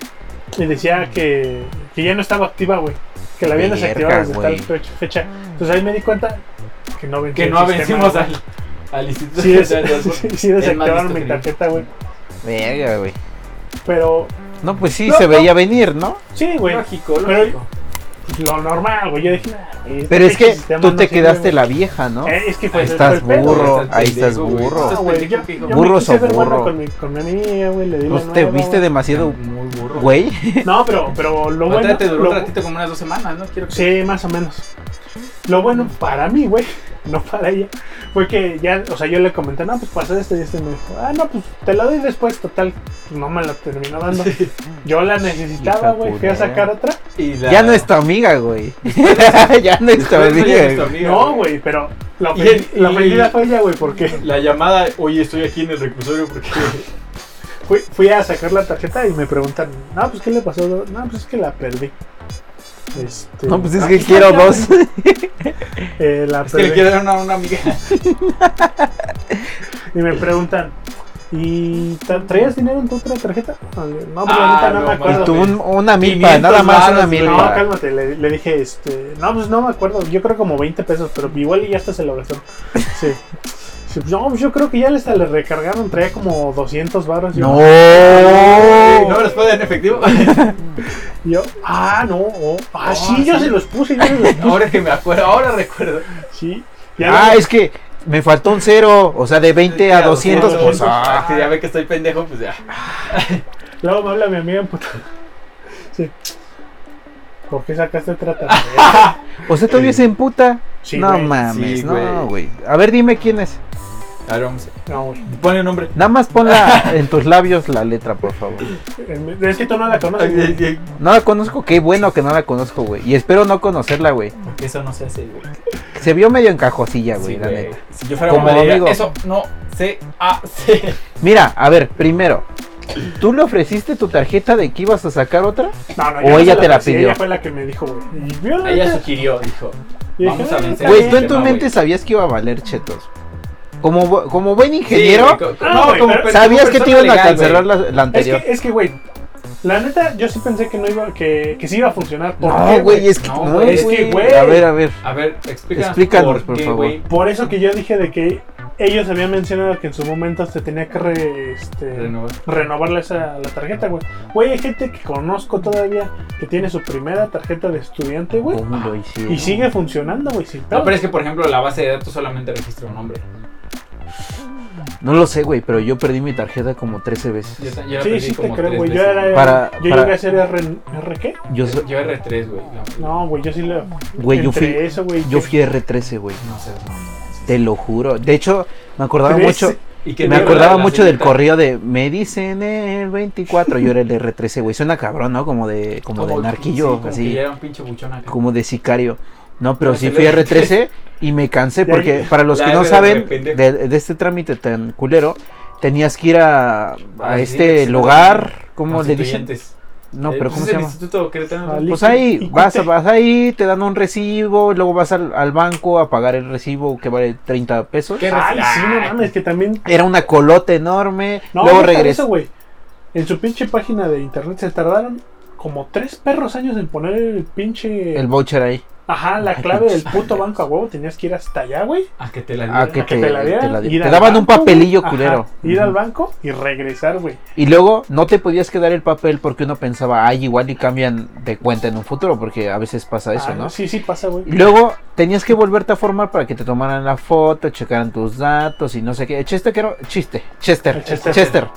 [SPEAKER 2] Y decía que, que ya no estaba activa, güey. Que la habían
[SPEAKER 3] Verga,
[SPEAKER 2] desactivado desde
[SPEAKER 3] güey.
[SPEAKER 2] tal fecha- fecha. Entonces ahí me di cuenta que no vencí
[SPEAKER 1] Que
[SPEAKER 2] el
[SPEAKER 1] no
[SPEAKER 2] sistema,
[SPEAKER 1] vencimos
[SPEAKER 2] güey.
[SPEAKER 1] al, al Instituto
[SPEAKER 2] Sí, es-
[SPEAKER 1] Queretano del Transporte.
[SPEAKER 2] sí, sí
[SPEAKER 1] Es más
[SPEAKER 2] desactivaron
[SPEAKER 1] listo
[SPEAKER 2] mi
[SPEAKER 1] que yo.
[SPEAKER 2] tarjeta, güey.
[SPEAKER 3] Verga, güey.
[SPEAKER 2] Pero
[SPEAKER 3] No, pues sí,
[SPEAKER 2] No,
[SPEAKER 3] se
[SPEAKER 2] no.
[SPEAKER 3] veía venir, ¿no?
[SPEAKER 2] sí, güey.
[SPEAKER 1] Lógico,
[SPEAKER 2] Pero-
[SPEAKER 1] lógico.
[SPEAKER 2] pues, lo normal, güey. Yo dije, "Nah, güey, este
[SPEAKER 3] Pero es
[SPEAKER 2] pinche
[SPEAKER 3] que
[SPEAKER 2] sistema
[SPEAKER 3] tú
[SPEAKER 2] no
[SPEAKER 3] te
[SPEAKER 2] sirve,
[SPEAKER 3] quedaste
[SPEAKER 2] güey".
[SPEAKER 3] la vieja, ¿no?
[SPEAKER 2] Eh, es que fue
[SPEAKER 3] Ahí
[SPEAKER 2] fue
[SPEAKER 3] estás
[SPEAKER 2] el pedo, güey.
[SPEAKER 3] burro, ahí estás
[SPEAKER 4] pendejo, güey.
[SPEAKER 3] burro.
[SPEAKER 2] No, güey, yo, yo me
[SPEAKER 3] Burro
[SPEAKER 2] quise ver
[SPEAKER 3] soburro.
[SPEAKER 2] bueno Con mi, con mi amiga, güey, le di la
[SPEAKER 3] Pues te
[SPEAKER 2] nueva,
[SPEAKER 3] viste
[SPEAKER 2] güey.
[SPEAKER 3] demasiado
[SPEAKER 4] Muy burro.
[SPEAKER 3] güey.
[SPEAKER 2] No, pero, pero lo
[SPEAKER 1] Ahorita
[SPEAKER 2] bueno.
[SPEAKER 1] te duró
[SPEAKER 2] lo-
[SPEAKER 1] un ratito como unas dos semanas, ¿no? Quiero que...
[SPEAKER 2] Sí, más o menos. Lo bueno para mí, güey, no para ella, fue que ya, o sea, yo le comenté, no, pues pasé esto y este me dijo, ah, no, pues te la doy después, total, pues, no me la terminó dando. Yo la necesitaba,
[SPEAKER 3] Hija
[SPEAKER 2] güey, fui a
[SPEAKER 3] culera.
[SPEAKER 2] sacar otra.
[SPEAKER 1] Y la-
[SPEAKER 3] Ya no es tu amiga, güey. ya no es tu
[SPEAKER 1] Después ya no es tu
[SPEAKER 3] amiga. güey.
[SPEAKER 1] amiga,
[SPEAKER 2] No, güey, pero la
[SPEAKER 1] Y
[SPEAKER 2] ofendida,
[SPEAKER 1] el-
[SPEAKER 2] la
[SPEAKER 1] y-
[SPEAKER 2] ofendida fue ella, güey, porque
[SPEAKER 1] La llamada, oye, estoy aquí en el reclusorio porque
[SPEAKER 2] fui, fui a sacar la tarjeta y me preguntan, no, pues, ¿qué le pasó? No, pues, es que la perdí. Este,
[SPEAKER 3] No, pues es
[SPEAKER 2] "Ah,
[SPEAKER 3] que quiero
[SPEAKER 2] ya,
[SPEAKER 3] dos.
[SPEAKER 2] eh, la
[SPEAKER 1] es que le
[SPEAKER 2] perdí.
[SPEAKER 1] quiero dar una, una amiga.
[SPEAKER 2] Y me preguntan, ¿y tra- traías dinero en tu otra tarjeta? No, le- no, pues,
[SPEAKER 1] Ah,
[SPEAKER 2] la neta no
[SPEAKER 1] no,
[SPEAKER 2] me
[SPEAKER 1] mames.
[SPEAKER 2] acuerdo. "Ah".
[SPEAKER 3] Y tú un- una milpa,
[SPEAKER 1] 500
[SPEAKER 3] nada más una
[SPEAKER 1] varos, güey.
[SPEAKER 2] No,
[SPEAKER 3] milpa.
[SPEAKER 2] cálmate, le, le dije, este, no, pues no me acuerdo, yo creo como 20 pesos, pero igual y ya hasta se lo gastó. Sí. Sí, pues, no, pues yo creo que ya hasta le recargaron, traía como 200 baros.
[SPEAKER 3] No. Oh.
[SPEAKER 1] ¿No me los puede dar en efectivo?
[SPEAKER 2] Y yo, ah, no, oh, ah,
[SPEAKER 1] Ah,
[SPEAKER 2] sí, yo
[SPEAKER 1] sí.
[SPEAKER 2] se los puse, yo se los puse.
[SPEAKER 1] ahora que me acuerdo, ahora recuerdo.
[SPEAKER 2] Sí. Ya
[SPEAKER 3] Ah, es que me faltó un cero. O sea, de 20 a 200. Pues,
[SPEAKER 1] Ah,
[SPEAKER 3] ah.
[SPEAKER 1] que ya ve que estoy pendejo, pues ya.
[SPEAKER 2] luego me habla mi amiga en puto. Sí. ¿Por qué sacaste otra tarjeta?
[SPEAKER 3] O sea, todavía se emputa.
[SPEAKER 2] Sí,
[SPEAKER 3] no
[SPEAKER 2] güey.
[SPEAKER 3] mames,
[SPEAKER 1] Sí,
[SPEAKER 3] no, güey. A ver, dime quién es.
[SPEAKER 1] A ver, vamos.
[SPEAKER 2] No, güey.
[SPEAKER 1] Pone un nombre.
[SPEAKER 3] Nada más ponla en tus labios la letra, por favor.
[SPEAKER 2] Eh, Es que tú no la conoces. güey.
[SPEAKER 3] No la conozco, qué bueno que no la conozco, güey. Y espero no conocerla, güey.
[SPEAKER 1] Porque eso no se hace, güey.
[SPEAKER 3] Se vio medio en cajosilla, güey,
[SPEAKER 1] Sí,
[SPEAKER 3] la
[SPEAKER 1] güey.
[SPEAKER 3] neta.
[SPEAKER 1] Si yo fuera
[SPEAKER 3] Como
[SPEAKER 1] mamá, diría,
[SPEAKER 3] amigo.
[SPEAKER 1] eso no se hace.
[SPEAKER 3] Mira, a ver, primero. ¿Tú le ofreciste tu tarjeta de que ibas a sacar otra?
[SPEAKER 2] No, no,
[SPEAKER 3] O
[SPEAKER 2] yo no
[SPEAKER 3] ella
[SPEAKER 2] se
[SPEAKER 3] te la
[SPEAKER 2] ofrecí,
[SPEAKER 3] pidió.
[SPEAKER 2] Ella fue la que me dijo, güey. Y vio la
[SPEAKER 1] Ella
[SPEAKER 2] neta,
[SPEAKER 1] sugirió, dijo.
[SPEAKER 2] y
[SPEAKER 1] vamos a
[SPEAKER 2] "Ah,
[SPEAKER 1] vencer".
[SPEAKER 2] está
[SPEAKER 3] Güey,
[SPEAKER 2] bien".
[SPEAKER 3] tú en tu
[SPEAKER 1] Tema,
[SPEAKER 3] mente
[SPEAKER 1] güey.
[SPEAKER 3] sabías que iba a valer chetos. Como, bu- como buen ingeniero,
[SPEAKER 1] Sí, güey, co-
[SPEAKER 2] No,
[SPEAKER 1] no,
[SPEAKER 2] güey,
[SPEAKER 1] como
[SPEAKER 2] pero-
[SPEAKER 1] per-
[SPEAKER 3] sabías
[SPEAKER 1] como
[SPEAKER 3] que te
[SPEAKER 1] persona
[SPEAKER 3] iban a
[SPEAKER 1] legal,
[SPEAKER 3] cancelar
[SPEAKER 1] güey.
[SPEAKER 3] la, la
[SPEAKER 2] Es
[SPEAKER 3] anterior.
[SPEAKER 2] que, es que, güey, la neta, yo sí pensé que no iba, que, que sí iba a funcionar. ¿Por qué,
[SPEAKER 3] No, güey, es que
[SPEAKER 1] No,
[SPEAKER 3] no,
[SPEAKER 1] güey, Ah,
[SPEAKER 2] es que,
[SPEAKER 3] güey.
[SPEAKER 2] güey.
[SPEAKER 3] A ver, a ver.
[SPEAKER 1] A ver, explícanos,
[SPEAKER 3] Explícanos, por
[SPEAKER 1] qué,
[SPEAKER 3] favor.
[SPEAKER 1] güey.
[SPEAKER 2] Por eso que yo dije de que ellos habían mencionado que en su momento se tenía que re- este,
[SPEAKER 1] Renovar.
[SPEAKER 2] renovarle esa, la tarjeta, güey. Güey, hay gente que conozco todavía que tiene su primera tarjeta de estudiante, güey.
[SPEAKER 3] ¿Cómo lo hicieron?
[SPEAKER 2] Y sigue funcionando, güey. sin pedo.
[SPEAKER 1] No, pero es que, por ejemplo, la base de datos solamente registra un nombre.
[SPEAKER 3] No lo sé, güey, pero yo perdí mi tarjeta como 13
[SPEAKER 1] Yo,
[SPEAKER 3] veces.
[SPEAKER 1] ta- yo la
[SPEAKER 2] sí,
[SPEAKER 1] perdí
[SPEAKER 2] sí te
[SPEAKER 1] como
[SPEAKER 2] creo,
[SPEAKER 1] tres
[SPEAKER 2] güey. Yo,
[SPEAKER 1] veces.
[SPEAKER 2] era,
[SPEAKER 3] Para-
[SPEAKER 2] yo
[SPEAKER 3] para-
[SPEAKER 2] llegué a ser R, ¿R qué?
[SPEAKER 3] Yo, so-
[SPEAKER 1] Yo R3, güey. No,
[SPEAKER 2] No, güey, yo sí le...
[SPEAKER 3] Güey, yo
[SPEAKER 2] entre
[SPEAKER 3] fui-
[SPEAKER 2] eso, güey,
[SPEAKER 3] yo
[SPEAKER 2] que-
[SPEAKER 3] fui R13, güey.
[SPEAKER 1] no sé.
[SPEAKER 3] Te lo juro. De hecho, me acordaba
[SPEAKER 2] Trece.
[SPEAKER 3] mucho.
[SPEAKER 1] Y que
[SPEAKER 3] Me
[SPEAKER 1] digo,
[SPEAKER 3] acordaba
[SPEAKER 1] la- la
[SPEAKER 3] mucho del
[SPEAKER 1] señorita-
[SPEAKER 3] correo de me dicen el 24, yo era el R13, güey. Suena cabrón, ¿no? Como de como de
[SPEAKER 1] sí,
[SPEAKER 3] narquillo,
[SPEAKER 1] como que
[SPEAKER 3] así,
[SPEAKER 1] ya era un pinche buchón acá.
[SPEAKER 3] como de sicario. No, pero
[SPEAKER 1] No,
[SPEAKER 3] sí
[SPEAKER 1] se
[SPEAKER 3] fui
[SPEAKER 1] le-
[SPEAKER 3] R13 y me cansé
[SPEAKER 2] Ya,
[SPEAKER 3] porque para los
[SPEAKER 1] la
[SPEAKER 3] que no
[SPEAKER 1] R de
[SPEAKER 3] saben
[SPEAKER 1] pendejo.
[SPEAKER 3] de, de este trámite tan culero, tenías que ir a, a
[SPEAKER 1] Ah, sí,
[SPEAKER 3] este
[SPEAKER 1] sí,
[SPEAKER 3] lugar, ¿cómo le dicen?
[SPEAKER 1] Constituyentes.
[SPEAKER 3] No,
[SPEAKER 1] Eh,
[SPEAKER 3] pero
[SPEAKER 1] pues
[SPEAKER 3] ¿cómo
[SPEAKER 1] es
[SPEAKER 3] se
[SPEAKER 1] el
[SPEAKER 3] llama?
[SPEAKER 1] Instituto Querétaro.
[SPEAKER 2] Ah,
[SPEAKER 3] Pues
[SPEAKER 2] Lic-
[SPEAKER 3] ahí,
[SPEAKER 2] Licute.
[SPEAKER 3] vas, vas ahí, te dan un recibo, y luego vas al, al banco a pagar el recibo que vale 30 pesos.
[SPEAKER 1] ¿Qué?
[SPEAKER 2] Ay, sí, no mames, que también
[SPEAKER 3] Era una colota enorme,
[SPEAKER 2] No,
[SPEAKER 3] luego
[SPEAKER 2] deja de
[SPEAKER 3] regresé.
[SPEAKER 2] eso, güey. En su pinche página de internet se tardaron como tres perros años en poner el pinche.
[SPEAKER 3] El voucher ahí.
[SPEAKER 2] Ajá, la clave del puto banco a huevo. Tenías que ir hasta allá, güey.
[SPEAKER 1] A que te la
[SPEAKER 3] Ah,
[SPEAKER 1] dieran.
[SPEAKER 3] que
[SPEAKER 2] a que
[SPEAKER 3] te,
[SPEAKER 2] te la dieran,
[SPEAKER 3] te la di-
[SPEAKER 2] ir
[SPEAKER 3] te
[SPEAKER 2] al
[SPEAKER 3] daban un
[SPEAKER 2] banco,
[SPEAKER 3] papelero
[SPEAKER 2] Ajá,
[SPEAKER 3] culero.
[SPEAKER 2] ir al
[SPEAKER 3] Ujú.
[SPEAKER 2] banco y regresar, güey.
[SPEAKER 3] Y luego no te podías quedar el papel porque uno pensaba, ay, igual y cambian de cuenta en un futuro, porque a veces pasa eso,
[SPEAKER 2] Ah,
[SPEAKER 3] ¿no?
[SPEAKER 2] Sí, sí pasa, güey.
[SPEAKER 3] Y luego tenías que volverte a formar para que te tomaran la foto, checaran tus datos y no sé qué. Chester, que era. Chiste, Chester,
[SPEAKER 2] El Chester.
[SPEAKER 3] Chester.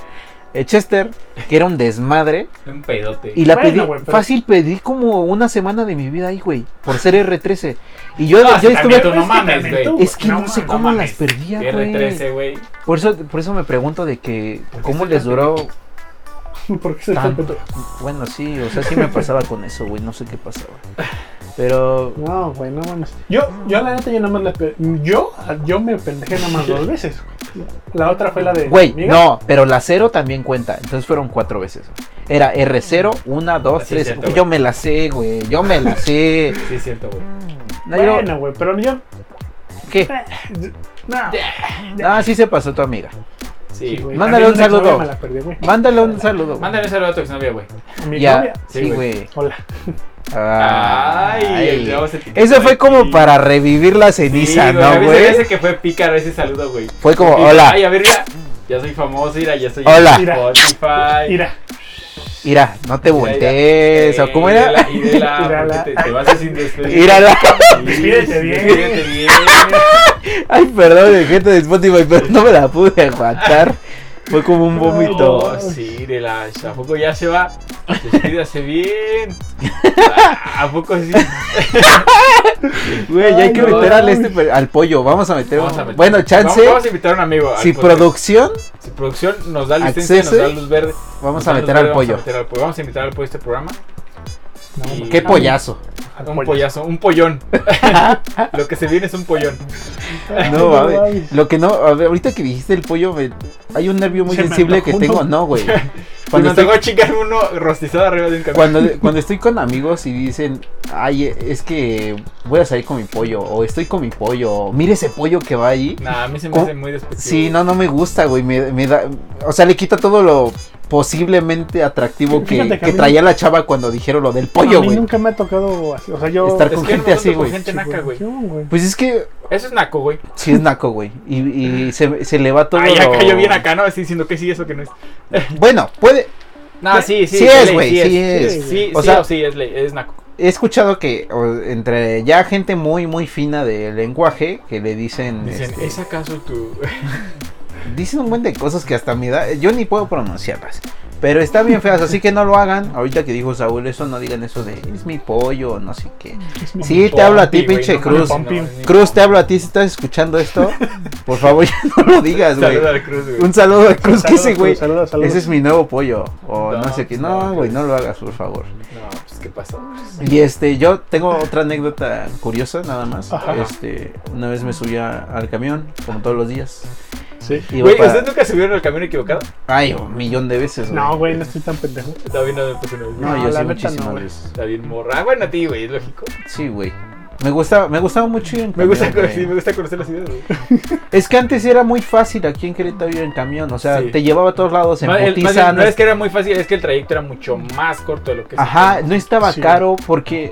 [SPEAKER 3] Eh, Chester, que era un desmadre.
[SPEAKER 1] Un pedote.
[SPEAKER 3] Y la
[SPEAKER 2] Bueno,
[SPEAKER 3] pedí,
[SPEAKER 2] güey, pero-
[SPEAKER 3] fácil, pedí como una semana de mi vida ahí, güey, por ser R13. Y yo,
[SPEAKER 1] Ah,
[SPEAKER 3] yo
[SPEAKER 1] sí,
[SPEAKER 3] estuve.
[SPEAKER 1] también tú no
[SPEAKER 2] Es que
[SPEAKER 1] mames,
[SPEAKER 2] también
[SPEAKER 1] güey.
[SPEAKER 2] tú,
[SPEAKER 3] Es que
[SPEAKER 2] No
[SPEAKER 3] no, sé
[SPEAKER 2] mames,
[SPEAKER 3] cómo
[SPEAKER 1] no
[SPEAKER 3] las
[SPEAKER 1] mames.
[SPEAKER 3] perdía, güey.
[SPEAKER 1] R13, güey.
[SPEAKER 3] Por eso, por eso me pregunto de que
[SPEAKER 1] ¿Por qué
[SPEAKER 3] cómo
[SPEAKER 1] se
[SPEAKER 3] les
[SPEAKER 1] te
[SPEAKER 3] duró.
[SPEAKER 2] ¿Por qué se
[SPEAKER 3] Tan-
[SPEAKER 2] tanto?
[SPEAKER 3] Bueno, sí, o sea, sí me pasaba con eso, güey, no sé qué pasaba. Pero
[SPEAKER 2] No, güey, no mames. Yo, yo la neta, yo nada más la. pe- Yo, yo me pendejé nada más dos veces. La otra fue la de.
[SPEAKER 3] güey,
[SPEAKER 2] ¿Miga?
[SPEAKER 3] no, pero la 0 también cuenta, entonces fueron cuatro veces. güey. Era R0, 1, 2,
[SPEAKER 1] Sí, es
[SPEAKER 3] 3.
[SPEAKER 1] cierto, güey.
[SPEAKER 3] Yo me la sé, güey, yo me la sé.
[SPEAKER 1] Sí, es cierto, güey.
[SPEAKER 3] No, yo-
[SPEAKER 2] Bueno, güey, pero yo.
[SPEAKER 3] ¿Qué?
[SPEAKER 2] No.
[SPEAKER 3] Ah, sí se pasó tu amiga.
[SPEAKER 1] Sí, güey.
[SPEAKER 3] Mándale un
[SPEAKER 2] También una
[SPEAKER 3] saludo.
[SPEAKER 2] exnovia me la perdí, güey.
[SPEAKER 3] Mándale un saludo. güey.
[SPEAKER 1] Mándale un saludo a tu exnovia, güey.
[SPEAKER 2] A mi
[SPEAKER 3] Ya,
[SPEAKER 2] novia.
[SPEAKER 1] Sí,
[SPEAKER 3] sí,
[SPEAKER 1] güey.
[SPEAKER 3] güey.
[SPEAKER 2] Hola.
[SPEAKER 1] Ay, le vamos a etiquetar
[SPEAKER 3] Eso fue como
[SPEAKER 1] aquí.
[SPEAKER 3] para revivir la ceniza,
[SPEAKER 1] Sí,
[SPEAKER 3] ¿no,
[SPEAKER 1] A mí se me hace
[SPEAKER 3] güey?
[SPEAKER 1] que fue pícaro ese saludo, güey.
[SPEAKER 3] Fue como,
[SPEAKER 1] Pícaro.
[SPEAKER 3] hola.
[SPEAKER 1] Ay, a ver, mira. Ya Eh, soy famoso, mira, ya soy
[SPEAKER 3] Hola.
[SPEAKER 1] en Spotify.
[SPEAKER 2] Mira,
[SPEAKER 3] Mira, no te voltees. ¿O cómo era?
[SPEAKER 1] Y de la,
[SPEAKER 2] Írala.
[SPEAKER 1] Te, te vas a sin despedir.
[SPEAKER 3] Mírala.
[SPEAKER 1] Sí,
[SPEAKER 2] Despídete bien.
[SPEAKER 1] Despídete bien.
[SPEAKER 3] Ay, perdón, gente de Spotify, pero no me la pude aguantar. Fue como un vómito.
[SPEAKER 1] Oh, sí, de la. ¿A poco ya se va? Despídase bien. Ah, ¿A poco sí?
[SPEAKER 3] Güey, ya hay que
[SPEAKER 1] Ay, no.
[SPEAKER 3] meter al, este, pe- al pollo. Vamos a meter.
[SPEAKER 1] Vamos
[SPEAKER 3] un-
[SPEAKER 1] a meter-
[SPEAKER 3] Bueno, chance.
[SPEAKER 1] Vamos, vamos a invitar a un amigo. al
[SPEAKER 3] si
[SPEAKER 1] podcast.
[SPEAKER 3] producción,
[SPEAKER 1] si producción nos da licencia,
[SPEAKER 3] accese,
[SPEAKER 1] nos da luz verde.
[SPEAKER 3] vamos
[SPEAKER 1] nos
[SPEAKER 3] a
[SPEAKER 1] da luz
[SPEAKER 3] meter
[SPEAKER 1] verde, vamos a
[SPEAKER 3] al pollo.
[SPEAKER 1] meter al pollo. Vamos a invitar al pollo a este programa. Y-
[SPEAKER 3] Qué pollazo.
[SPEAKER 2] Al
[SPEAKER 1] Un
[SPEAKER 2] pollo.
[SPEAKER 1] pollazo, un pollón. Lo que se viene es un pollón.
[SPEAKER 2] Ay,
[SPEAKER 3] No, mames.
[SPEAKER 2] mames.
[SPEAKER 3] Lo que no, a ver, ahorita que dijiste el pollo, me- hay un nervio muy
[SPEAKER 2] Se me
[SPEAKER 3] sensible que
[SPEAKER 2] antojó
[SPEAKER 3] tengo,
[SPEAKER 2] uno.
[SPEAKER 3] no, güey.
[SPEAKER 1] Cuando
[SPEAKER 3] Cuando,
[SPEAKER 1] me
[SPEAKER 3] estoy,
[SPEAKER 1] tocó chingar uno rostizado arriba de un camión.
[SPEAKER 3] cuando, cuando estoy con amigos y dicen, ay, es que voy a salir con mi pollo, o estoy con mi pollo, o mire ese pollo que va ahí.
[SPEAKER 1] Nah, a mí se me
[SPEAKER 3] ¿Cómo?
[SPEAKER 1] hace muy despectivo.
[SPEAKER 3] Sí, no, no me gusta, güey. Me, me da, o sea, le quita todo lo posiblemente atractivo que,
[SPEAKER 2] Fíjate que a
[SPEAKER 3] que
[SPEAKER 2] mí-
[SPEAKER 3] traía la chava cuando dijeron lo del
[SPEAKER 2] a
[SPEAKER 3] pollo,
[SPEAKER 2] mí
[SPEAKER 3] güey.
[SPEAKER 2] nunca me ha tocado así. O sea, yo.
[SPEAKER 3] Estar
[SPEAKER 1] Es
[SPEAKER 3] con
[SPEAKER 1] que hay un
[SPEAKER 3] gente así,
[SPEAKER 1] montón de
[SPEAKER 3] güey.
[SPEAKER 1] gente naca, güey.
[SPEAKER 3] Pues es que
[SPEAKER 1] Eso es naco, güey.
[SPEAKER 3] sí es naco, güey. Y, y se, se le va todo.
[SPEAKER 1] Ay, acá
[SPEAKER 3] lo-
[SPEAKER 1] yo bien acá, ¿no? Estoy diciendo que sí, eso que no es.
[SPEAKER 3] Bueno, puede.
[SPEAKER 1] No, sí, sí.
[SPEAKER 3] Sí
[SPEAKER 1] ley,
[SPEAKER 3] es, güey. Sí, es.
[SPEAKER 1] Sí, sí,
[SPEAKER 3] O
[SPEAKER 1] sí,
[SPEAKER 3] sea-
[SPEAKER 1] o sí, es ley, es naco.
[SPEAKER 3] He escuchado que o, entre ya gente muy, muy fina de lenguaje que le dicen.
[SPEAKER 1] Dicen,
[SPEAKER 3] este,
[SPEAKER 1] ¿es acaso tu...?
[SPEAKER 3] dicen un buen de cosas que hasta mi edad. Yo ni puedo pronunciarlas. Pero están bien feas, así que no lo hagan. Ahorita que dijo Saúl, eso no digan eso de es mi pollo, no sé qué. Sí, te hablo a ti,
[SPEAKER 1] Pompi, güey,
[SPEAKER 3] pinche
[SPEAKER 1] no mames,
[SPEAKER 3] Cruz.
[SPEAKER 1] no,
[SPEAKER 2] Pompi.
[SPEAKER 1] ni-
[SPEAKER 3] Cruz, te hablo a ti si estás escuchando esto. Por favor, ya no lo digas, güey.
[SPEAKER 1] Saluda al Cruz, güey.
[SPEAKER 3] Un saludo a Cruz, que
[SPEAKER 2] Saludos,
[SPEAKER 3] ese güey.
[SPEAKER 2] saludos, saludos.
[SPEAKER 3] Ese es mi nuevo pollo. O no,
[SPEAKER 1] No,
[SPEAKER 3] sé qué.
[SPEAKER 1] pues no,
[SPEAKER 3] No, güey, no
[SPEAKER 1] Cruz.
[SPEAKER 3] lo hagas, por favor.
[SPEAKER 1] No, pues, ¿qué pasó?
[SPEAKER 3] Y este, yo tengo otra anécdota curiosa, nada más.
[SPEAKER 2] Ajá.
[SPEAKER 3] Este, una vez me subí a- al camión, como todos los días.
[SPEAKER 2] Sí.
[SPEAKER 3] Iba
[SPEAKER 1] Güey,
[SPEAKER 3] para-
[SPEAKER 1] ¿ustedes nunca subieron al camión equivocado?
[SPEAKER 3] Ay, un millón de veces, güey.
[SPEAKER 2] No, güey, no estoy tan pendejo.
[SPEAKER 1] David no me puso una vez.
[SPEAKER 3] No,
[SPEAKER 2] no,
[SPEAKER 3] yo
[SPEAKER 2] la
[SPEAKER 3] sí
[SPEAKER 2] neta
[SPEAKER 3] muchísimas
[SPEAKER 2] no, güey.
[SPEAKER 3] veces.
[SPEAKER 1] David Morra. Ah, bueno, a ti, güey, es lógico.
[SPEAKER 3] Sí, güey. Me gustaba, me gustaba mucho ir en
[SPEAKER 1] Me
[SPEAKER 3] camión,
[SPEAKER 1] gusta,
[SPEAKER 3] güey.
[SPEAKER 1] sí, me gusta conocer las ideas, güey.
[SPEAKER 3] Es que antes era muy fácil aquí en Querétaro ir en camión. O sea,
[SPEAKER 1] Sí.
[SPEAKER 3] te llevaba a todos lados en
[SPEAKER 1] Más- el- más
[SPEAKER 3] putiza,
[SPEAKER 1] bien,
[SPEAKER 3] no
[SPEAKER 1] no es que era muy fácil, es que el trayecto era mucho más corto de lo que es.
[SPEAKER 3] Ajá, no estaba
[SPEAKER 2] Sí.
[SPEAKER 3] caro porque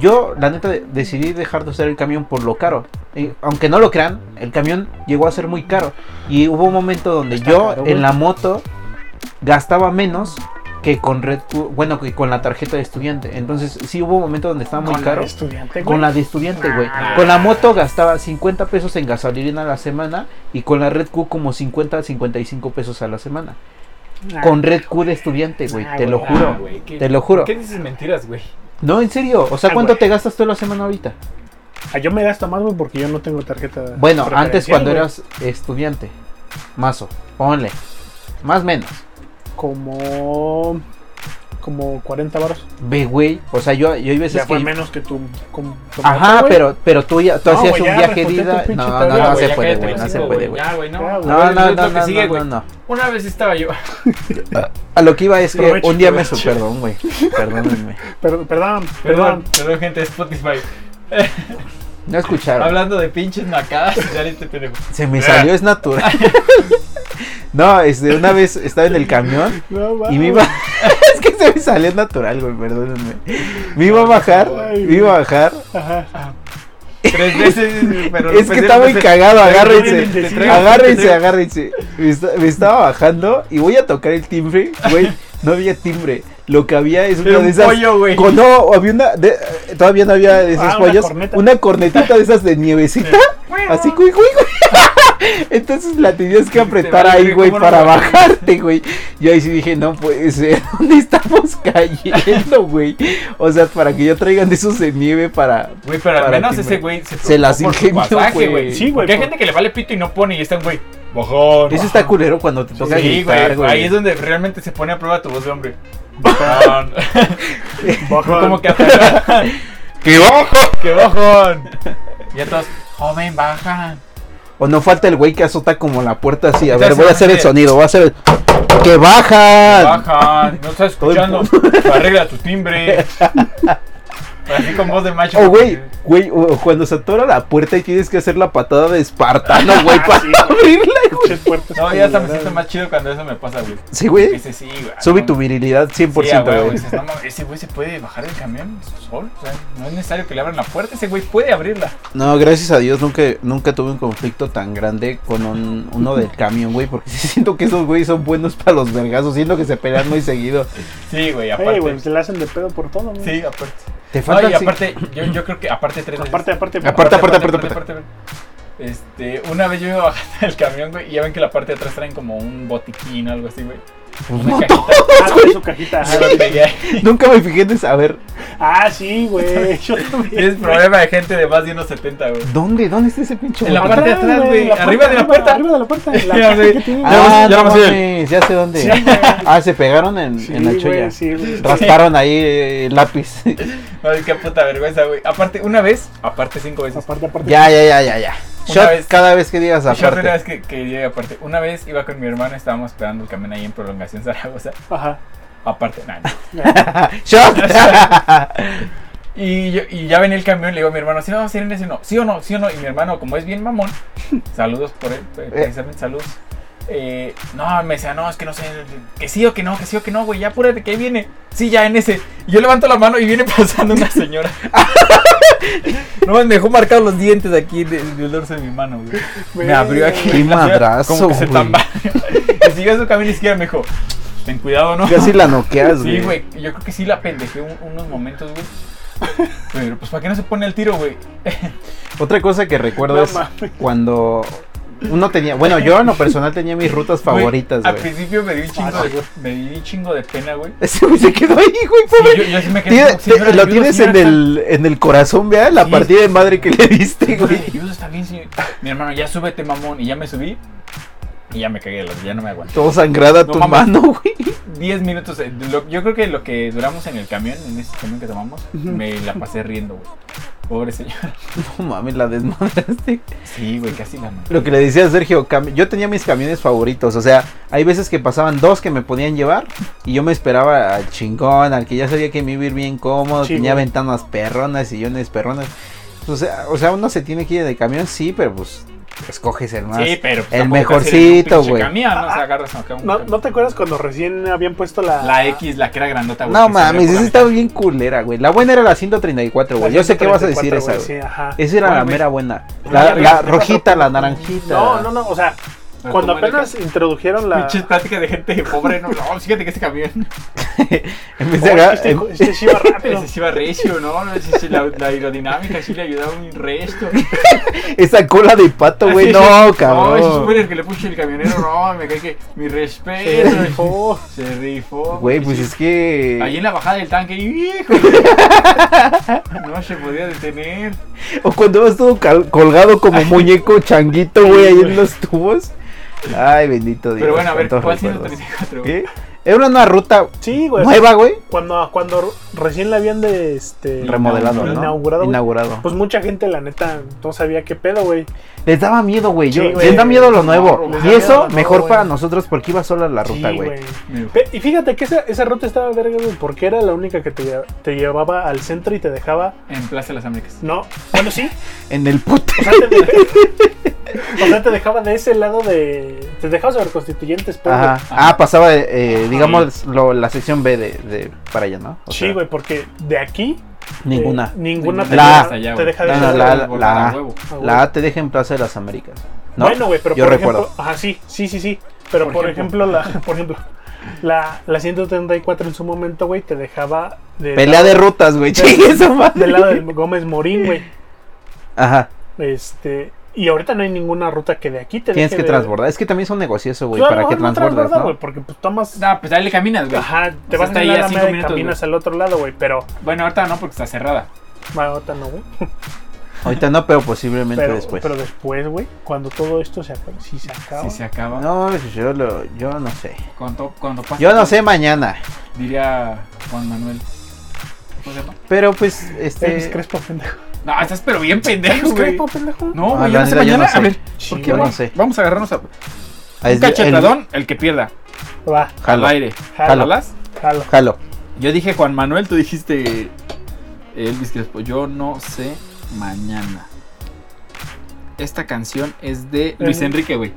[SPEAKER 3] yo, la neta, de- decidí dejar de usar el camión por lo caro. Y aunque no lo crean, el camión llegó a ser muy caro. Y hubo un momento donde yo
[SPEAKER 2] caro, güey.
[SPEAKER 3] en la moto gastaba menos que con Red Bull- bueno, que con la tarjeta de estudiante. Entonces, sí hubo un momento donde estaba muy
[SPEAKER 2] Con la
[SPEAKER 3] caro.
[SPEAKER 2] de estudiante,
[SPEAKER 3] Con
[SPEAKER 2] güey. Ah.
[SPEAKER 3] la de estudiante, güey.
[SPEAKER 1] Nah.
[SPEAKER 3] Con la moto gastaba 50 pesos en gasolina a la semana y con la Red Q como 50 a 55 pesos a la semana.
[SPEAKER 2] Nah.
[SPEAKER 3] Con Red Q de estudiante, güey.
[SPEAKER 2] Nah,
[SPEAKER 3] te
[SPEAKER 2] Ah. güey, Ah,
[SPEAKER 3] lo
[SPEAKER 2] nah,
[SPEAKER 3] juro.
[SPEAKER 1] güey, ¿qué-
[SPEAKER 3] Te lo juro.
[SPEAKER 1] ¿por ¿Qué dices mentiras, güey?
[SPEAKER 3] No, en serio. O sea,
[SPEAKER 2] Ah,
[SPEAKER 3] ¿cuánto
[SPEAKER 2] güey.
[SPEAKER 3] te gastas tú la semana ahorita?
[SPEAKER 2] Ah, yo me gasto más, güey, porque yo no tengo tarjeta.
[SPEAKER 3] Bueno, antes
[SPEAKER 2] preferencial,
[SPEAKER 3] cuando
[SPEAKER 2] güey.
[SPEAKER 3] eras estudiante. Mazo, ponle. Más menos.
[SPEAKER 2] Como. Como 40 baros.
[SPEAKER 3] Ve, güey. O sea, yo, yo hay veces
[SPEAKER 2] Ya fue
[SPEAKER 3] que.
[SPEAKER 2] menos que tu. como- como
[SPEAKER 3] Ajá,
[SPEAKER 2] otra, güey.
[SPEAKER 3] pero, pero tú, ya, tú
[SPEAKER 2] No,
[SPEAKER 3] hacías
[SPEAKER 2] güey,
[SPEAKER 3] un
[SPEAKER 2] ya,
[SPEAKER 3] viaje de
[SPEAKER 2] respondí tu
[SPEAKER 3] ida.
[SPEAKER 2] pinche
[SPEAKER 3] No, no,
[SPEAKER 2] tarea,
[SPEAKER 3] no,
[SPEAKER 1] Ya,
[SPEAKER 3] se
[SPEAKER 1] güey, ya
[SPEAKER 3] puede,
[SPEAKER 1] cállate
[SPEAKER 3] güey.
[SPEAKER 1] los
[SPEAKER 3] No se
[SPEAKER 1] hijos,
[SPEAKER 3] puede, güey.
[SPEAKER 1] Ya, Ah, güey, no.
[SPEAKER 2] Ya, güey.
[SPEAKER 3] No,
[SPEAKER 1] Güey,
[SPEAKER 3] no,
[SPEAKER 1] es
[SPEAKER 3] no,
[SPEAKER 1] lo que
[SPEAKER 3] no,
[SPEAKER 1] sigue,
[SPEAKER 3] no,
[SPEAKER 1] güey.
[SPEAKER 3] no.
[SPEAKER 1] Una vez estaba yo.
[SPEAKER 3] A lo que iba es que
[SPEAKER 2] Provecho,
[SPEAKER 3] un día me
[SPEAKER 2] provecho.
[SPEAKER 3] su- Perdón, güey. Perdónenme.
[SPEAKER 2] Per- perdón,
[SPEAKER 1] Perdón,
[SPEAKER 2] perdón.
[SPEAKER 1] perdón, gente de Spotify.
[SPEAKER 3] No escucharon.
[SPEAKER 1] Hablando de pinches macadas, ya le te pendejo.
[SPEAKER 3] Se me salió, es natural. No, este, una vez estaba en el camión
[SPEAKER 2] No,
[SPEAKER 3] Y me
[SPEAKER 2] mames.
[SPEAKER 3] iba. es que se me salió natural, güey, perdónenme. Me iba a bajar,
[SPEAKER 2] Ay,
[SPEAKER 3] me iba a bajar.
[SPEAKER 2] Ajá.
[SPEAKER 1] Tres veces, pero pues,
[SPEAKER 3] es que está muy cagado,
[SPEAKER 2] Te
[SPEAKER 3] agárrense.
[SPEAKER 2] traigo,
[SPEAKER 3] Agárrense, agárrense. Me, esta- me estaba bajando y voy a tocar el timbre, güey. No había timbre. Lo que había es una
[SPEAKER 1] Pero
[SPEAKER 3] de
[SPEAKER 1] un
[SPEAKER 3] esas.
[SPEAKER 1] pollo, güey.
[SPEAKER 3] con- no, había una. de- eh, todavía no había de esos
[SPEAKER 2] Ah, una
[SPEAKER 3] pollos.
[SPEAKER 2] corneta.
[SPEAKER 3] Una cornetita de esas de nievecita. Así, güey, güey, güey. Entonces la tenías que apretar
[SPEAKER 1] Te vale,
[SPEAKER 3] ahí, güey,
[SPEAKER 1] ¿cómo no
[SPEAKER 3] para
[SPEAKER 1] me vale?
[SPEAKER 3] bajarte, güey. Yo ahí sí dije, no puede ser, ¿dónde estamos cayendo, güey? O sea, para que ya traigan de esos de nieve para.
[SPEAKER 1] Güey, pero al
[SPEAKER 3] para
[SPEAKER 1] menos
[SPEAKER 3] ti,
[SPEAKER 1] ese güey se,
[SPEAKER 3] Se las
[SPEAKER 1] preocupó por su
[SPEAKER 3] ingenió,
[SPEAKER 1] pasaje,
[SPEAKER 3] güey.
[SPEAKER 2] Sí, güey,
[SPEAKER 1] Porque hay
[SPEAKER 2] por-
[SPEAKER 1] gente que le vale pito y no pone y está un güey. Bojón.
[SPEAKER 3] Eso está culero cuando te toca
[SPEAKER 1] Sí,
[SPEAKER 3] gritar,
[SPEAKER 1] güey.
[SPEAKER 3] güey.
[SPEAKER 1] Ahí es donde realmente se pone a prueba tu voz de hombre. Bojón. Como que hasta
[SPEAKER 3] ¡Qué ojo!
[SPEAKER 1] ¡Qué bajón! Y entonces, joven, bajan.
[SPEAKER 3] O no falta el güey que azota como la puerta así. A
[SPEAKER 1] Ya
[SPEAKER 3] ver,
[SPEAKER 1] se
[SPEAKER 3] voy a hacer el
[SPEAKER 1] hace.
[SPEAKER 3] sonido, voy a hacer el. ¡Que bajan!
[SPEAKER 1] Bajan. No estás
[SPEAKER 3] Todo el
[SPEAKER 1] escuchando. Arregla tu timbre. Así con voz de macho.
[SPEAKER 3] O Oh, güey, güey, o cuando se atora la puerta y tienes que hacer la patada de espartano, güey, para abrirla, güey.
[SPEAKER 2] pinches puertas.
[SPEAKER 1] No, ya hasta me
[SPEAKER 2] culeras,
[SPEAKER 1] siento
[SPEAKER 2] güey.
[SPEAKER 1] más chido cuando eso me pasa, güey.
[SPEAKER 3] Sí, güey.
[SPEAKER 1] Ese sí, güey. Ah,
[SPEAKER 3] Sube tu virilidad 100%,
[SPEAKER 1] Sí, a huevo,
[SPEAKER 3] güey.
[SPEAKER 1] dices, no mames, ese güey se puede bajar del camión solo. O sea, no es necesario que le abran la puerta. Ese güey puede abrirla.
[SPEAKER 3] No, gracias a Dios nunca, nunca tuve un conflicto tan grande con un- uno del camión, güey, porque sí siento que esos güeyes son buenos para los vergazos, siento que se pelean muy seguido.
[SPEAKER 1] Sí, güey,
[SPEAKER 2] Ey,
[SPEAKER 1] aparte.
[SPEAKER 2] güey, se la hacen de pedo por todo, güey.
[SPEAKER 1] sí, aparte.
[SPEAKER 3] Te
[SPEAKER 1] No,
[SPEAKER 3] falta
[SPEAKER 1] y aparte, yo, yo creo que aparte tres veces.
[SPEAKER 2] Aparte, aparte,
[SPEAKER 3] Aparte, aparte,
[SPEAKER 1] Este, una vez yo iba bajando del camión, güey, y ya ven que la parte de atrás traen como un botiquín o algo así, güey.
[SPEAKER 3] pues,
[SPEAKER 1] Una
[SPEAKER 3] no,
[SPEAKER 1] cajita.
[SPEAKER 2] Ah, trae su cajita.
[SPEAKER 1] Yo la pegué ahí.
[SPEAKER 3] nunca me fijé en saber
[SPEAKER 2] Ah, sí, güey. Yo también.
[SPEAKER 1] Es problema de gente de más de unos 70, güey.
[SPEAKER 3] dónde, dónde está ese pinche
[SPEAKER 1] En la
[SPEAKER 3] botiquín?
[SPEAKER 1] parte de atrás, güey,
[SPEAKER 2] Ah, la puerta,
[SPEAKER 1] arriba de la puerta.
[SPEAKER 2] Arriba de la puerta. La
[SPEAKER 1] Ya,
[SPEAKER 2] caja
[SPEAKER 1] güey.
[SPEAKER 2] que tiene.
[SPEAKER 1] Ya
[SPEAKER 3] Ah,
[SPEAKER 1] vamos- ya
[SPEAKER 3] no
[SPEAKER 1] vamos a ir.
[SPEAKER 3] mames, ya sé dónde.
[SPEAKER 2] Sí, güey.
[SPEAKER 3] Ah, se pegaron en,
[SPEAKER 2] Sí,
[SPEAKER 3] en la
[SPEAKER 2] güey,
[SPEAKER 3] cholla.
[SPEAKER 2] sí, güey.
[SPEAKER 3] Rasparon ahí eh, lápiz.
[SPEAKER 1] No, qué puta vergüenza, güey. Aparte, una vez, aparte cinco veces.
[SPEAKER 2] Aparte, aparte.
[SPEAKER 3] ya, ya, ya, ya, ya.
[SPEAKER 1] Una
[SPEAKER 3] Shot
[SPEAKER 1] vez-
[SPEAKER 3] cada vez que digas
[SPEAKER 1] Yo una
[SPEAKER 3] aparte.
[SPEAKER 1] vez que, que llegué aparte. Una vez iba con mi hermano, estábamos esperando el camión ahí en prolongación Zaragoza.
[SPEAKER 2] Ajá.
[SPEAKER 1] Aparte, nada.
[SPEAKER 2] Ya.
[SPEAKER 3] Shot.
[SPEAKER 1] Y, yo- y ya venía el camión, le digo a mi hermano, si no vamos a ir en ese no, sí o no, sí o no. Y mi hermano, como es bien mamón, saludos por él, eh, precisamente saludos. Eh, no, me decía, no, es que no sé, que sí o que no, que sí o que no, güey, ya apúrate, que ahí viene. Sí, ya en ese. Y yo levanto la mano y viene pasando una señora. no me dejó marcados los dientes aquí de- del dorso de mi mano, güey. Me abrió aquí. la
[SPEAKER 3] Qué
[SPEAKER 1] señora
[SPEAKER 3] madrazo,
[SPEAKER 1] Como que se
[SPEAKER 3] güey.
[SPEAKER 1] tambaleó. Y siguió su camino izquierdo, me dijo, ten cuidado, ¿no?
[SPEAKER 3] Casi la noqueas,
[SPEAKER 1] Sí,
[SPEAKER 3] güey.
[SPEAKER 1] güey, yo creo que sí la pendejé un- unos momentos, güey. Pero pues para qué no se pone el tiro, güey.
[SPEAKER 3] Otra cosa que recuerdo
[SPEAKER 2] No
[SPEAKER 3] es
[SPEAKER 2] mames.
[SPEAKER 3] cuando uno tenía, bueno, yo en lo personal tenía mis rutas favoritas,
[SPEAKER 1] Al
[SPEAKER 3] güey.
[SPEAKER 1] principio me di un chingo
[SPEAKER 2] Ah, sí,
[SPEAKER 1] de, me di un chingo de pena, güey.
[SPEAKER 3] Ese güey se quedó ahí, güey,
[SPEAKER 1] Sí,
[SPEAKER 3] pobre.
[SPEAKER 1] yo, yo sí me quedé
[SPEAKER 3] Tiene-
[SPEAKER 1] como, señora,
[SPEAKER 3] te- lo
[SPEAKER 1] ¿le ayudo,
[SPEAKER 3] tienes en
[SPEAKER 1] señora?
[SPEAKER 3] el, en el corazón, vea, la
[SPEAKER 1] Sí.
[SPEAKER 3] partida de madre que le diste,
[SPEAKER 1] Señora,
[SPEAKER 3] güey.
[SPEAKER 1] ¿le ayudo? está bien, señor. Mi hermano, ya súbete, mamón. Y ya me subí. Y ya me cagué, de la- ya no me aguanté.
[SPEAKER 3] Todo sangrada
[SPEAKER 1] No
[SPEAKER 3] tu
[SPEAKER 1] mames.
[SPEAKER 3] mano, güey.
[SPEAKER 1] Diez minutos. eh, lo- yo creo que lo que duramos en el camión, en ese camión que tomamos, me la pasé riendo, güey. Pobre señora.
[SPEAKER 3] No mames, la desmadraste.
[SPEAKER 1] Sí, güey, casi la maté.
[SPEAKER 3] Lo que le decía a Sergio, cam- yo tenía mis camiones favoritos, o sea, hay veces que pasaban dos que me podían llevar y yo me esperaba al chingón, al que ya sabía que me iba a ir bien cómodo,
[SPEAKER 2] Sí,
[SPEAKER 3] tenía
[SPEAKER 2] güey.
[SPEAKER 3] ventanas perronas, sillones perronas. O sea, o sea, uno se tiene que ir de camión, sí, pero pues escoges el más.
[SPEAKER 1] Sí, pero pues, tampoco te
[SPEAKER 3] el
[SPEAKER 1] haces
[SPEAKER 3] mejorcito,
[SPEAKER 1] un pinche
[SPEAKER 3] güey.
[SPEAKER 1] camión, ¿no? O sea, agarras acá un
[SPEAKER 2] ¿No,
[SPEAKER 1] camión.
[SPEAKER 2] ¿No te acuerdas cuando recién habían puesto la.
[SPEAKER 1] La X, la que era grandota, güey.
[SPEAKER 3] no
[SPEAKER 1] que se veía
[SPEAKER 3] mames,
[SPEAKER 1] por la
[SPEAKER 3] esa
[SPEAKER 1] mitad.
[SPEAKER 3] estaba bien culera, güey. La buena era la 134, güey. Yo sé que vas a decir esa, güey.
[SPEAKER 2] Sí, ajá.
[SPEAKER 3] Esa era
[SPEAKER 1] Bueno,
[SPEAKER 3] la
[SPEAKER 1] güey.
[SPEAKER 3] mera buena.
[SPEAKER 2] Ya,
[SPEAKER 3] La,
[SPEAKER 2] pero
[SPEAKER 3] la
[SPEAKER 2] te pasó
[SPEAKER 3] rojita,
[SPEAKER 2] por-
[SPEAKER 3] la naranjita.
[SPEAKER 2] No, no, no. O sea,
[SPEAKER 1] Pero
[SPEAKER 2] cuando
[SPEAKER 1] como era
[SPEAKER 2] apenas introdujeron
[SPEAKER 1] acá,
[SPEAKER 2] la.
[SPEAKER 1] Pinches pláticas de gente pobre, no, no, fíjate que este camión.
[SPEAKER 3] En vez
[SPEAKER 2] Oh,
[SPEAKER 3] de agarrar-
[SPEAKER 2] este,
[SPEAKER 3] en-
[SPEAKER 2] este sí iba rápido.
[SPEAKER 1] Ese sí iba recio, ¿no? No, ese sí, la, la aerodinámica sí le ayudaba un resto.
[SPEAKER 3] esa cola de pato, güey.
[SPEAKER 1] Así,
[SPEAKER 3] No,
[SPEAKER 1] No, ese
[SPEAKER 3] cabrón.
[SPEAKER 1] súper que le puse el camionero, no, me cae que. Mi respeto.
[SPEAKER 2] Se rifó.
[SPEAKER 1] Se rifó.
[SPEAKER 3] Güey, pues es que.
[SPEAKER 1] Ahí en la bajada del tanque, hijo. no se podía detener.
[SPEAKER 3] O cuando vas todo cal- colgado como muñeco changuito, güey, ahí en los tubos. Ay, bendito Dios.
[SPEAKER 1] Pero bueno, a ver,
[SPEAKER 3] cuántos
[SPEAKER 1] ¿cuál
[SPEAKER 3] recuerdos.
[SPEAKER 1] 134? güey?
[SPEAKER 3] ¿Qué? Era una ruta
[SPEAKER 2] Sí, güey.
[SPEAKER 3] nueva, güey.
[SPEAKER 2] Cuando, cuando recién la habían de este.
[SPEAKER 3] Remodelado, ¿no?
[SPEAKER 2] Inaugurado, güey.
[SPEAKER 3] Inaugurado.
[SPEAKER 2] Pues mucha gente, la neta, no sabía qué pedo, güey.
[SPEAKER 3] Les daba miedo, güey. Yo-
[SPEAKER 2] Sí, güey.
[SPEAKER 3] les da miedo lo nuevo.
[SPEAKER 1] Morro, güey.
[SPEAKER 3] y eso,
[SPEAKER 2] Les da miedo lo
[SPEAKER 3] mejor
[SPEAKER 2] nuevo,
[SPEAKER 3] para
[SPEAKER 2] güey.
[SPEAKER 3] nosotros, porque iba sola la
[SPEAKER 2] Sí,
[SPEAKER 3] ruta, güey.
[SPEAKER 1] Mira,
[SPEAKER 2] Pe- Y fíjate que esa, esa ruta estaba verga, güey, porque era la única que te, lle- te llevaba al centro y te dejaba.
[SPEAKER 1] En Plaza de las Américas.
[SPEAKER 2] No, bueno, sí.
[SPEAKER 3] En el puto.
[SPEAKER 2] O sea, te, de- o sea, te dejaba de ese lado de. Te dejaba sobre constituyentes, pero.
[SPEAKER 3] Ajá.
[SPEAKER 2] güey.
[SPEAKER 3] Ah, pasaba, eh, digamos, lo- la sección B de, de- para allá, ¿no? O
[SPEAKER 2] Sí,
[SPEAKER 3] sea,
[SPEAKER 2] güey, porque de aquí.
[SPEAKER 3] Ninguna.
[SPEAKER 2] eh, ninguna te,
[SPEAKER 3] La-
[SPEAKER 2] deja-
[SPEAKER 1] Hasta allá,
[SPEAKER 2] te
[SPEAKER 1] güey.
[SPEAKER 2] deja de
[SPEAKER 3] No,
[SPEAKER 1] la-
[SPEAKER 3] no,
[SPEAKER 2] ese
[SPEAKER 3] la,
[SPEAKER 2] lado. Ah,
[SPEAKER 3] la,
[SPEAKER 1] huevo,
[SPEAKER 3] la-
[SPEAKER 1] huevo.
[SPEAKER 3] la A te deja en Plaza de las Américas. ¿no?
[SPEAKER 2] Bueno, güey, pero
[SPEAKER 3] Yo
[SPEAKER 2] por
[SPEAKER 3] recuerdo.
[SPEAKER 2] ejemplo. Ajá, sí, sí, sí, sí. Pero por,
[SPEAKER 1] Por
[SPEAKER 2] ejemplo, la. Por ejemplo. La, la 134 en su momento, güey, te dejaba de-
[SPEAKER 3] Pelea de rutas, güey. Chingue su madre.
[SPEAKER 2] del lado del Gómez Morín, güey.
[SPEAKER 3] Ajá.
[SPEAKER 2] Este, y ahorita no hay ninguna ruta que de aquí te
[SPEAKER 3] Tienes
[SPEAKER 2] deje
[SPEAKER 3] que
[SPEAKER 2] de-
[SPEAKER 3] transbordar. Es que también son negocios, güey,
[SPEAKER 2] Claro,
[SPEAKER 3] para
[SPEAKER 2] no,
[SPEAKER 3] que
[SPEAKER 2] no
[SPEAKER 3] transbordas,
[SPEAKER 2] transbordar,
[SPEAKER 3] ¿no?
[SPEAKER 2] güey, porque pues tomas,
[SPEAKER 1] No, pues ahí le caminas, güey.
[SPEAKER 2] ajá, te
[SPEAKER 1] sea,
[SPEAKER 2] vas
[SPEAKER 1] está
[SPEAKER 2] a
[SPEAKER 1] ahí
[SPEAKER 2] la
[SPEAKER 1] a
[SPEAKER 2] Alameda
[SPEAKER 1] cinco
[SPEAKER 2] y
[SPEAKER 1] minutos,
[SPEAKER 2] caminas al otro lado, güey, pero
[SPEAKER 1] Bueno, ahorita no porque está cerrada.
[SPEAKER 2] bueno, ahorita no, güey.
[SPEAKER 3] Ahorita no, pero posiblemente
[SPEAKER 2] Pero
[SPEAKER 3] después.
[SPEAKER 2] pero después, güey, cuando todo esto se acaba, si se acaba.
[SPEAKER 1] Si se acaba.
[SPEAKER 3] No, pues, yo, lo, yo no sé.
[SPEAKER 1] Cuando, cuando pasa.
[SPEAKER 3] Yo no sé mañana.
[SPEAKER 1] Diría Juan Manuel. ¿Cómo se llama?
[SPEAKER 3] Pero pues,
[SPEAKER 2] Elvis
[SPEAKER 3] este.
[SPEAKER 2] Crespo, Eh, pendejo.
[SPEAKER 1] No, estás pero bien pendejo,
[SPEAKER 2] Elvis
[SPEAKER 1] güey.
[SPEAKER 2] Crespo, pendejo.
[SPEAKER 1] No,
[SPEAKER 3] Ah,
[SPEAKER 1] güey, yo
[SPEAKER 3] la
[SPEAKER 1] no sé
[SPEAKER 3] neta, yo
[SPEAKER 1] mañana.
[SPEAKER 3] no sé.
[SPEAKER 1] A ver,
[SPEAKER 2] Sí,
[SPEAKER 1] porque
[SPEAKER 2] güey.
[SPEAKER 3] no
[SPEAKER 1] vamos,
[SPEAKER 3] sé.
[SPEAKER 1] vamos a agarrarnos a.
[SPEAKER 3] Ah,
[SPEAKER 1] Un
[SPEAKER 3] es- el-
[SPEAKER 1] cachetadón, el, que pierda.
[SPEAKER 2] Va,
[SPEAKER 1] Al
[SPEAKER 3] Jalo,
[SPEAKER 1] aire.
[SPEAKER 2] jalo, jalo.
[SPEAKER 1] ¿Jalas?
[SPEAKER 3] jalo.
[SPEAKER 1] Yo dije Juan Manuel, tú dijiste Elvis Crespo. Yo no sé mañana. Esta canción es de Luis
[SPEAKER 2] Eh.
[SPEAKER 1] Enrique, güey.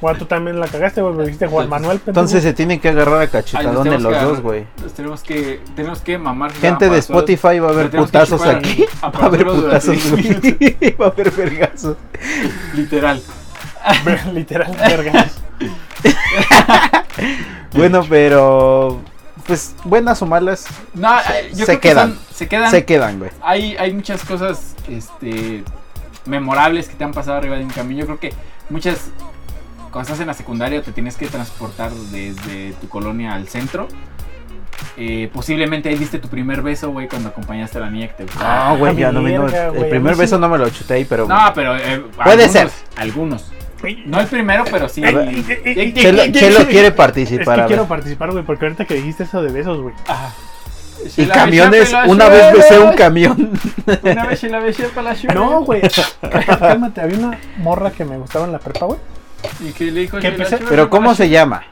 [SPEAKER 2] Juan, tú también la cagaste, güey. Me dijiste Juan Manuel. pendejo.
[SPEAKER 3] Entonces se tienen que agarrar a
[SPEAKER 1] Ay,
[SPEAKER 3] cachetadón
[SPEAKER 1] nos
[SPEAKER 3] de
[SPEAKER 1] tenemos
[SPEAKER 3] los
[SPEAKER 1] que
[SPEAKER 3] dos,
[SPEAKER 1] agarrar-
[SPEAKER 3] güey.
[SPEAKER 1] nos Tenemos que, tenemos que mamar.
[SPEAKER 3] Gente
[SPEAKER 2] pues,
[SPEAKER 3] de Spotify va a haber
[SPEAKER 1] tenemos que
[SPEAKER 3] putazos
[SPEAKER 1] chupar
[SPEAKER 3] aquí.
[SPEAKER 1] a
[SPEAKER 3] Va a haber
[SPEAKER 1] patadas durante
[SPEAKER 3] putazos, güey.
[SPEAKER 1] 10
[SPEAKER 3] Va a haber vergazos.
[SPEAKER 1] Literal.
[SPEAKER 2] Ver- Literal, verga.
[SPEAKER 3] Bueno, pero. Pues buenas o malas,
[SPEAKER 1] No, eh, yo
[SPEAKER 3] Se
[SPEAKER 1] creo que
[SPEAKER 3] quedan.
[SPEAKER 1] son- se quedan.
[SPEAKER 3] se quedan, güey.
[SPEAKER 1] hay, hay muchas cosas este, memorables que te han pasado arriba de un camión. Yo creo que muchas, cuando estás en la secundaria, te tienes que transportar desde tu colonia al centro. Eh, posiblemente ahí diste tu primer beso, güey, cuando acompañaste a la niña que te gustaba.
[SPEAKER 3] No, Ah, güey, ya no me. no-
[SPEAKER 2] mierda, Ah, güey,
[SPEAKER 3] el
[SPEAKER 2] a
[SPEAKER 3] primer
[SPEAKER 2] mí sí.
[SPEAKER 3] beso no me lo chuté ahí, pero.
[SPEAKER 1] No, pero. eh,
[SPEAKER 3] Puede
[SPEAKER 1] algunos,
[SPEAKER 3] ser. Eh,
[SPEAKER 1] Algunos. No el primero, pero sí.
[SPEAKER 3] A ver.
[SPEAKER 1] el-
[SPEAKER 3] Chelo, Chelo quiere
[SPEAKER 2] Es
[SPEAKER 3] participar.
[SPEAKER 2] que
[SPEAKER 3] a ver.
[SPEAKER 2] quiero participar, güey, porque ahorita que dijiste eso de besos, güey.
[SPEAKER 1] Ah.
[SPEAKER 3] Y
[SPEAKER 1] Shela,
[SPEAKER 3] camiones,
[SPEAKER 1] shela,
[SPEAKER 3] una vez
[SPEAKER 1] shela.
[SPEAKER 3] besé un camión.
[SPEAKER 1] Una vez Shela, shela, la shela.
[SPEAKER 2] No, güey. Cálmate, había una morra que me gustaba en la prepa, güey.
[SPEAKER 1] ¿Y qué le dijo
[SPEAKER 2] Que
[SPEAKER 1] shela,
[SPEAKER 2] empecé-
[SPEAKER 1] shela,
[SPEAKER 3] Pero
[SPEAKER 1] shela,
[SPEAKER 3] ¿cómo
[SPEAKER 1] shela?
[SPEAKER 3] se llama?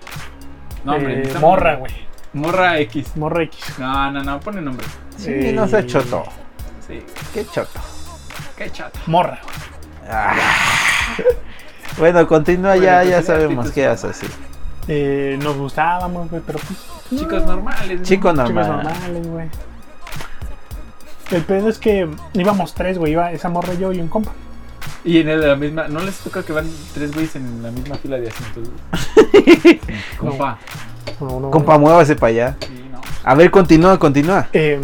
[SPEAKER 1] No, hombre,
[SPEAKER 2] Eh,
[SPEAKER 1] necesitamos-
[SPEAKER 2] morra, güey.
[SPEAKER 1] Morra X.
[SPEAKER 2] Morra X.
[SPEAKER 1] No, no, no, pone nombre.
[SPEAKER 3] Sí, no
[SPEAKER 2] Eh,
[SPEAKER 3] sé, choto.
[SPEAKER 1] Sí,
[SPEAKER 3] Qué choto.
[SPEAKER 1] qué chata.
[SPEAKER 2] Morra. güey.
[SPEAKER 3] Ah. Bueno, continúa
[SPEAKER 1] Bueno,
[SPEAKER 3] ya,
[SPEAKER 1] pues
[SPEAKER 3] ya
[SPEAKER 1] sí,
[SPEAKER 3] sabemos
[SPEAKER 1] actitud
[SPEAKER 3] qué haces.
[SPEAKER 1] normal.
[SPEAKER 3] Sí.
[SPEAKER 2] Eh, nos gustábamos, güey, pero pues,
[SPEAKER 1] Chicos normales. ¿no?
[SPEAKER 3] Chico
[SPEAKER 2] chicas
[SPEAKER 3] normal.
[SPEAKER 2] normales, güey. El pedo es que íbamos tres, güey. Iba esa morra, yo y un compa.
[SPEAKER 1] Y en la misma. ¿No les toca que van tres güeyes en la misma fila de asientos? Compa.
[SPEAKER 2] No, no,
[SPEAKER 3] Compa, muévase para allá.
[SPEAKER 1] Sí, no.
[SPEAKER 3] A ver, continúa, continúa.
[SPEAKER 2] Eh,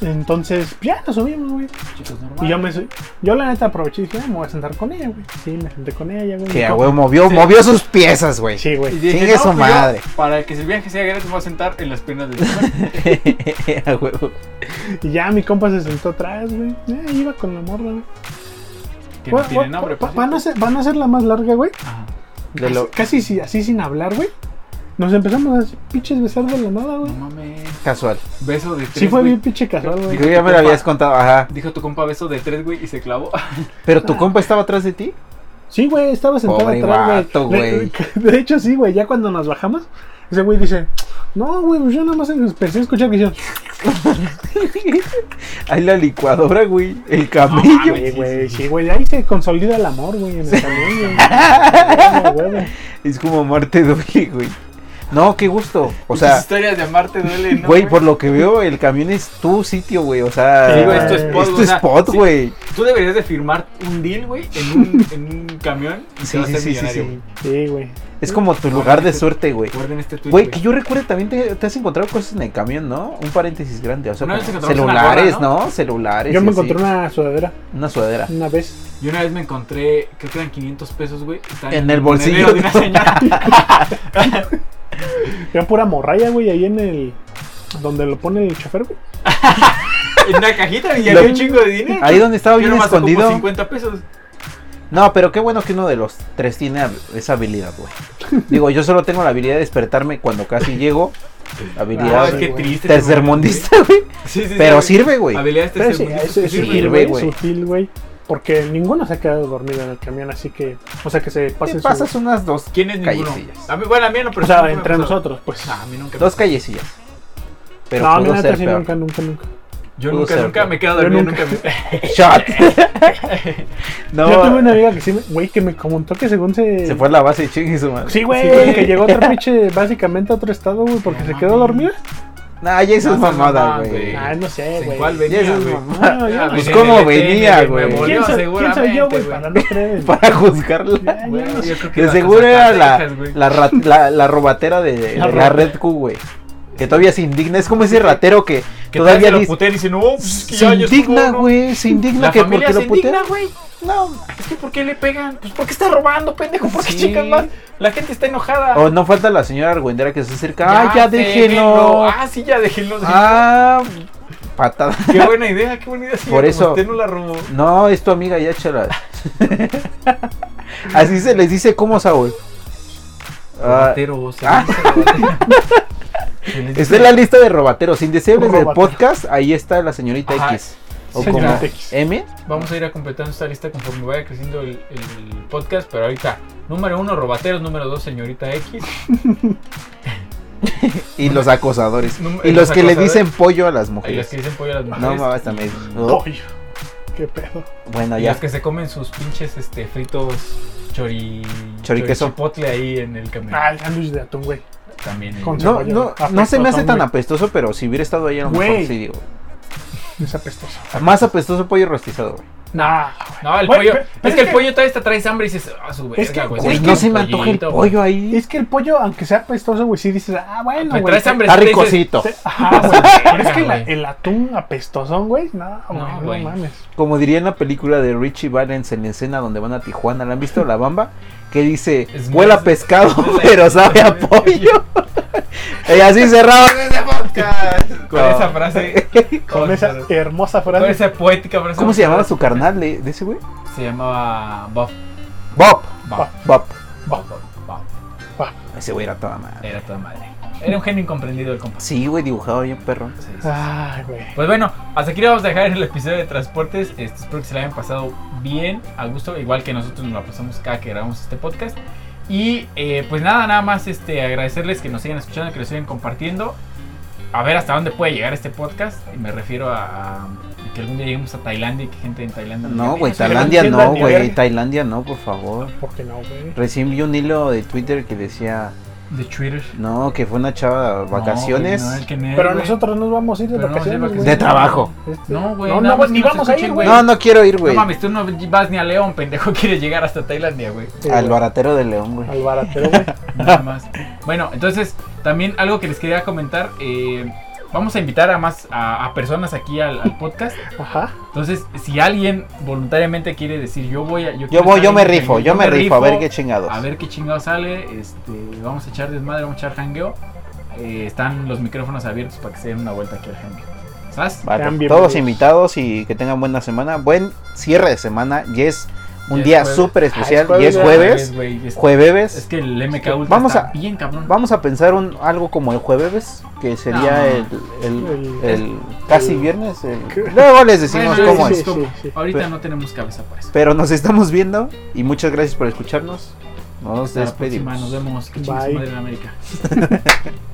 [SPEAKER 2] entonces, pues, ya nos subimos, güey.
[SPEAKER 1] Chicos
[SPEAKER 2] Y
[SPEAKER 1] normales.
[SPEAKER 2] yo me su- Yo la neta aproveché y dije, ah, me voy a sentar con ella, güey. Sí, me senté con ella, güey.
[SPEAKER 3] Que
[SPEAKER 2] Mi
[SPEAKER 3] a
[SPEAKER 2] compa-
[SPEAKER 3] huevo movió,
[SPEAKER 1] Sí.
[SPEAKER 3] movió sus piezas, güey.
[SPEAKER 2] Sí,
[SPEAKER 1] Y
[SPEAKER 2] güey.
[SPEAKER 1] dije,
[SPEAKER 3] Chingue su
[SPEAKER 1] pues yo,
[SPEAKER 3] madre.
[SPEAKER 1] para que si el viaje sea gratis, me voy a sentar en las piernas del chofer.
[SPEAKER 3] a huevo.
[SPEAKER 2] Y ya mi compa se sentó atrás, güey. Eh, iba con la morra, güey.
[SPEAKER 1] Que
[SPEAKER 2] Güey,
[SPEAKER 1] no tiene
[SPEAKER 2] güey,
[SPEAKER 1] nombre.
[SPEAKER 2] va-
[SPEAKER 1] por
[SPEAKER 2] van, a
[SPEAKER 1] cierto.
[SPEAKER 2] ser, van a ser la más larga, güey.
[SPEAKER 1] Ajá.
[SPEAKER 3] De lo
[SPEAKER 2] Casi si- así sin hablar, güey. Nos empezamos a hacer pinches besar de la nada,
[SPEAKER 1] No
[SPEAKER 2] güey.
[SPEAKER 1] mames.
[SPEAKER 3] casual.
[SPEAKER 1] Beso de tres.
[SPEAKER 2] Sí fue
[SPEAKER 1] güey.
[SPEAKER 2] bien pinche casual, güey.
[SPEAKER 3] Yo ya me lo habías contado, ajá.
[SPEAKER 1] Dijo tu compa beso de tres, güey, y se clavó.
[SPEAKER 3] Pero
[SPEAKER 2] Ah.
[SPEAKER 3] tu compa estaba atrás de ti.
[SPEAKER 2] Sí, güey, estaba sentado
[SPEAKER 3] Pobre
[SPEAKER 2] atrás,
[SPEAKER 3] vato,
[SPEAKER 2] güey. De, de hecho, sí, güey, ya cuando nos bajamos, ese güey dice, no, güey, pues yo nada más empecé a escuchar que hicieron,
[SPEAKER 3] Ahí la licuadora, güey. El camello.
[SPEAKER 1] mames.
[SPEAKER 2] "Sí, güey, sí, güey, ahí se consolida el amor, güey, en el camión, güey. A huevo, a huevo.
[SPEAKER 3] es como Marte doble, güey. No, qué gusto. O
[SPEAKER 1] Tus
[SPEAKER 3] sea,
[SPEAKER 1] historias de amarte duelen. ¿no,
[SPEAKER 3] güey, por lo que veo, el camión es tu sitio, güey. O sea,
[SPEAKER 2] Sí, güey,
[SPEAKER 3] es
[SPEAKER 2] es
[SPEAKER 3] tu
[SPEAKER 2] tu
[SPEAKER 1] spot, o sea,
[SPEAKER 3] spot,
[SPEAKER 1] sí.
[SPEAKER 3] güey.
[SPEAKER 1] Tú deberías de firmar un deal, güey, en un, en un camión. Y
[SPEAKER 3] Sí,
[SPEAKER 1] te vas a
[SPEAKER 3] sí,
[SPEAKER 1] hacer
[SPEAKER 3] sí, sí,
[SPEAKER 1] millonario,
[SPEAKER 3] sí.
[SPEAKER 1] güey.
[SPEAKER 2] Sí, güey.
[SPEAKER 3] Es como tu lugar de suerte, güey.
[SPEAKER 1] Recuerden este tweet.
[SPEAKER 3] Güey, que yo recuerde también te, te has encontrado cosas en el camión, ¿no? Un paréntesis grande, o sea,
[SPEAKER 1] Una vez
[SPEAKER 3] como
[SPEAKER 1] encontramos una gorra,
[SPEAKER 3] celulares,
[SPEAKER 1] ¿no?
[SPEAKER 3] ¿no? Celulares.
[SPEAKER 2] Yo me
[SPEAKER 3] y así.
[SPEAKER 2] encontré una sudadera
[SPEAKER 3] Una sudadera.
[SPEAKER 2] una vez.
[SPEAKER 1] Yo una vez me encontré, creo que eran 500 pesos, güey. estaban
[SPEAKER 3] En el bolsillo.
[SPEAKER 1] monedero de una señora.
[SPEAKER 2] Era pura morralla, güey, ahí en el... Donde lo pone el chofer, güey.
[SPEAKER 1] en una cajita y
[SPEAKER 3] Lo-
[SPEAKER 1] había un chingo de dinero.
[SPEAKER 3] Ahí donde estaba
[SPEAKER 1] Yo
[SPEAKER 3] bien
[SPEAKER 1] nomás ocupo
[SPEAKER 3] escondido.
[SPEAKER 1] 50 pesos.
[SPEAKER 3] No, pero qué bueno que uno de los tres tiene hab- esa habilidad, güey. Digo, yo solo tengo la habilidad de despertarme cuando casi llego.
[SPEAKER 1] Ah,
[SPEAKER 3] Habilidad
[SPEAKER 1] es que
[SPEAKER 2] güey.
[SPEAKER 1] triste.
[SPEAKER 3] tercermundista, güey.
[SPEAKER 1] Sí, sí, sí,
[SPEAKER 3] Pero
[SPEAKER 1] güey.
[SPEAKER 3] sirve, güey.
[SPEAKER 1] Habilidades
[SPEAKER 2] Pero sí,
[SPEAKER 1] tercermundistas
[SPEAKER 2] eso
[SPEAKER 1] que
[SPEAKER 2] es
[SPEAKER 3] sí,
[SPEAKER 1] sirven,
[SPEAKER 2] sutil,
[SPEAKER 3] güey,
[SPEAKER 2] güey,
[SPEAKER 3] güey.
[SPEAKER 2] sutil, güey. Porque ninguno se ha quedado dormido en el camión, así que... O sea, que se pase
[SPEAKER 3] Te
[SPEAKER 2] su-
[SPEAKER 3] pasas unas dos,
[SPEAKER 1] ¿Quién es ninguno?
[SPEAKER 3] Callecillas.
[SPEAKER 1] A mí, bueno, a mí no, pero
[SPEAKER 2] O
[SPEAKER 1] sí
[SPEAKER 2] sea,
[SPEAKER 1] me
[SPEAKER 2] entre
[SPEAKER 1] pasó.
[SPEAKER 2] nosotros, pues.
[SPEAKER 1] Ah, a mí nunca. me
[SPEAKER 3] dos
[SPEAKER 1] pasó.
[SPEAKER 3] callecillas. Pero
[SPEAKER 2] no, a mí
[SPEAKER 3] pudo
[SPEAKER 2] neta
[SPEAKER 3] ser
[SPEAKER 2] sí,
[SPEAKER 3] peor.
[SPEAKER 2] nunca, nunca, nunca.
[SPEAKER 1] Yo
[SPEAKER 3] pudo
[SPEAKER 1] nunca,
[SPEAKER 3] ser,
[SPEAKER 1] nunca
[SPEAKER 3] güey.
[SPEAKER 1] me he quedado
[SPEAKER 2] Yo
[SPEAKER 1] dormido,
[SPEAKER 2] nunca.
[SPEAKER 1] nunca me.
[SPEAKER 3] Shot. no, eh.
[SPEAKER 2] Yo tuve una amiga que sí, me- güey, que me comentó que según se...
[SPEAKER 3] se fue a la base y chingue su madre.
[SPEAKER 2] Sí, güey,
[SPEAKER 1] Sí, güey.
[SPEAKER 2] que llegó otro pinche básicamente a otro estado, güey, porque
[SPEAKER 1] No
[SPEAKER 2] se quedó
[SPEAKER 1] mames.
[SPEAKER 2] dormida.
[SPEAKER 3] Nah, ya eso
[SPEAKER 1] No,
[SPEAKER 3] es
[SPEAKER 1] no, no,
[SPEAKER 3] mamada,
[SPEAKER 1] no,
[SPEAKER 3] güey.
[SPEAKER 1] güey.
[SPEAKER 2] Ah, no sé,
[SPEAKER 1] ¿En
[SPEAKER 2] güey.
[SPEAKER 1] cuál
[SPEAKER 3] Ya eso
[SPEAKER 1] venía,
[SPEAKER 3] es
[SPEAKER 1] güey?
[SPEAKER 3] mamá.
[SPEAKER 2] No, yo no
[SPEAKER 1] Pues
[SPEAKER 2] sé.
[SPEAKER 3] ¿cómo
[SPEAKER 1] en el
[SPEAKER 3] venía,
[SPEAKER 1] ETN,
[SPEAKER 3] güey?
[SPEAKER 1] Me
[SPEAKER 3] ¿Quién
[SPEAKER 1] molió
[SPEAKER 2] soy- ¿Quién soy yo,
[SPEAKER 1] seguramente,
[SPEAKER 2] güey, para no creer?
[SPEAKER 3] Para juzgarla.
[SPEAKER 2] Ya, ya
[SPEAKER 1] Bueno,
[SPEAKER 2] no sé.
[SPEAKER 1] yo creo que
[SPEAKER 3] De
[SPEAKER 1] iba con
[SPEAKER 3] seguro
[SPEAKER 1] sus
[SPEAKER 3] era la,
[SPEAKER 1] tarjetas, güey.
[SPEAKER 3] la, rat- la, la robatera de, de
[SPEAKER 2] La
[SPEAKER 3] la,
[SPEAKER 2] rata.
[SPEAKER 3] Red Q, güey. Que todavía se indigna. Es como ese ratero que,
[SPEAKER 1] Que
[SPEAKER 3] todavía
[SPEAKER 1] todavía lo
[SPEAKER 3] dice-
[SPEAKER 1] putean y dicen, no, pues, es que
[SPEAKER 3] se
[SPEAKER 1] ya, ya estuvo,
[SPEAKER 3] indigna,
[SPEAKER 1] ¿no?".
[SPEAKER 3] güey. Se indigna
[SPEAKER 1] La
[SPEAKER 3] que
[SPEAKER 1] familia
[SPEAKER 3] porque
[SPEAKER 1] se
[SPEAKER 3] lo
[SPEAKER 1] indigna,
[SPEAKER 3] putea.
[SPEAKER 1] güey.
[SPEAKER 3] No.
[SPEAKER 1] Es que ¿por qué le pegan? Pues porque está robando, pendejo. ¿Por qué
[SPEAKER 3] Sí.
[SPEAKER 1] chicas más? La gente está enojada.
[SPEAKER 3] O no falta la señora argüendera que se acerca. ¡Ah, ya
[SPEAKER 1] déjenlo.
[SPEAKER 3] déjenlo!
[SPEAKER 1] Ah, sí, ya déjenlo.
[SPEAKER 3] ¡Ah! Patada.
[SPEAKER 1] Qué buena idea, qué buena idea. señora,
[SPEAKER 3] Por
[SPEAKER 1] como
[SPEAKER 3] eso-
[SPEAKER 1] Usted no la robó.
[SPEAKER 3] No, es tu amiga, ya chala. Así se les dice, ¿cómo, Saúl? Ah,
[SPEAKER 1] Robatero, se
[SPEAKER 3] ah.
[SPEAKER 1] Se les
[SPEAKER 3] está en la lista de robateros indeseables del
[SPEAKER 2] Robatero.
[SPEAKER 3] podcast. Ahí está la señorita
[SPEAKER 1] Ajá.
[SPEAKER 3] X. O
[SPEAKER 1] Sí,
[SPEAKER 3] como
[SPEAKER 1] señorita
[SPEAKER 2] X.
[SPEAKER 3] M.
[SPEAKER 1] Vamos a ir a completando esta lista conforme vaya creciendo el, el podcast, pero ahorita, número uno, robateros, número dos, señorita X.
[SPEAKER 3] Y los acosadores.
[SPEAKER 1] Num-
[SPEAKER 3] Y
[SPEAKER 1] eh,
[SPEAKER 3] los que le
[SPEAKER 1] acosadores.
[SPEAKER 3] dicen pollo a las
[SPEAKER 1] Ahí las
[SPEAKER 3] mujeres.
[SPEAKER 1] que dicen pollo a las
[SPEAKER 3] No
[SPEAKER 1] mujeres.
[SPEAKER 3] mames, también.
[SPEAKER 2] Pollo. Qué pedo.
[SPEAKER 3] Bueno,
[SPEAKER 1] y
[SPEAKER 3] Ah, ya.
[SPEAKER 1] las que se comen sus pinches este, fritos chori,
[SPEAKER 3] Choriqueso.
[SPEAKER 1] choripotle ahí en el camión.
[SPEAKER 2] Ah, el sándwich de atún, güey.
[SPEAKER 1] También. ahí.
[SPEAKER 2] Con-
[SPEAKER 3] No, no, no se me hace tan apestoso, pero si hubiera estado ahí a lo mejor
[SPEAKER 2] Güey.
[SPEAKER 3] sí digo.
[SPEAKER 2] Es apestoso.
[SPEAKER 3] Más apestoso pollo rostizado, güey.
[SPEAKER 2] Nah,
[SPEAKER 1] No, el
[SPEAKER 2] Güey,
[SPEAKER 1] pollo.
[SPEAKER 2] pero-
[SPEAKER 1] es
[SPEAKER 2] pero
[SPEAKER 1] que
[SPEAKER 2] es
[SPEAKER 1] el
[SPEAKER 2] que-
[SPEAKER 1] pollo todavía está traes hambre y dices, ah, su
[SPEAKER 2] Es que,
[SPEAKER 1] verga, güey.
[SPEAKER 2] güey,
[SPEAKER 1] sí,
[SPEAKER 3] no
[SPEAKER 1] un
[SPEAKER 3] se me antoja el
[SPEAKER 1] pollito,
[SPEAKER 3] pollo ahí.
[SPEAKER 2] Es que el pollo, aunque sea apestoso, güey, sí dices, ah, bueno,
[SPEAKER 1] Me
[SPEAKER 2] güey.
[SPEAKER 1] traes hambre.
[SPEAKER 3] Está
[SPEAKER 1] sí te dices-
[SPEAKER 3] ricosito.
[SPEAKER 2] Sí, Ajá, güey. Pero es
[SPEAKER 1] Verga,
[SPEAKER 2] que la-
[SPEAKER 1] güey.
[SPEAKER 2] el atún apestosón, güey. No, güey,
[SPEAKER 1] No,
[SPEAKER 2] no,
[SPEAKER 1] güey.
[SPEAKER 2] mames.
[SPEAKER 3] Como diría en la película de Richie Valens en la escena donde van a Tijuana, ¿la han visto? La bamba, que dice,
[SPEAKER 1] Es
[SPEAKER 3] huele a
[SPEAKER 1] más-
[SPEAKER 3] pescado,
[SPEAKER 1] es-
[SPEAKER 3] pero sabe a pollo. y así cerraba.
[SPEAKER 1] Con esa frase.
[SPEAKER 2] Con esa hermosa frase.
[SPEAKER 1] Con esa poética frase.
[SPEAKER 3] ¿Cómo se llamaba su carnal de, de ese güey?
[SPEAKER 1] Se llamaba Bob.
[SPEAKER 3] Bob.
[SPEAKER 1] Bob.
[SPEAKER 3] Bob.
[SPEAKER 1] Bob. Bob. Bob.
[SPEAKER 3] Ese güey era toda madre.
[SPEAKER 1] Era toda madre. Era un genio incomprendido el compa.
[SPEAKER 3] Sí, güey, dibujado bien perro.
[SPEAKER 1] Sí, sí.
[SPEAKER 2] Ay, güey.
[SPEAKER 1] Pues bueno, hasta aquí le vamos a dejar el episodio de transportes. Este, espero que se la hayan pasado bien, a gusto, igual que nosotros nos la pasamos cada que grabamos este podcast. Y eh, pues nada, nada más este, agradecerles que nos sigan escuchando, que nos sigan compartiendo. A ver hasta dónde puede llegar este podcast. Y me refiero a, a que algún día lleguemos a Tailandia y que gente en Tailandia. nos
[SPEAKER 3] No,
[SPEAKER 1] diga,
[SPEAKER 3] güey,
[SPEAKER 1] "Mira,
[SPEAKER 3] Tailandia
[SPEAKER 2] no
[SPEAKER 3] no,
[SPEAKER 2] entiendo ni
[SPEAKER 3] güey.
[SPEAKER 2] verga.
[SPEAKER 3] Tailandia no, por favor.
[SPEAKER 2] ¿Por qué no, güey?
[SPEAKER 1] Eh,
[SPEAKER 3] Recién vi un hilo de Twitter que decía,
[SPEAKER 1] De Twitter.
[SPEAKER 3] no, que fue una chava de vacaciones.
[SPEAKER 1] No, güey, no, el que me-
[SPEAKER 2] Pero
[SPEAKER 1] güey.
[SPEAKER 2] nosotros nos vamos a ir de
[SPEAKER 1] Pero no,
[SPEAKER 2] vacaciones,
[SPEAKER 1] de
[SPEAKER 2] güey.
[SPEAKER 1] vacaciones.
[SPEAKER 3] De trabajo.
[SPEAKER 2] Este-
[SPEAKER 1] No, güey,
[SPEAKER 2] No,
[SPEAKER 1] nada
[SPEAKER 2] no,
[SPEAKER 1] más
[SPEAKER 2] ni
[SPEAKER 1] que nos
[SPEAKER 2] vamos a ir,
[SPEAKER 1] escuchen,
[SPEAKER 2] güey.
[SPEAKER 3] No, no quiero ir, güey.
[SPEAKER 1] No mames, tú no vas ni a León, pendejo. Quieres llegar hasta Tailandia, güey.
[SPEAKER 2] Sí,
[SPEAKER 3] Al
[SPEAKER 2] güey.
[SPEAKER 3] baratero de León, güey.
[SPEAKER 2] Al baratero, güey.
[SPEAKER 1] Nada más. Bueno, entonces, también algo que les quería comentar. eh, vamos a invitar a más a, a personas aquí al, al podcast.
[SPEAKER 2] Ajá.
[SPEAKER 1] Entonces, si alguien voluntariamente quiere decir yo voy a.
[SPEAKER 3] Yo
[SPEAKER 1] quiero
[SPEAKER 3] voy,
[SPEAKER 1] estar
[SPEAKER 3] yo
[SPEAKER 1] ahí,
[SPEAKER 3] me rifo, yo me rifo, a ver qué chingados.
[SPEAKER 1] A ver qué chingado sale. Este, vamos a echar desmadre, vamos a echar jangueo. Eh, están los micrófonos abiertos para que se den una vuelta aquí al jangueo. ¿Sabes?
[SPEAKER 2] Sean
[SPEAKER 3] Vato,
[SPEAKER 2] bienvenidos.
[SPEAKER 3] pues, todos invitados y que tengan buena semana. Buen cierre de semana. Y es un
[SPEAKER 1] Ya es
[SPEAKER 3] día
[SPEAKER 1] jueves.
[SPEAKER 3] súper
[SPEAKER 2] Ah,
[SPEAKER 3] especial.
[SPEAKER 2] es jueves,
[SPEAKER 3] y es
[SPEAKER 2] ya.
[SPEAKER 3] jueves.
[SPEAKER 1] güey, es,
[SPEAKER 3] Jueves.
[SPEAKER 1] es que el MK Ultra
[SPEAKER 3] Vamos
[SPEAKER 1] está
[SPEAKER 3] a-
[SPEAKER 1] bien cabrón.
[SPEAKER 3] Vamos a pensar un algo como el jueves, que sería
[SPEAKER 1] No.
[SPEAKER 3] el, el-
[SPEAKER 2] El-
[SPEAKER 3] el casi
[SPEAKER 2] el-
[SPEAKER 3] viernes. el-
[SPEAKER 2] ¿Qué?
[SPEAKER 3] Luego les decimos
[SPEAKER 1] Bueno,
[SPEAKER 3] cómo
[SPEAKER 1] sí,
[SPEAKER 3] es.
[SPEAKER 1] sí,
[SPEAKER 2] ¿Cómo?
[SPEAKER 1] sí. Ahorita
[SPEAKER 3] Pero-
[SPEAKER 1] no tenemos cabeza para eso.
[SPEAKER 3] Pero nos estamos viendo y muchas gracias por escucharnos. Nos
[SPEAKER 1] Hasta la próxima,
[SPEAKER 3] despedimos.
[SPEAKER 1] nos vemos. Que chingue su
[SPEAKER 2] Bye.
[SPEAKER 1] madre en América.